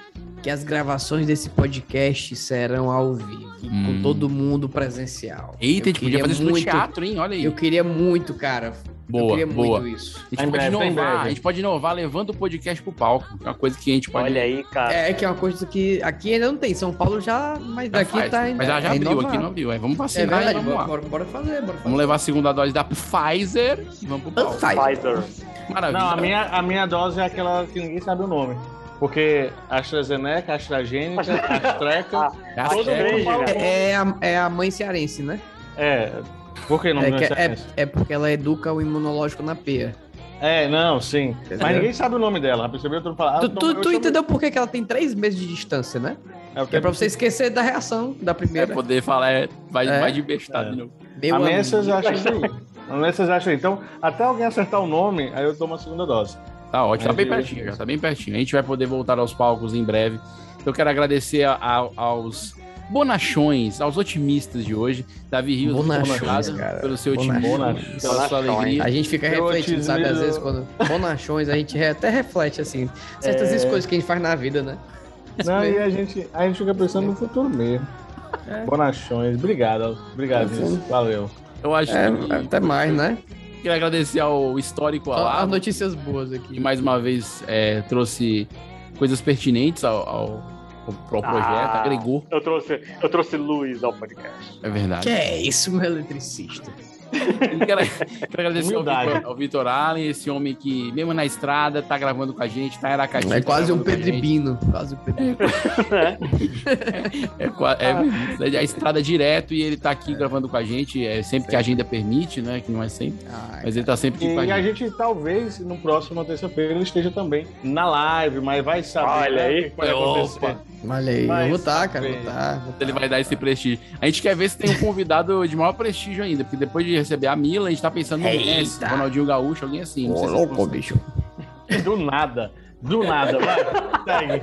[SPEAKER 5] Que as gravações desse podcast serão ao vivo, e
[SPEAKER 2] Hum.
[SPEAKER 5] com todo mundo presencial.
[SPEAKER 2] Eita, a gente podia
[SPEAKER 5] queria
[SPEAKER 2] fazer isso no
[SPEAKER 5] muito-
[SPEAKER 2] teatro, hein? Olha aí.
[SPEAKER 5] Eu queria muito, cara. eu
[SPEAKER 2] Boa,
[SPEAKER 5] queria
[SPEAKER 2] boa.
[SPEAKER 5] muito isso.
[SPEAKER 2] A gente, pode inovar, a gente pode inovar levando o podcast pro palco. que É uma coisa que a gente pode.
[SPEAKER 3] Olha aí, cara.
[SPEAKER 5] É que é uma coisa que aqui ainda não tem. São Paulo já, mas
[SPEAKER 2] Já
[SPEAKER 5] daqui
[SPEAKER 2] faz, né?
[SPEAKER 5] tá ainda.
[SPEAKER 2] mas ela já
[SPEAKER 5] é
[SPEAKER 2] abriu,
[SPEAKER 5] inovado.
[SPEAKER 2] aqui não abriu. Aí vamos
[SPEAKER 5] É
[SPEAKER 2] vacinar e
[SPEAKER 5] verdade,
[SPEAKER 2] vamos
[SPEAKER 5] bora,
[SPEAKER 2] lá.
[SPEAKER 5] bora, bora fazer, bora fazer.
[SPEAKER 2] Vamos levar a segunda dose da Pfizer e vamos pro palco.
[SPEAKER 3] Pfizer.
[SPEAKER 2] Maravilha.
[SPEAKER 4] Não, a minha, a minha dose é aquela que ninguém sabe o nome. Porque AstraZeneca, AstraGênica, Astreca.
[SPEAKER 2] É
[SPEAKER 4] todo mundo fala o nome.
[SPEAKER 5] É, é a, é a mãe cearense, né?
[SPEAKER 4] É. Por que não
[SPEAKER 5] é,
[SPEAKER 4] não
[SPEAKER 5] que-
[SPEAKER 4] é
[SPEAKER 5] é-
[SPEAKER 4] cearense?
[SPEAKER 5] é porque ela educa o imunológico na peia.
[SPEAKER 4] É, não, sim. Mas ninguém sabe o nome dela, percebeu? Todo mundo fala, ah,
[SPEAKER 5] Tu,
[SPEAKER 4] não,
[SPEAKER 5] tu-
[SPEAKER 4] eu
[SPEAKER 5] tu
[SPEAKER 4] chamo-
[SPEAKER 5] entendeu por que que ela tem três meses de distância, né?
[SPEAKER 4] É, o
[SPEAKER 5] Que é pra você esquecer da reação da
[SPEAKER 2] É
[SPEAKER 5] primeira.
[SPEAKER 2] poder falar, é, vai,
[SPEAKER 5] É.
[SPEAKER 2] vai de bestar de novo.
[SPEAKER 5] Meu
[SPEAKER 4] a minha vocês
[SPEAKER 5] amigo.
[SPEAKER 4] acham isso aí. A minha vocês acham aí. Então, até alguém acertar o nome, aí eu tomo a segunda dose.
[SPEAKER 2] Tá ótimo, tá
[SPEAKER 5] É
[SPEAKER 4] Mas
[SPEAKER 2] bem
[SPEAKER 4] eu-
[SPEAKER 2] pertinho, já tá bem pertinho. A gente vai poder voltar aos palcos em breve. Eu quero agradecer a- a- aos bonachões, aos otimistas de hoje. Davi Rios, muito
[SPEAKER 5] Bonachões,
[SPEAKER 2] obrigado
[SPEAKER 5] cara.
[SPEAKER 2] pelo seu otimismo,
[SPEAKER 4] Bonachões.
[SPEAKER 2] pela sua
[SPEAKER 4] Bonachões.
[SPEAKER 2] alegria.
[SPEAKER 5] A gente fica
[SPEAKER 4] Eu
[SPEAKER 5] refletindo, sabe? Às
[SPEAKER 4] otimismo.
[SPEAKER 5] vezes, quando. Bonachões, a gente re- até reflete, assim. Certas
[SPEAKER 4] É.
[SPEAKER 5] escolhas que a gente faz na vida, né?
[SPEAKER 4] Não, e a gente, a gente fica pensando no futuro mesmo.
[SPEAKER 5] É.
[SPEAKER 4] Bonachões. Obrigado. Obrigado, Vinícius. Valeu.
[SPEAKER 2] Eu acho
[SPEAKER 5] É,
[SPEAKER 2] que...
[SPEAKER 5] até mais, né?
[SPEAKER 2] Quero agradecer ao histórico
[SPEAKER 5] Só
[SPEAKER 2] Alá,
[SPEAKER 5] as notícias boas aqui.
[SPEAKER 2] que mais uma vez é, trouxe coisas pertinentes ao, ao, ao- ao projeto,
[SPEAKER 3] Ah,
[SPEAKER 2] agregou.
[SPEAKER 3] Eu trouxe, eu trouxe luz ao podcast.
[SPEAKER 2] É verdade.
[SPEAKER 5] Que é isso, meu eletricista?
[SPEAKER 2] Quero, quero agradecer ao
[SPEAKER 4] Humildade.
[SPEAKER 2] Vitor, ao Vitor Allen, esse homem que, mesmo na estrada, tá gravando com a gente, tá em Aracati.
[SPEAKER 5] É
[SPEAKER 2] tá
[SPEAKER 5] quase um
[SPEAKER 2] gravando com a gente.
[SPEAKER 5] pedribino. Quase um pedribino.
[SPEAKER 3] Né?
[SPEAKER 2] É, qua- é mesmo, é a estrada direto e ele tá aqui gravando com a gente, é, sempre que a agenda permite, né? Que não é sempre. mas ele tá sempre aqui
[SPEAKER 4] E,
[SPEAKER 2] com a
[SPEAKER 4] a
[SPEAKER 2] gente.
[SPEAKER 4] gente talvez no próximo terça-feira ele esteja também na live, mas vai saber
[SPEAKER 3] Olha
[SPEAKER 4] né,
[SPEAKER 3] aí.
[SPEAKER 4] o que pode
[SPEAKER 2] É,
[SPEAKER 4] acontecer.
[SPEAKER 2] opa.
[SPEAKER 5] Olha aí,
[SPEAKER 4] Mas
[SPEAKER 5] eu vou tá, cara,
[SPEAKER 4] sabe.
[SPEAKER 5] vou tá.
[SPEAKER 2] Ele vai dar esse prestígio. A gente quer ver se tem um convidado de maior prestígio ainda, porque depois de receber a Mila, a gente tá pensando no Messi, Ronaldinho Gaúcho, alguém assim. Não sei se vocês conseguem.
[SPEAKER 5] bicho.
[SPEAKER 4] Do nada. Do nada, vai. Segue.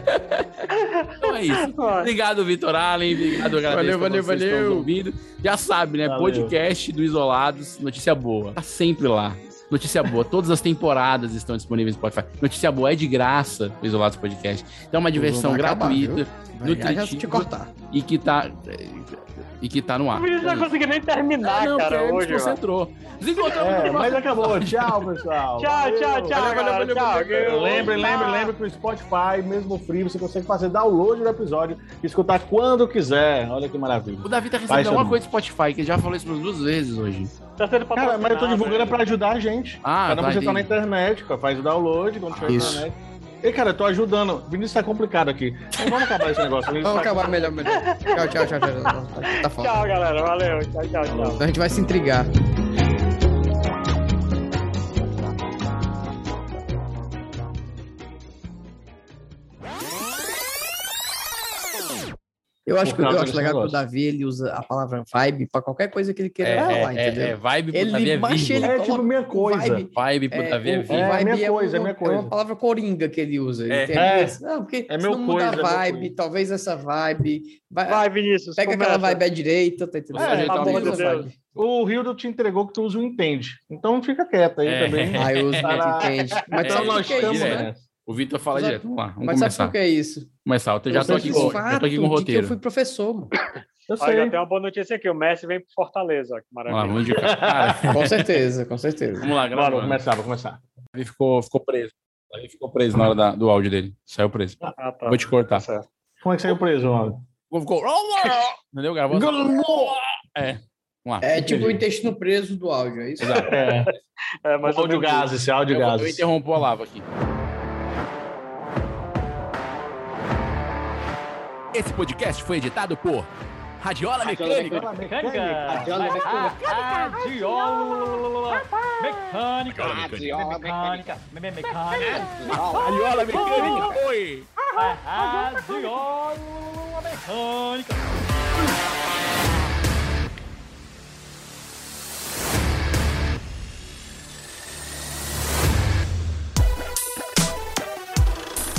[SPEAKER 2] Então é isso. Obrigado, Vitor Allen. Obrigado, agradeço
[SPEAKER 5] Valeu,
[SPEAKER 2] a
[SPEAKER 5] valeu,
[SPEAKER 2] vocês que estão
[SPEAKER 5] valeu.
[SPEAKER 2] nos ouvindo. Já sabe, né?
[SPEAKER 4] Valeu.
[SPEAKER 2] Podcast do Isolados, notícia boa. Tá sempre lá. Notícia boa. Todas as temporadas estão disponíveis no Spotify. Notícia boa é de graça o Isolados Podcast. Então é uma diversão
[SPEAKER 5] vai acabar,
[SPEAKER 2] gratuita,
[SPEAKER 5] Vai já- já te
[SPEAKER 2] nutritiva
[SPEAKER 5] cortar.
[SPEAKER 2] e que tá e que tá no
[SPEAKER 3] O
[SPEAKER 2] ar. Ah,
[SPEAKER 3] menino não conseguiu nem terminar,
[SPEAKER 2] não,
[SPEAKER 3] cara,
[SPEAKER 2] porque
[SPEAKER 3] hoje.
[SPEAKER 2] ele se concentrou. Nos encontramos
[SPEAKER 4] É,
[SPEAKER 2] no
[SPEAKER 4] mas
[SPEAKER 2] próximo
[SPEAKER 4] acabou. Tchau, pessoal.
[SPEAKER 3] mano. Tchau, tchau,
[SPEAKER 4] Valeu.
[SPEAKER 3] tchau, galera, tchau.
[SPEAKER 4] Lembre, lembre, lembre, que o Spotify, mesmo free, você consegue fazer download do episódio e escutar quando quiser. Olha que maravilha.
[SPEAKER 2] O Davi tá
[SPEAKER 4] Vai,
[SPEAKER 2] recebendo
[SPEAKER 4] Xandão.
[SPEAKER 2] alguma coisa do Spotify, que ele já falou isso umas duas vezes hoje.
[SPEAKER 3] Tá sendo né?
[SPEAKER 4] Cara,
[SPEAKER 3] patrocinado,
[SPEAKER 4] mas eu tô divulgando é pra ajudar a gente.
[SPEAKER 2] Ah,
[SPEAKER 4] Cada um
[SPEAKER 2] tá,
[SPEAKER 4] você tá na
[SPEAKER 2] entendi.
[SPEAKER 4] internet, cara, faz o download quando tiver na
[SPEAKER 5] Isso.
[SPEAKER 4] internet. E, cara, eu tô ajudando. Vinícius tá complicado aqui. Mas vamos acabar esse negócio. Vinícius
[SPEAKER 5] Vamos
[SPEAKER 4] tá-
[SPEAKER 5] acabar melhor, melhor. Tchau, tchau, tchau, tchau. tchau. Tá, tá foda.
[SPEAKER 3] Tchau, galera. Valeu. Tchau, tchau, tchau.
[SPEAKER 5] A gente vai se intrigar. Eu acho,
[SPEAKER 2] Por
[SPEAKER 5] que, eu
[SPEAKER 2] causa
[SPEAKER 5] acho
[SPEAKER 2] desse
[SPEAKER 5] legal que o
[SPEAKER 2] negócio.
[SPEAKER 5] Davi ele usa a palavra vibe pra qualquer coisa que ele queira falar,
[SPEAKER 2] é,
[SPEAKER 5] entendeu?
[SPEAKER 2] é, vibe pro
[SPEAKER 5] Ele
[SPEAKER 2] Davi é
[SPEAKER 5] baixa,
[SPEAKER 2] vírgula.
[SPEAKER 5] ele É, tipo, coloca
[SPEAKER 4] minha
[SPEAKER 5] coisa. vibe.
[SPEAKER 2] Vibe pro Davi é
[SPEAKER 5] o-
[SPEAKER 2] vírgula.
[SPEAKER 5] vibe um- É uma palavra coringa que ele usa.
[SPEAKER 2] É.
[SPEAKER 5] Ele tem
[SPEAKER 2] É.
[SPEAKER 5] essa- ah, porque
[SPEAKER 2] É
[SPEAKER 5] se
[SPEAKER 2] meu
[SPEAKER 5] não mudar
[SPEAKER 2] coisa, é
[SPEAKER 5] a
[SPEAKER 2] meu
[SPEAKER 5] vibe,
[SPEAKER 2] coisa.
[SPEAKER 5] talvez essa vibe. Vai,
[SPEAKER 3] Vinícius.
[SPEAKER 5] É. Pega aquela
[SPEAKER 4] começa.
[SPEAKER 5] vibe à direita, tá entendendo?
[SPEAKER 4] É,
[SPEAKER 5] Ele
[SPEAKER 4] pelo
[SPEAKER 5] usa
[SPEAKER 4] amor de
[SPEAKER 5] essa
[SPEAKER 4] Deus.
[SPEAKER 5] vibe.
[SPEAKER 4] O Rildo te entregou que tu usa o Entende. Então fica quieto aí
[SPEAKER 2] É.
[SPEAKER 4] também.
[SPEAKER 2] Ah, eu uso muito
[SPEAKER 4] Tá-
[SPEAKER 2] Entende. Mas
[SPEAKER 4] Então
[SPEAKER 2] sabe por
[SPEAKER 4] nós
[SPEAKER 2] que é isso,
[SPEAKER 4] estamos,
[SPEAKER 2] né?
[SPEAKER 4] né?
[SPEAKER 2] O Vitor fala
[SPEAKER 5] Mas-
[SPEAKER 2] direto. Vamos lá, vamos
[SPEAKER 5] Mas
[SPEAKER 2] começar.
[SPEAKER 5] sabe por que é isso?
[SPEAKER 2] Começar, eu tô- já
[SPEAKER 5] Eu
[SPEAKER 2] tô
[SPEAKER 5] sei
[SPEAKER 2] aqui
[SPEAKER 5] disso,
[SPEAKER 2] com, já tô aqui com o
[SPEAKER 5] fato, de que Eu
[SPEAKER 2] roteiro.
[SPEAKER 5] fui professor.
[SPEAKER 4] Eu
[SPEAKER 3] Olha, tem uma boa notícia aqui. O Messi vem pro Fortaleza, ó, que maravilha.
[SPEAKER 2] Vamos lá, vamos indicar. Cara.
[SPEAKER 5] Com certeza, com certeza.
[SPEAKER 2] Vamos lá, galera.
[SPEAKER 4] Bora, vou começar, vou começar.
[SPEAKER 2] Ele ficou, ficou preso. Ele ficou preso na hora da- do áudio dele. Saiu preso.
[SPEAKER 3] Ah, tá.
[SPEAKER 2] Vou te cortar.
[SPEAKER 4] Como é que saiu preso, mano?
[SPEAKER 2] Ficou... Entendeu? Gravou. É. Vamos lá.
[SPEAKER 5] É tipo o intestino preso do áudio, é isso?
[SPEAKER 2] Exato.
[SPEAKER 4] É.
[SPEAKER 3] É,
[SPEAKER 2] mas
[SPEAKER 4] Áudio gás, esse áudio
[SPEAKER 2] eu,
[SPEAKER 4] gás.
[SPEAKER 2] Eu interrompo a lava aqui. Esse podcast foi editado por Radiola Mecânica.
[SPEAKER 15] Radiola Mecânica. Radiola Mecânica. Me- me- Mecânica.
[SPEAKER 2] Radiola Mecânica. Oi.
[SPEAKER 15] Radiola Mecânica.